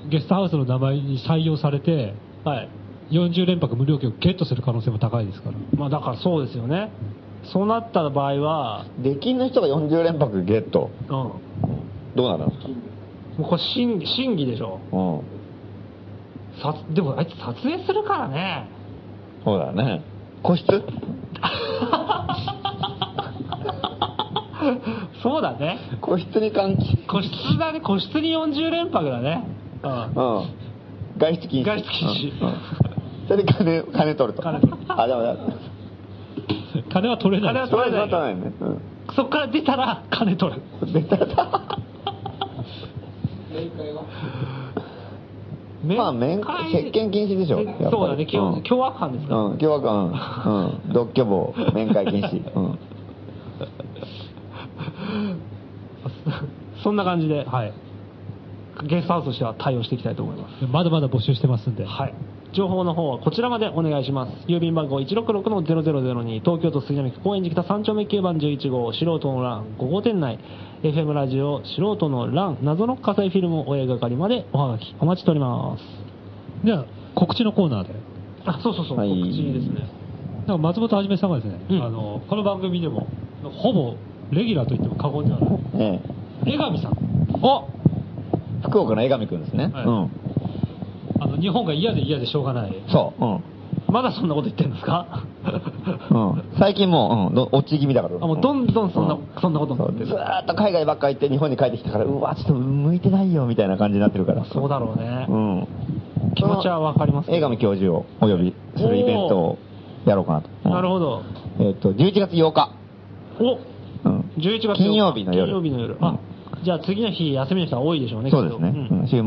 Speaker 6: ゲストハウスの名前に採用されて、
Speaker 5: はい
Speaker 6: 40連泊無料券をゲットする可能性も高いですから。
Speaker 5: まあだからそうですよねそうなった場合は
Speaker 2: 出禁の人が40連泊ゲット
Speaker 5: うんも
Speaker 2: どうなるんですか
Speaker 5: うこれ審議審議でしょ
Speaker 2: うん
Speaker 5: さでもあいつ撮影するからね [LAUGHS]
Speaker 2: そうだね個室
Speaker 5: そうだね
Speaker 2: 個室に換気
Speaker 5: 個室だね個室に40連泊だねうん
Speaker 2: うん外出禁止
Speaker 5: 外出禁止
Speaker 2: うんうんそれで金金取ると
Speaker 5: 金取る
Speaker 2: あでもだ
Speaker 6: [LAUGHS] 金は取れない
Speaker 5: 金は
Speaker 2: そ
Speaker 5: 取
Speaker 2: れ
Speaker 5: れな
Speaker 2: だっ
Speaker 5: い
Speaker 2: たないねうん
Speaker 5: そっから出たら金取る
Speaker 2: 絶対だまあ面
Speaker 5: 会
Speaker 2: 接見禁止でしょやっぱり
Speaker 5: そうだね基本
Speaker 2: うん
Speaker 5: 凶悪犯ですから
Speaker 2: うん、凶悪犯、うん、独居房、面会禁
Speaker 5: [LAUGHS]
Speaker 2: 止、うん、
Speaker 5: そんな感じで、はい、ゲストハウスとしては対応していきたいと思います。
Speaker 6: まだまだ募集してますんで。
Speaker 5: はい、情報の方はこちらまでお願いします。郵便番号166-0002、東京都杉並区高円寺北3丁目9番11号、素人の欄5号店内、FM ラジオ素人の欄謎の火災フィルムお描かりまでおはがきお待ちしております。
Speaker 6: じゃあ、告知のコーナーで。
Speaker 5: あ、そうそうそう、
Speaker 2: はい
Speaker 5: 告知ですね。
Speaker 6: なんか松本はじめさんがですね、
Speaker 5: うん
Speaker 6: あの、この番組でも、ほぼレギュラーと言っても過言ではない。
Speaker 2: ね
Speaker 6: 江上さん。
Speaker 5: お
Speaker 2: え福岡の江上くんですね、
Speaker 6: はい
Speaker 2: うん、
Speaker 6: あの、日本が嫌で嫌でしょうがない。
Speaker 2: そう、
Speaker 5: まだそんなこと言ってるんですか [LAUGHS]
Speaker 2: うん、うん、最近もう、うんど、落ち気味だから、
Speaker 5: あもうどんどんそんな、
Speaker 2: う
Speaker 5: そんなことに
Speaker 2: そ
Speaker 5: な
Speaker 2: う
Speaker 5: って
Speaker 2: ず
Speaker 5: る。
Speaker 2: ーっと海外ばっか行って日本に帰ってきたからうわちょっと向いてないよみたいな感じになってるから
Speaker 5: そうだろうね。
Speaker 2: うん
Speaker 5: 気持ちはわかりますけど
Speaker 2: 江上教授をお呼びするイベントをやろうかなと、
Speaker 5: なるほど。
Speaker 2: どえっ、と11月8日、
Speaker 5: お
Speaker 2: うん、
Speaker 5: 11月
Speaker 2: 金曜日の夜
Speaker 5: 金曜日の夜。
Speaker 2: うん
Speaker 5: あ、じゃあ次の日休みの人は多いでしょうね、
Speaker 2: そうですね、
Speaker 5: きっと
Speaker 2: うん週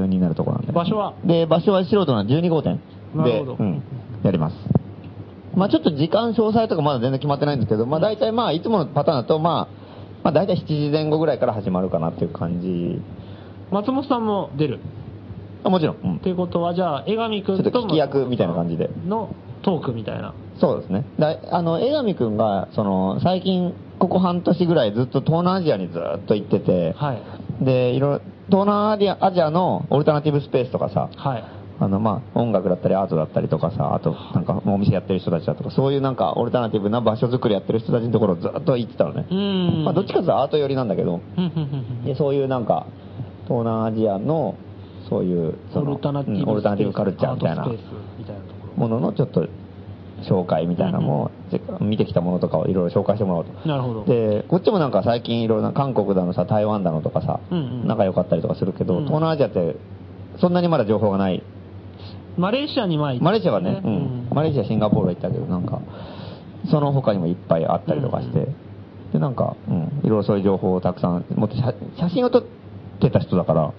Speaker 2: 末になるところなんで
Speaker 5: 場所は
Speaker 2: で場所は素人の12号店
Speaker 5: なる
Speaker 2: で、
Speaker 5: ほど
Speaker 2: うんやりますまあちょっと時間詳細とかまだ全然決まってないんですけど、まあ、大体まあいつものパターンだと、まあ、まあ大体7時前後ぐらいから始まるかなっていう感じ
Speaker 5: 松本さんも出る。
Speaker 2: あもちろん、うん
Speaker 5: っていうことは、じゃあ、江上
Speaker 2: ち
Speaker 5: く
Speaker 2: ょ
Speaker 5: ん
Speaker 2: っと
Speaker 5: と
Speaker 2: 聞き役みたいな感じで
Speaker 5: のトークみたいな。
Speaker 2: そうですね。だあの、江上くんが、その、最近、ここ半年ぐらいずっと東南アジアにずっと行ってて、
Speaker 5: はい。
Speaker 2: で、いろいろ、東南アジアアジアのオルタナティブスペースとかさ、
Speaker 5: はい。
Speaker 2: あの、まあ、音楽だったりアートだったりとかさ、あと、なんか、お店やってる人たちだとか、そういうなんか、オルタナティブな場所作りやってる人たちのところをずっと行ってたのね
Speaker 5: う。ん。
Speaker 2: まあ、どっちかというとアート寄りなんだけど、
Speaker 5: うんうんうん
Speaker 2: で、そういうなんか、東南アジアの、そういう、
Speaker 5: う
Speaker 2: そ
Speaker 5: ん
Speaker 2: の
Speaker 5: オルタナティブスペ
Speaker 2: うん
Speaker 5: ース。
Speaker 2: オルタナティブカルチャーみたい
Speaker 5: ア
Speaker 2: な
Speaker 5: ートスペースみたいなとこ
Speaker 2: もののちょっと紹介みたいなのも、見てきたものとかをいろいろ紹介してもらおうと。
Speaker 5: ろ。なるほど。
Speaker 2: で、こっちもなんか最近いろんな韓国だのさ、台湾だのとかさ、
Speaker 5: うんうん
Speaker 2: 仲良かったりとかするけど、
Speaker 5: うん
Speaker 2: 東南アジアってそんなにまだ情報がない。
Speaker 5: マレーシアに前行った
Speaker 2: マレーシアはね、うん
Speaker 5: うん
Speaker 2: マレーシア、シンガポールは行ったけど、なんか、その他にもいっぱいあったりとかして、
Speaker 5: うんう
Speaker 2: で、なんか、うん、いろいろそういう情報をたくさん、もっと写写真を撮ってた人だから、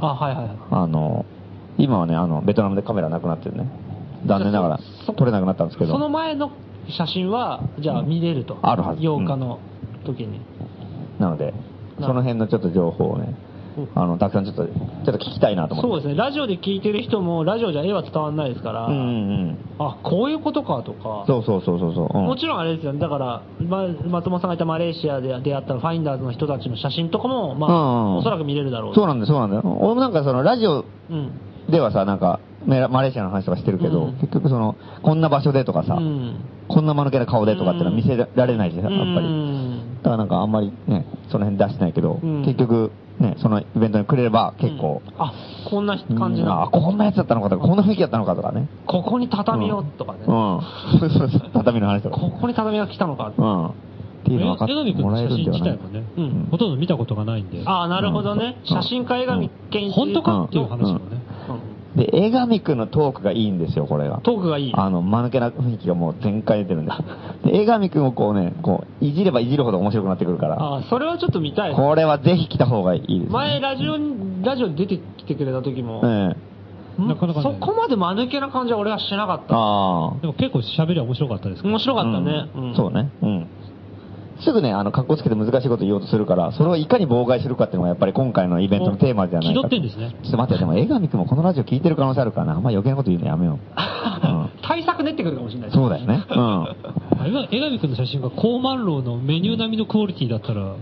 Speaker 5: あ、はいはいはい。
Speaker 2: あの、今はね、あの、ベトナムでカメラなくなってるね。残念ながら
Speaker 5: じゃあ、そ
Speaker 2: 撮れなくなったんですけど。
Speaker 5: その前の写真は、じゃあ見れると。
Speaker 2: あるはず
Speaker 5: 8日の時に。
Speaker 2: なので、その辺のちょっと情報をね
Speaker 5: うん、
Speaker 2: あの、たくさんちょっと、ちょっと聞きたいなと思って。
Speaker 5: そうですね。ラジオで聞いてる人も、ラジオじゃ絵は伝わんないですから、
Speaker 2: うんうんうん。
Speaker 5: あ、こういうことかとか。
Speaker 2: そうそうそうそうそう。うん
Speaker 5: もちろんあれですよね、だから、ま、松本さんがいたマレーシアで出会ったファインダーズの人たちの写真とかも、ま
Speaker 2: うんう
Speaker 5: あ、
Speaker 2: んうん
Speaker 5: おそらく見れるだろう
Speaker 2: そうなんだよ、そうなんだよ。俺もなんかその、ラジオ
Speaker 5: うん。
Speaker 2: ではさ、なんか、メラマレーシアの話とかしてるけど、
Speaker 5: うん
Speaker 2: 結局その、こんな場所でとか
Speaker 5: う
Speaker 2: さ、
Speaker 5: ん。
Speaker 2: こんな間抜けな顔でとかってのは見せられないじゃん、
Speaker 5: う
Speaker 2: やっぱり。
Speaker 5: ん
Speaker 2: だからなんかあんまりね、その辺出してないけど、
Speaker 5: うん
Speaker 2: 結局、ね、そのイベントにくれれば結構、
Speaker 5: あ、こんな
Speaker 2: うん
Speaker 5: 感じ
Speaker 2: あ
Speaker 5: なの。
Speaker 2: こんなやつだったのかとか、こんな雰囲気だったのかとかね。
Speaker 5: ここに畳をとかね
Speaker 2: う。ん。そうそうそう畳の話とか。
Speaker 5: ここに畳が来たのか。
Speaker 2: うん。っていうの分かっ
Speaker 6: 江上
Speaker 2: て
Speaker 6: 君
Speaker 2: も
Speaker 6: の
Speaker 2: らえ
Speaker 6: 写
Speaker 2: る
Speaker 6: 真
Speaker 2: んでは
Speaker 6: 自
Speaker 2: な
Speaker 6: 体
Speaker 2: い
Speaker 6: もね、
Speaker 5: うん
Speaker 6: ほとんど見たことがないんで、
Speaker 5: ああ、なるほどね。
Speaker 2: うん
Speaker 5: 写真家江上健一。
Speaker 6: 本当かっていう話もね、
Speaker 5: うん
Speaker 2: で、江上くんのトークがいいんですよ、これが。
Speaker 5: トークがいい。
Speaker 2: あの、間抜けな雰囲気がもう全開出てる
Speaker 5: [LAUGHS]
Speaker 2: んで。で、江上くんをこうね、こう、いじればいじるほど面白くなってくるから、
Speaker 5: あそれはちょっと見たい。
Speaker 2: これはぜひ来た方がいいです、ね。
Speaker 5: 前、ラジオに、ラジオに出てきてくれた時も、
Speaker 2: ええ。
Speaker 5: ん
Speaker 6: なかなかね
Speaker 5: そこまで間抜けな感じは俺はしなかった。
Speaker 2: ああ。
Speaker 6: でも結構喋りは面白かったですから
Speaker 5: 面白かったね。
Speaker 2: うん
Speaker 5: ん
Speaker 2: そうね。うん。すぐね、あの、格好つけて難しいこと言おうとするから、それをいかに妨害するかっていうのがやっぱり今回のイベントのテーマじゃないか
Speaker 6: 気取ってんですね
Speaker 5: [LAUGHS]
Speaker 2: ちょっと待って、でも江上くんもこのラジオ聞いてる可能性あるからな、あんま余計なこと言うのやめよう。うん
Speaker 5: 対策く練ってくるかもしれないです
Speaker 2: そうだよね。うん。
Speaker 6: あれが江上君の写真が高万楼のメニュー並みのクオリティだったら、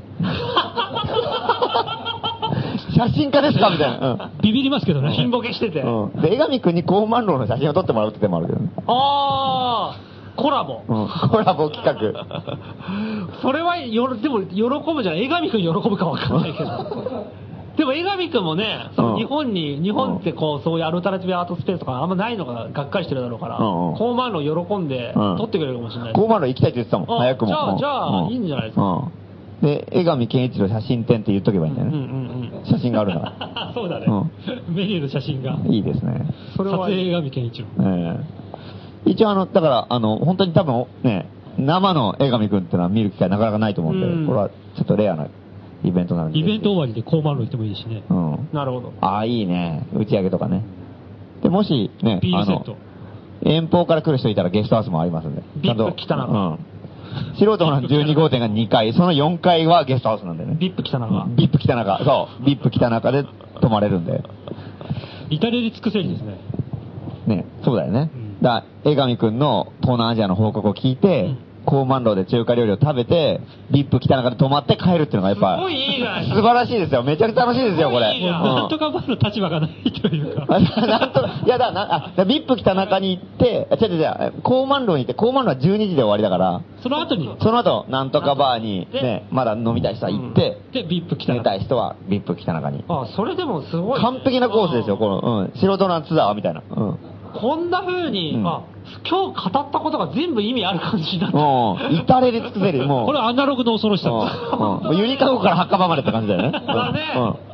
Speaker 2: 写真家ですかみたいな。
Speaker 6: ビビりますけどね。
Speaker 5: 貧乏けしてて、
Speaker 2: うん。うん。で、江上くんに高万楼の写真を撮ってもらうって手もあるけどね。
Speaker 5: ああコラボ
Speaker 2: うん。コラボ企画。
Speaker 5: それはよろでも喜ぶじゃん江上くん喜ぶかわかんないけど [LAUGHS] でも江上くんもねその日本に日本ってこうそういうアルタナティブアートスペースとかあんまないのががっかりしてるだろうから
Speaker 2: うんうん
Speaker 5: 高慢路喜んで
Speaker 2: うん
Speaker 5: 撮ってくれるかもしれない
Speaker 2: 高万楼行きたいって言ってたもん。
Speaker 5: あ
Speaker 2: 早くも。
Speaker 5: じゃあ
Speaker 2: う
Speaker 5: じゃあいいんじゃないですか
Speaker 2: うん。で、江上健一郎写真展って言っとけばいいんだよ
Speaker 5: うんう
Speaker 2: ね。
Speaker 5: ん
Speaker 2: 写真がある
Speaker 5: [LAUGHS]
Speaker 2: な
Speaker 6: あそうだね。
Speaker 2: う
Speaker 6: メニューの写真が。
Speaker 2: ら。いいですね。
Speaker 5: それ
Speaker 6: 撮
Speaker 5: は
Speaker 6: 影江上健一郎。
Speaker 2: ええ一応あの、だから、あの、本当に多分ね、生の江上くんってのは見る機会なかなかないと思うんで、
Speaker 5: うん
Speaker 2: これはちょっとレアなイベントなんで。
Speaker 6: イベント終わりで高万楼行ってもいいしね。
Speaker 2: うん。
Speaker 5: なるほど
Speaker 2: ああ、いいね。打ち上げとかね。で、もしね、
Speaker 6: ビー
Speaker 2: あ
Speaker 6: ルセ
Speaker 2: の
Speaker 6: ット。
Speaker 2: 遠方から来る人いたらゲストハウスもありますんで。
Speaker 5: ビップ
Speaker 2: ちゃんと
Speaker 5: 来たな
Speaker 2: うん。素人の12号店が2階、その4階はゲストハウスなんでね。
Speaker 5: ビップ来たな
Speaker 2: うんビップ北中、そう。ビップ北中で泊まれるんで。
Speaker 6: 至れり尽くせりですね。
Speaker 2: ね、そうだよね。
Speaker 6: うん
Speaker 2: だ江上くんの東南アジアの報告を聞いて、高万楼で中華料理を食べて、ビップ北中で泊まって帰るっていうのがやっぱ、
Speaker 5: すごいいいじゃないですか
Speaker 2: 素晴らしいですよ。めちゃくちゃ楽しいですよ、こ
Speaker 5: すご
Speaker 2: れ。
Speaker 5: いいいじゃん
Speaker 2: うん
Speaker 6: なんとかバルの立場がないというか。
Speaker 2: あなんと、いやだ、な、あ、だビップ北中に行って、違う違う違う、高万楼に行って、高万楼は12時で終わりだから、
Speaker 6: その後に、
Speaker 2: その後、なんとかバーに、
Speaker 5: で
Speaker 2: ね、まだ飲みたい人は行って、
Speaker 6: で、ビップ来た
Speaker 2: 寝たい人はビップ北中に。
Speaker 5: あそれでもすごい
Speaker 2: 完璧なコースですよ、この、うん、素人のツアーみたいな。うん。
Speaker 5: こんな風に、
Speaker 2: うん
Speaker 5: あ今日語ったことが全部意味ある感じになった
Speaker 2: もう、至れり尽くせり、もう。
Speaker 6: これはアナログの恐ろしさです。
Speaker 2: うんうん。ゆりかごから墓場までって感じだよね。
Speaker 5: だね、今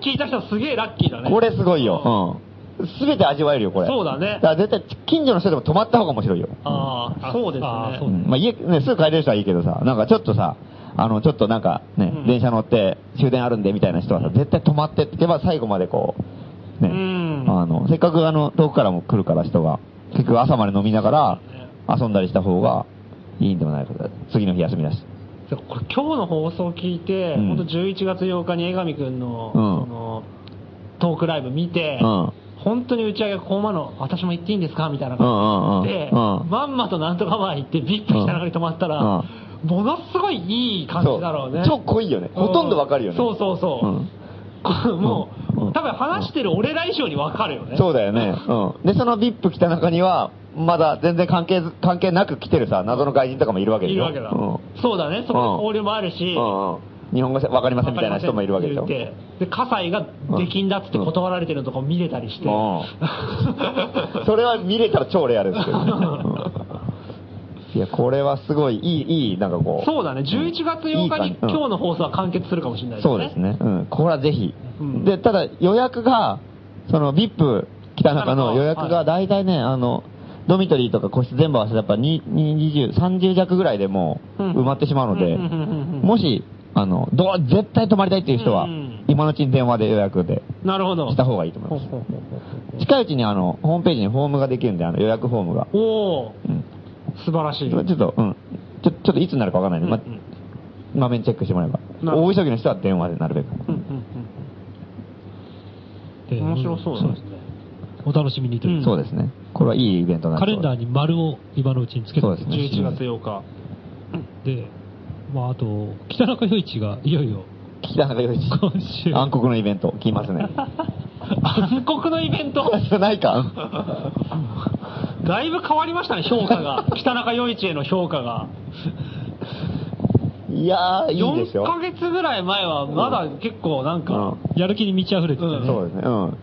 Speaker 5: 日聞いた人すげえラッキーだ
Speaker 2: うん。
Speaker 5: ね
Speaker 2: これすごいよ。うん。すべて味わえるよ、これ。
Speaker 5: そうだね
Speaker 2: から絶対、近所の人でも泊まった方が面白いよ。
Speaker 5: ああそうですね
Speaker 6: あーそううだ
Speaker 2: んまあ家、ね、すぐ帰れる人はいいけどさ、なんかちょっとさ、あの、ちょっとなんかね、
Speaker 5: うん
Speaker 2: 電車乗って終電あるんでみたいな人はさ、絶対泊まってってけば最後までこう、ね、
Speaker 5: うん
Speaker 2: あの、せっかくあの、遠くからも来るから人が、結局朝まで飲みながら遊んだりした方がいいんでもないかと次の日休みだし。
Speaker 5: でこれ今日の放送を聞いて、
Speaker 2: うん
Speaker 5: 本当11月8日に江上くんの,、
Speaker 2: うん
Speaker 5: そのトークライブ見て、
Speaker 2: うん
Speaker 5: 本当に打ち上げこうまの私も行っていいんですかみたいな
Speaker 2: うんう
Speaker 5: 感
Speaker 2: んうん。
Speaker 5: じで、
Speaker 2: うん
Speaker 5: まんまとなんとかまあ行ってビップした中に泊まったら、
Speaker 2: うん
Speaker 5: ものすごいいい感じだろうね
Speaker 2: そう超濃いよねほとんどわかるよね
Speaker 5: そうそうそう、
Speaker 2: うん
Speaker 5: これもう、
Speaker 2: うん
Speaker 5: 多分話してる俺ら以上にわかるよね
Speaker 2: そうだよね。うん。で、その VIP 来た中には、まだ全然関係ず、関係なく来てるさ、謎の外人とかもいるわけで
Speaker 5: い
Speaker 2: し
Speaker 5: る
Speaker 2: ょ。
Speaker 5: わけだ、
Speaker 2: うん。
Speaker 5: そうだねそこに交流もあるし、
Speaker 2: うんうん日本語わかりませんみたいな人もいるわけでしょ。
Speaker 5: わかりませんって言ってで、葛西が出禁だっつって断られてるとかを見れたりして。
Speaker 2: うん。それは見れたら超レ
Speaker 5: [LAUGHS]
Speaker 2: アですけどね。うんいや、これはすごい、いい、いい、なんかこ
Speaker 5: [LAUGHS]
Speaker 2: う。
Speaker 5: そうだね、11月8日に今日の放送は完結するかもしれないですね。
Speaker 2: そうですね。うん。これはぜひ
Speaker 5: う。ん
Speaker 2: で、ただ予約が、その VIP 北中の予約が大体ね、あの、ドミトリーとか個室全部合わせてやっぱに20、30弱ぐらいでもう
Speaker 5: うん
Speaker 2: 埋まってしまうので、
Speaker 5: うんうんうんうん
Speaker 2: もし、あの、どう、絶対泊まりたいっていう人は
Speaker 5: うん、
Speaker 2: 今のうちに電話で予約で
Speaker 5: なるほど。
Speaker 2: した方がいいと思います。近いうちにあの、ホームページにフォームができるんで、あの予約フォームが。
Speaker 5: おお
Speaker 2: うん。
Speaker 5: 素晴らしい。
Speaker 2: ちょっと、うん。ちょ、ちょっといつになるかわからないんで、ま
Speaker 5: うんうん、
Speaker 2: まめにチェックしてもらえば。
Speaker 5: なるほど
Speaker 2: 大急ぎの人は電話でなるべく。
Speaker 5: うんうん
Speaker 6: で
Speaker 5: 面白そうだね
Speaker 6: ですね。お楽しみにという
Speaker 5: うん
Speaker 2: そうですね。これはいいイベントなん
Speaker 6: カレンダーに丸を今のうちにつけて
Speaker 2: そうです
Speaker 5: うん。
Speaker 2: ね
Speaker 5: 11月8日。
Speaker 6: で、まああと、北中余一がいよいよ、
Speaker 2: 北中陽一。
Speaker 6: 今週、
Speaker 2: [LAUGHS] 暗黒のイベント、来ますね。 [LAUGHS]
Speaker 5: 暗黒のイベント、
Speaker 2: ないか。
Speaker 5: [LAUGHS] だいぶ変わりましたね、評価が。北中余一への評価が。
Speaker 2: いやー、いいでし
Speaker 5: 4
Speaker 2: ょ。
Speaker 5: ヶ月ぐらい前は、まだ結構なんか、
Speaker 2: うん
Speaker 6: やる気に満ち溢れてたね。
Speaker 5: うん
Speaker 2: そうですね。うん。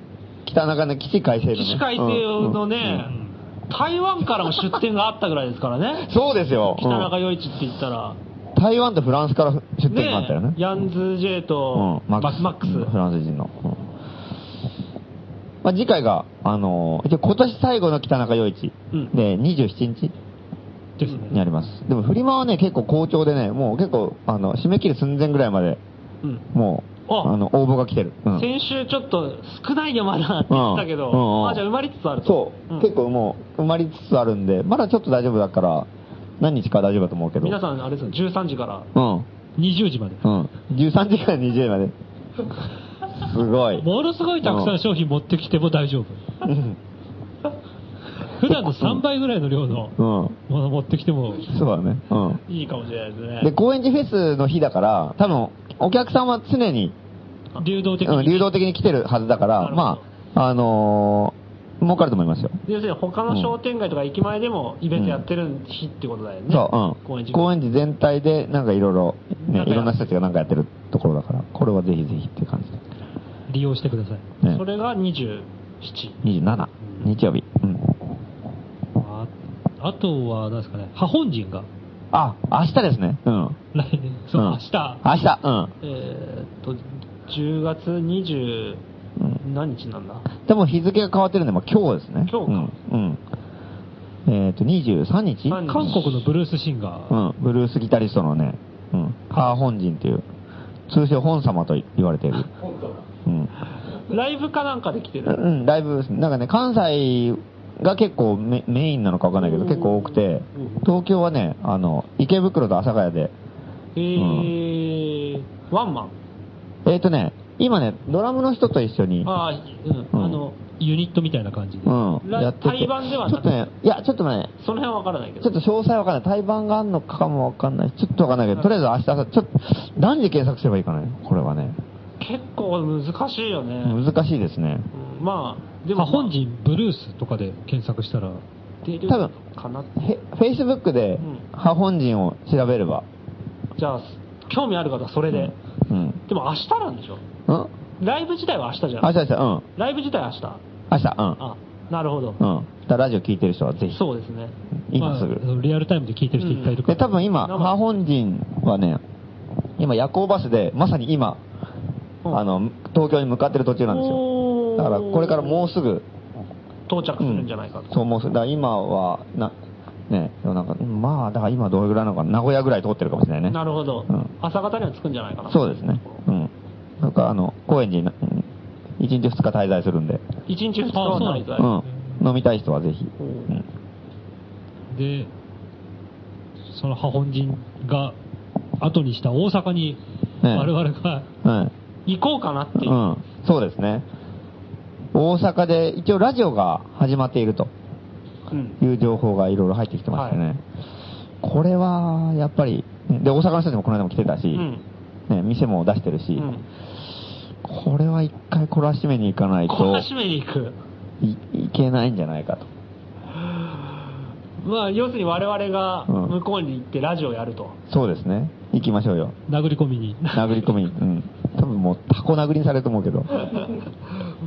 Speaker 2: 北中の起死回生のね。
Speaker 5: 起死回生のね、
Speaker 2: うんうん、
Speaker 5: 台湾からも出店があったぐらいですからね
Speaker 2: そうですよ。
Speaker 5: 北中
Speaker 2: うん
Speaker 5: 余一って言ったら、
Speaker 2: 台湾とフランスから出店があったよね。
Speaker 5: ヤンズ J と
Speaker 2: うん
Speaker 5: マックス、マックス
Speaker 2: フランス人の。うんまあ、次回が、あのー、一応今年最後の北中陽一
Speaker 5: うん
Speaker 2: で27日
Speaker 6: ですね。
Speaker 2: にあります。でもフリマはね、結構好調でね、もう結構、あの、締め切る寸前ぐらいまで、
Speaker 5: うん
Speaker 2: もう、
Speaker 5: あ
Speaker 2: あの、応募が来てる。うん
Speaker 5: 先週ちょっと少ないよまだって言ってたけど、
Speaker 2: うんうんうん
Speaker 5: あじゃあ埋まりつつある
Speaker 2: そ
Speaker 5: と、
Speaker 2: う、
Speaker 5: ん
Speaker 2: 結構もう埋まりつつあるんで、まだちょっと大丈夫だから、何日かは大丈夫だと思うけど。
Speaker 5: 皆さん、あれですよ、13時から、
Speaker 2: うん。
Speaker 6: 20時まで。
Speaker 2: うん。13時から20時まで。すごい。
Speaker 6: ものすごいたくさん商品持ってきても大丈夫。
Speaker 2: うん
Speaker 6: 普段の3倍ぐらいの量の
Speaker 2: うん。
Speaker 6: もの持ってきても
Speaker 2: そうだね。うん。
Speaker 6: いいかもしれないです
Speaker 2: で、
Speaker 6: ね。
Speaker 2: 高円寺フェスの日だから、多分、お客さんは常に、
Speaker 6: 流動的
Speaker 2: うん、
Speaker 6: に。
Speaker 2: 流動的に来てるはずだから、まあ、あのー、儲かると思いますよ。
Speaker 5: 要するに他の商店街とか駅前でもイベントやってる日ってことだよね。
Speaker 2: そう、
Speaker 5: 公
Speaker 2: う
Speaker 5: 園
Speaker 2: ん。
Speaker 5: 時
Speaker 2: 高円寺全体で、なんかいろいろ、
Speaker 5: な
Speaker 2: ね
Speaker 5: ん、か
Speaker 2: いろんな人たちがなんかやってるところだから、これはぜひぜひっていう感じで。
Speaker 6: 利用してください。
Speaker 2: ね
Speaker 5: そ、れが27。
Speaker 2: 27、日曜日。うん。
Speaker 6: ああとは、何ですかね、破本陣が
Speaker 2: あ、明日ですね。うん。
Speaker 6: 来年、そう、
Speaker 2: うん
Speaker 6: 明日、
Speaker 2: 明日、うん。
Speaker 5: えーっと、10月20何日なんだ
Speaker 2: でも日付が変わってるんで、まあ今日です
Speaker 5: 今
Speaker 2: ね。
Speaker 5: 日か
Speaker 2: うん。うん、えっ、と、23日
Speaker 5: 韓
Speaker 6: 韓国のブルースシンガ
Speaker 2: う
Speaker 6: ー、
Speaker 2: ん、ブルースギタリストのね、うん、ハー本人っていう、通称本様と言われている。うん。
Speaker 5: ライブかなんかで来て
Speaker 2: う
Speaker 5: る。
Speaker 2: ん、ライブですね、なんかね、関西が結構メメインなのかわかんないけど、結構多くて、東京はね、あの、池袋と阿佐ヶ谷で、
Speaker 5: えー、ワンマン。
Speaker 2: えっ、ー、とね、今ね、ドラムの人と一緒に、
Speaker 5: あーうん
Speaker 2: うん
Speaker 5: あの、
Speaker 6: ユニットみたいな感じで
Speaker 2: う。ん、
Speaker 5: ラ
Speaker 2: やってて。
Speaker 5: 対バンでは
Speaker 2: ち
Speaker 5: な
Speaker 2: ょっ
Speaker 5: く
Speaker 2: とね、いや、ちょっとね、
Speaker 5: その辺はわからないけ
Speaker 2: ちょ
Speaker 5: ど
Speaker 2: っ。と詳細わかんない。対バンがあんのかもわかんない。ちょっとわかんないけど、とりあえず明日さ、ちょっと、何で検索すればいいかね、これはね。
Speaker 5: 結構難しいよね。
Speaker 2: 難しいですね。
Speaker 5: うんまあ、でも、
Speaker 6: 破本陣ブルースとかで検索したら、
Speaker 5: 出る
Speaker 2: 多分
Speaker 5: かな。
Speaker 2: フェイスブックで
Speaker 5: ん、
Speaker 2: 破本人を調べれば。
Speaker 5: じゃあ、興味ある方はそれで。
Speaker 2: うん。
Speaker 5: でも明日なんでしょ
Speaker 2: うん
Speaker 5: ライブ自体は明日じゃ
Speaker 2: 明
Speaker 5: ん。
Speaker 2: 日、明日、うん。
Speaker 5: ライブ自体は明日。
Speaker 2: 明日、
Speaker 5: あ、なるほど。
Speaker 2: うん。うん。だからラジオ聞いてる人はぜひ、
Speaker 5: そうですね。
Speaker 2: 今すぐ。
Speaker 6: まあリアルタイムで聞いてる人いっぱいいるか
Speaker 2: で、
Speaker 6: ら。
Speaker 2: 多分今、
Speaker 5: 生
Speaker 2: 破本人はね、今夜行バスで、まさに今、
Speaker 5: うん
Speaker 2: あの、東京に向かってる途中なんですよ。
Speaker 5: おー
Speaker 2: だから、これからもうすぐ、
Speaker 5: 到着するんじゃないか
Speaker 2: うんそう思う。だから今は、な、ね、でもなんか、まあ、だから今どれぐらいなのかな、名古屋ぐらい通ってるかもしれないね。
Speaker 5: なるほど、
Speaker 2: うん
Speaker 5: 朝方には着くんじゃないかな。
Speaker 2: そうですね。うん。なんかあの、高円寺に、1日2日滞在するんで、
Speaker 5: 1日2日はないと
Speaker 6: あ
Speaker 2: うん。飲みたい人はぜひ。
Speaker 5: お
Speaker 2: う。
Speaker 5: うん
Speaker 6: で、その破本陣が後にした大阪に、
Speaker 2: ええ
Speaker 6: 我々が、
Speaker 2: はい。
Speaker 5: 行こうかなっていうう。
Speaker 2: ん。そうですね。大阪で、一応ラジオが始まっていると
Speaker 5: うん
Speaker 2: いう情報がいろいろ入ってきてましたね。これは、やっぱり、で、大阪の人たちもこの間も来てたし、
Speaker 5: うん
Speaker 2: ね、店も出してるし、
Speaker 5: うん
Speaker 2: これは一回懲らしめに行かない
Speaker 5: 懲
Speaker 2: と
Speaker 5: らしめに行く。
Speaker 2: いいけないんじゃないかと。
Speaker 5: まあ、要するに我々が
Speaker 2: うん
Speaker 5: 向こうに行ってラジオやると。 [LAUGHS]
Speaker 2: そうですね。行きましょうよ。
Speaker 6: 殴り込みに。
Speaker 2: 殴り込
Speaker 5: [LAUGHS]
Speaker 2: み。うん。多分もう、タコ殴りにされると思うけど。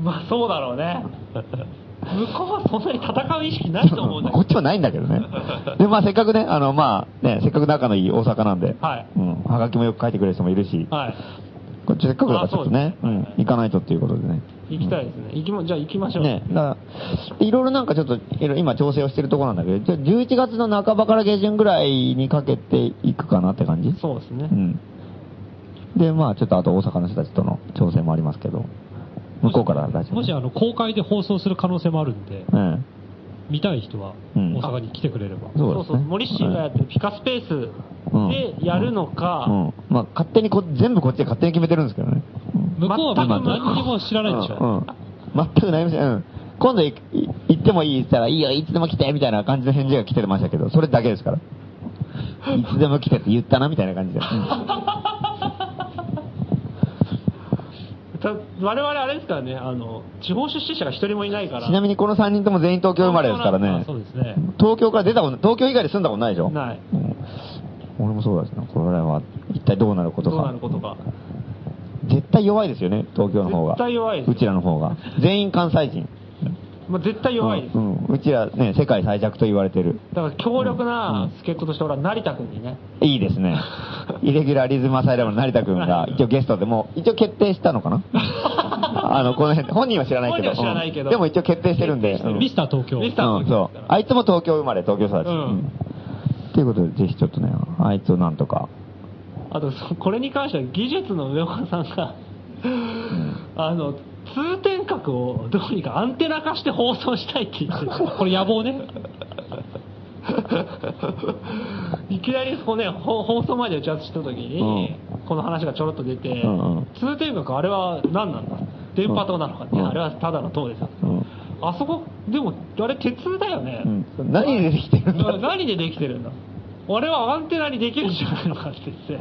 Speaker 5: まあ、そうだろうね。向こうはそんなに戦う意識ないと思うんだけ
Speaker 2: こ
Speaker 5: ど
Speaker 2: っ。ちはないんだけどね。で、まあせっかくね、あの、まあね、せっかく仲のいい大阪なんで、
Speaker 5: はい
Speaker 2: うん。はがきもよく書いてくれる人もいるし、
Speaker 5: はい。
Speaker 2: こっちせっかくだからちょっとね、
Speaker 5: あそううですね
Speaker 2: ん。行かないとっていうことでね。
Speaker 5: 行きたいですね。行きも、じゃあ行きましょう。
Speaker 2: ね、だから、いろいろなんかちょっと、いろいろ今調整をしてるところなんだけど、じゃあ11月の半ばから下旬ぐらいにかけていくかなって感じ
Speaker 5: そうですね
Speaker 2: う。ん。で、まあちょっとあと大阪の人たちとの調整もありますけど、向こうからラジオね。
Speaker 6: もしあの公開で放送する可能性もあるんで、
Speaker 2: うん。
Speaker 6: 見たい人は
Speaker 2: うん
Speaker 6: 大阪に来てくれれば。
Speaker 2: そ
Speaker 5: そ
Speaker 2: う
Speaker 5: う
Speaker 2: です
Speaker 5: そう。
Speaker 2: ね。
Speaker 5: 森氏がやってるピカスペースでやるのか、
Speaker 2: うん。まあ、勝手にこ、全部こっちで勝手に決めてるんですけどね。
Speaker 6: 向こうは
Speaker 2: 全
Speaker 6: 何
Speaker 2: く
Speaker 6: にも知らないでしょ。
Speaker 2: うん。うん全くないません。うん。今度いい行ってもいいって言ったら、いいよ、いつでも来て、みたいな感じの返事が来てましたけど、それだけですから。いつでも来てって言ったな、みたいな感じで。うん
Speaker 6: [LAUGHS]
Speaker 5: た我々あれですからね、あの、地方出身者が一人もいないから。
Speaker 2: ちなみにこの3人とも全員東京生まれですから
Speaker 6: あ
Speaker 2: ね。
Speaker 6: そうですね。
Speaker 2: 東京から出たこと、東京以外で住んだことないでしょ
Speaker 5: ない。
Speaker 2: うん俺もそうだしな、これは一体どうなること
Speaker 5: どう
Speaker 2: か。
Speaker 5: なることか。
Speaker 2: 絶対弱いですよね、東京の方が。
Speaker 5: 絶対弱いです
Speaker 2: うちらの方が。全員関西人。
Speaker 5: まあ、絶対弱いです。
Speaker 2: うん。うんうちらね、世界最弱と言われてる。
Speaker 5: だから強力な助っ人として俺は成田君にね、
Speaker 2: いいで
Speaker 5: [LAUGHS]
Speaker 2: すね。イレギュラーリズムアサイラムの成田くんが、一応ゲストでもう、一応決定したの
Speaker 5: [LAUGHS]
Speaker 2: かなあの、この辺、本人は知らないけど。
Speaker 5: 本人は知らないけど
Speaker 2: うんでも一応決定してるんで。うん
Speaker 6: ミスター東京。
Speaker 5: ミスター
Speaker 2: うん、そう。あいつも東京生まれ、東京育ち。
Speaker 5: うん
Speaker 2: ということで、ぜひちょっとね、あいつをなんとか。
Speaker 5: あとそこれに関しては技術の上岡さんが、あの、通天閣をどうにかアンテナ化して放送したいって言って
Speaker 6: [LAUGHS]
Speaker 5: たこれ野望ね。 [LAUGHS] いきなりこうね、ほ放送前で打ち合わせした時に、この話がちょろっと出て、
Speaker 2: んうん
Speaker 5: 通天閣あれは何なんだ電波塔なのかって、
Speaker 2: うん
Speaker 5: あれはただの塔ですよ。
Speaker 2: うん。
Speaker 5: あそこでも、あれ、鉄だよね。
Speaker 2: うん何でできてるんだ
Speaker 5: あれ [LAUGHS] 何でできてるんだ俺はアンテナにできるんじゃないのかって言って。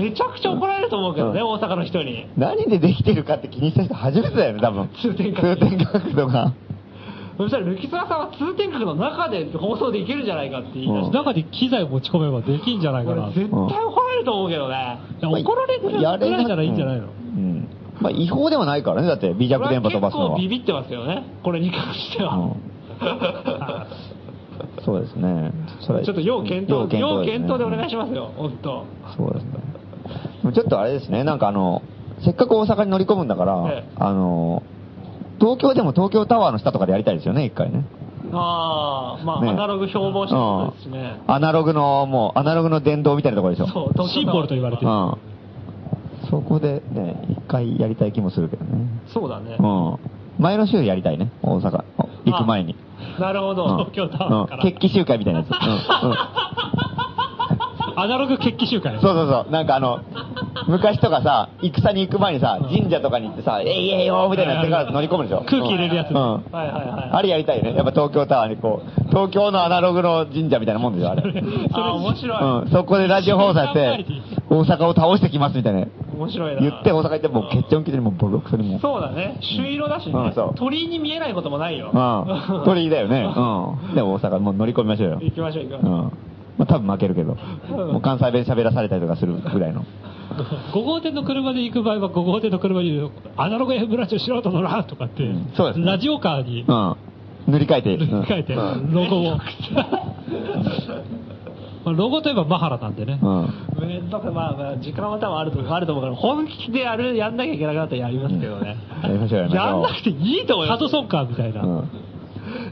Speaker 5: めちゃくちゃ怒られると思うけどね、
Speaker 2: うん
Speaker 5: 大阪の人に。
Speaker 2: 何でできてるかって気にした人初めてだよね、多分。
Speaker 5: 通天閣
Speaker 2: 通天閣とか。
Speaker 5: そしたら、ルキツラさんは通天閣の中で放送できるんじゃないかって言い出して、
Speaker 6: 中に機材持ち込めばできんじゃないかな
Speaker 5: 俺。絶対怒られると思うけどね。
Speaker 6: や怒られるぐらいならいいんじゃないの
Speaker 2: やれうんうんまあ違法ではないからね、だって微弱電波飛ばすのは
Speaker 5: 俺。結構ビビってますよね、これに関しては。
Speaker 2: そうですね。そ
Speaker 5: [LAUGHS]
Speaker 2: れ
Speaker 5: ちょっと要検討、要
Speaker 2: ですね
Speaker 5: 検討でお願いしますよ、本当。
Speaker 2: そうですね。でもちょっとあれですね、なんかあの、せっかく大阪に乗り込むんだから、
Speaker 5: ええ
Speaker 2: あの、東京でも東京タワーの下とかでやりたいですよね、一回ね。
Speaker 5: ああ、まあ、
Speaker 2: ね
Speaker 5: アナログ標榜してことですしね。
Speaker 2: アナログの、もう、アナログの電動みたいなとこでしょ。
Speaker 5: そう、東京
Speaker 6: シンボルと言われて
Speaker 2: う
Speaker 6: る
Speaker 2: ん。そこでね、一回やりたい気もするけどね。
Speaker 5: そうだね
Speaker 2: う。ん。前の週やりたいね、大阪。お行く前に。
Speaker 5: なるほど、
Speaker 2: うん
Speaker 5: 東京タワーから。
Speaker 2: うん決起集会みたいなやつ。うんうん
Speaker 6: アナログ決起集会。
Speaker 2: そうそうそう。なんかあの、昔とかさ、戦に行く前にさ、神社とかに行ってさ、えいえいよーみたいなやってから乗り込むでしょ。
Speaker 6: 空気入れるやつ
Speaker 2: う
Speaker 6: ね
Speaker 2: ん。うん
Speaker 5: はいはいはい。
Speaker 2: あれやりたいよね。やっぱ東京タワーにこう、東京のアナログの神社みたいなもんでしょ、あれ。う
Speaker 5: あー面白
Speaker 2: ん。そこでラジオ放送やって、大阪を倒してきますみたいな。
Speaker 5: い。面白いな。
Speaker 2: 言って大阪行ってもう、
Speaker 5: うん
Speaker 2: 決定切りにもうボロクソにもう。
Speaker 5: そうだね。朱色だし
Speaker 2: うん
Speaker 5: ね
Speaker 2: そう。
Speaker 5: 鳥居に見えないこともないよ。 [LAUGHS]
Speaker 2: うん。鳥居だよね。うん。でも大阪もう乗り込みましょうよ。
Speaker 5: 行きましょう行
Speaker 2: う
Speaker 5: きま
Speaker 2: ん。
Speaker 5: しょう。
Speaker 2: まあ多分負けるけど。もう関西弁喋らされたりとかするぐらいの。
Speaker 6: 5号店の車で行く場合は5号店の車にアナログ FM ラジオ素人のラーとかって、
Speaker 2: んそうですね
Speaker 6: ラジオカーに
Speaker 2: うん。塗り替えて。
Speaker 6: 塗り替えて、
Speaker 2: うんうん
Speaker 6: ロゴを。まあロゴといえばマハラなんでね。
Speaker 2: うん。
Speaker 5: めんどくまあまあ、時間は多分あると思うあると思うから、本気でやる、やんなきゃいけなくなったらやりますけどね。
Speaker 2: やりましょう、やりまし
Speaker 5: やん
Speaker 2: ょ
Speaker 5: なくていいと思い
Speaker 6: ハ
Speaker 5: ます。
Speaker 6: ドソンカーみたいな。
Speaker 2: う。うん。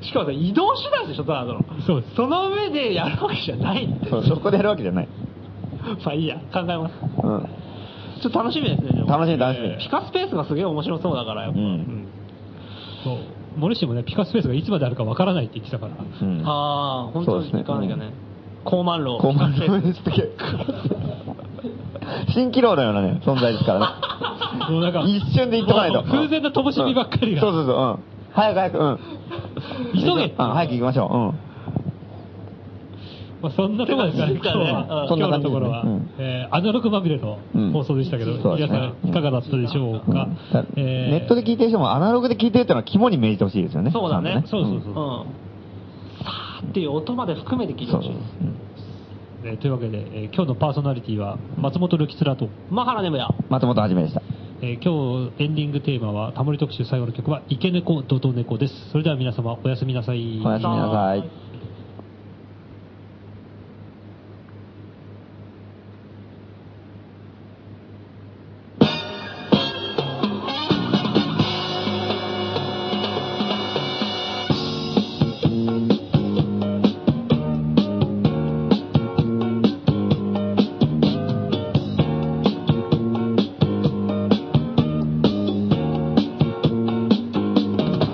Speaker 5: しかもさ、移動手段でしょ、ただの。
Speaker 6: そうです。
Speaker 5: その上でやるわけじゃないって。 [LAUGHS]
Speaker 2: そうそこでやるわけじゃない。
Speaker 5: まあいいや、考えます。
Speaker 2: うん。
Speaker 5: ちょっと楽しみですね、でも
Speaker 2: 楽しみ楽しみ
Speaker 5: えーピカスペースがすげえ面白そうだから、やっぱ。
Speaker 2: うん
Speaker 6: そう。モリシーもね、ピカスペースがいつまであるかわからないって言ってたから。
Speaker 2: うん。
Speaker 5: ああ、本当に行かなきゃ
Speaker 2: そう
Speaker 5: ね
Speaker 2: で。
Speaker 5: 高慢路。
Speaker 2: 高
Speaker 5: [LAUGHS]
Speaker 2: 慢
Speaker 5: ピカスペー
Speaker 2: の
Speaker 5: ス
Speaker 2: 新気楼のようなね、存在ですから
Speaker 6: もうなんか、
Speaker 2: ね。一瞬で行っとかないと。
Speaker 6: もう偶然の灯火ばっかりが
Speaker 2: うんそうそうそう、うん。早く早く、うん。
Speaker 6: 急げ
Speaker 2: うん、早く行きましょ
Speaker 6: まあ、そんなところですかね、
Speaker 5: そうで
Speaker 6: 今
Speaker 5: す
Speaker 6: 日
Speaker 5: ね
Speaker 6: は
Speaker 2: うん
Speaker 6: 今日のところは、
Speaker 2: そんな感じ
Speaker 6: えーアナログまみれの
Speaker 2: うん
Speaker 6: 放送でしたけど、
Speaker 2: そうで
Speaker 6: 皆
Speaker 2: すね
Speaker 6: さんいかがだったでしょう
Speaker 2: う。うん
Speaker 6: か。
Speaker 2: だから
Speaker 6: えー
Speaker 2: ネットで聞いてる人もアナログで聞いてるってのは肝に銘じてほしいですよね。
Speaker 5: そうだね
Speaker 6: そうそうそ
Speaker 5: う
Speaker 6: う
Speaker 5: ん。さーっていう音まで含めて聞いてほ
Speaker 2: そう
Speaker 5: し
Speaker 2: そう
Speaker 5: い
Speaker 2: そう。。
Speaker 6: えーというわけで、えー今日のパーソナリティは松本るきつらと、
Speaker 5: マハラネムヤ。
Speaker 2: 松本はじめでした。
Speaker 6: えー今日エンディングテーマはタモリ特集最後の曲はイケネコドドネコです。それでは皆様おやすみなさい。
Speaker 2: おやすみなさい。
Speaker 1: いけ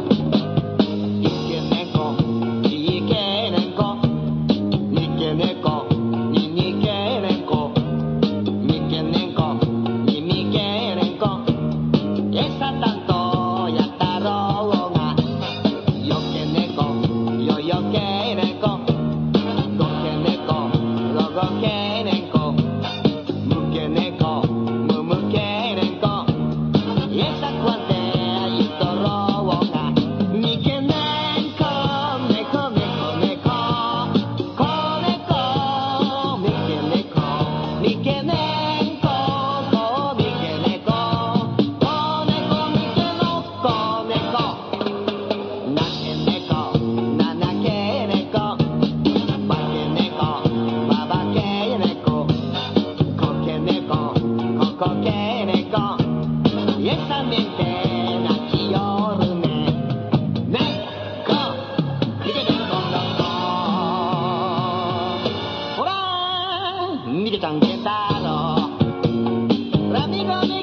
Speaker 1: ねこいけねこにけねこににけねこにけねこににけねこ餌だとやたろうがよけねこよよけねこごけねころごけねこむけねこむむけねこイエサクワテイトロウがニケネコネコネコネココネコニケネコニケネココニケネココネコニケノコネコナケネコナナケネコバケネコババケネココケネコココケネコイエサメンテ泣きよるねねっこ逃げたんこんなほら逃げたんけだろラミゴミ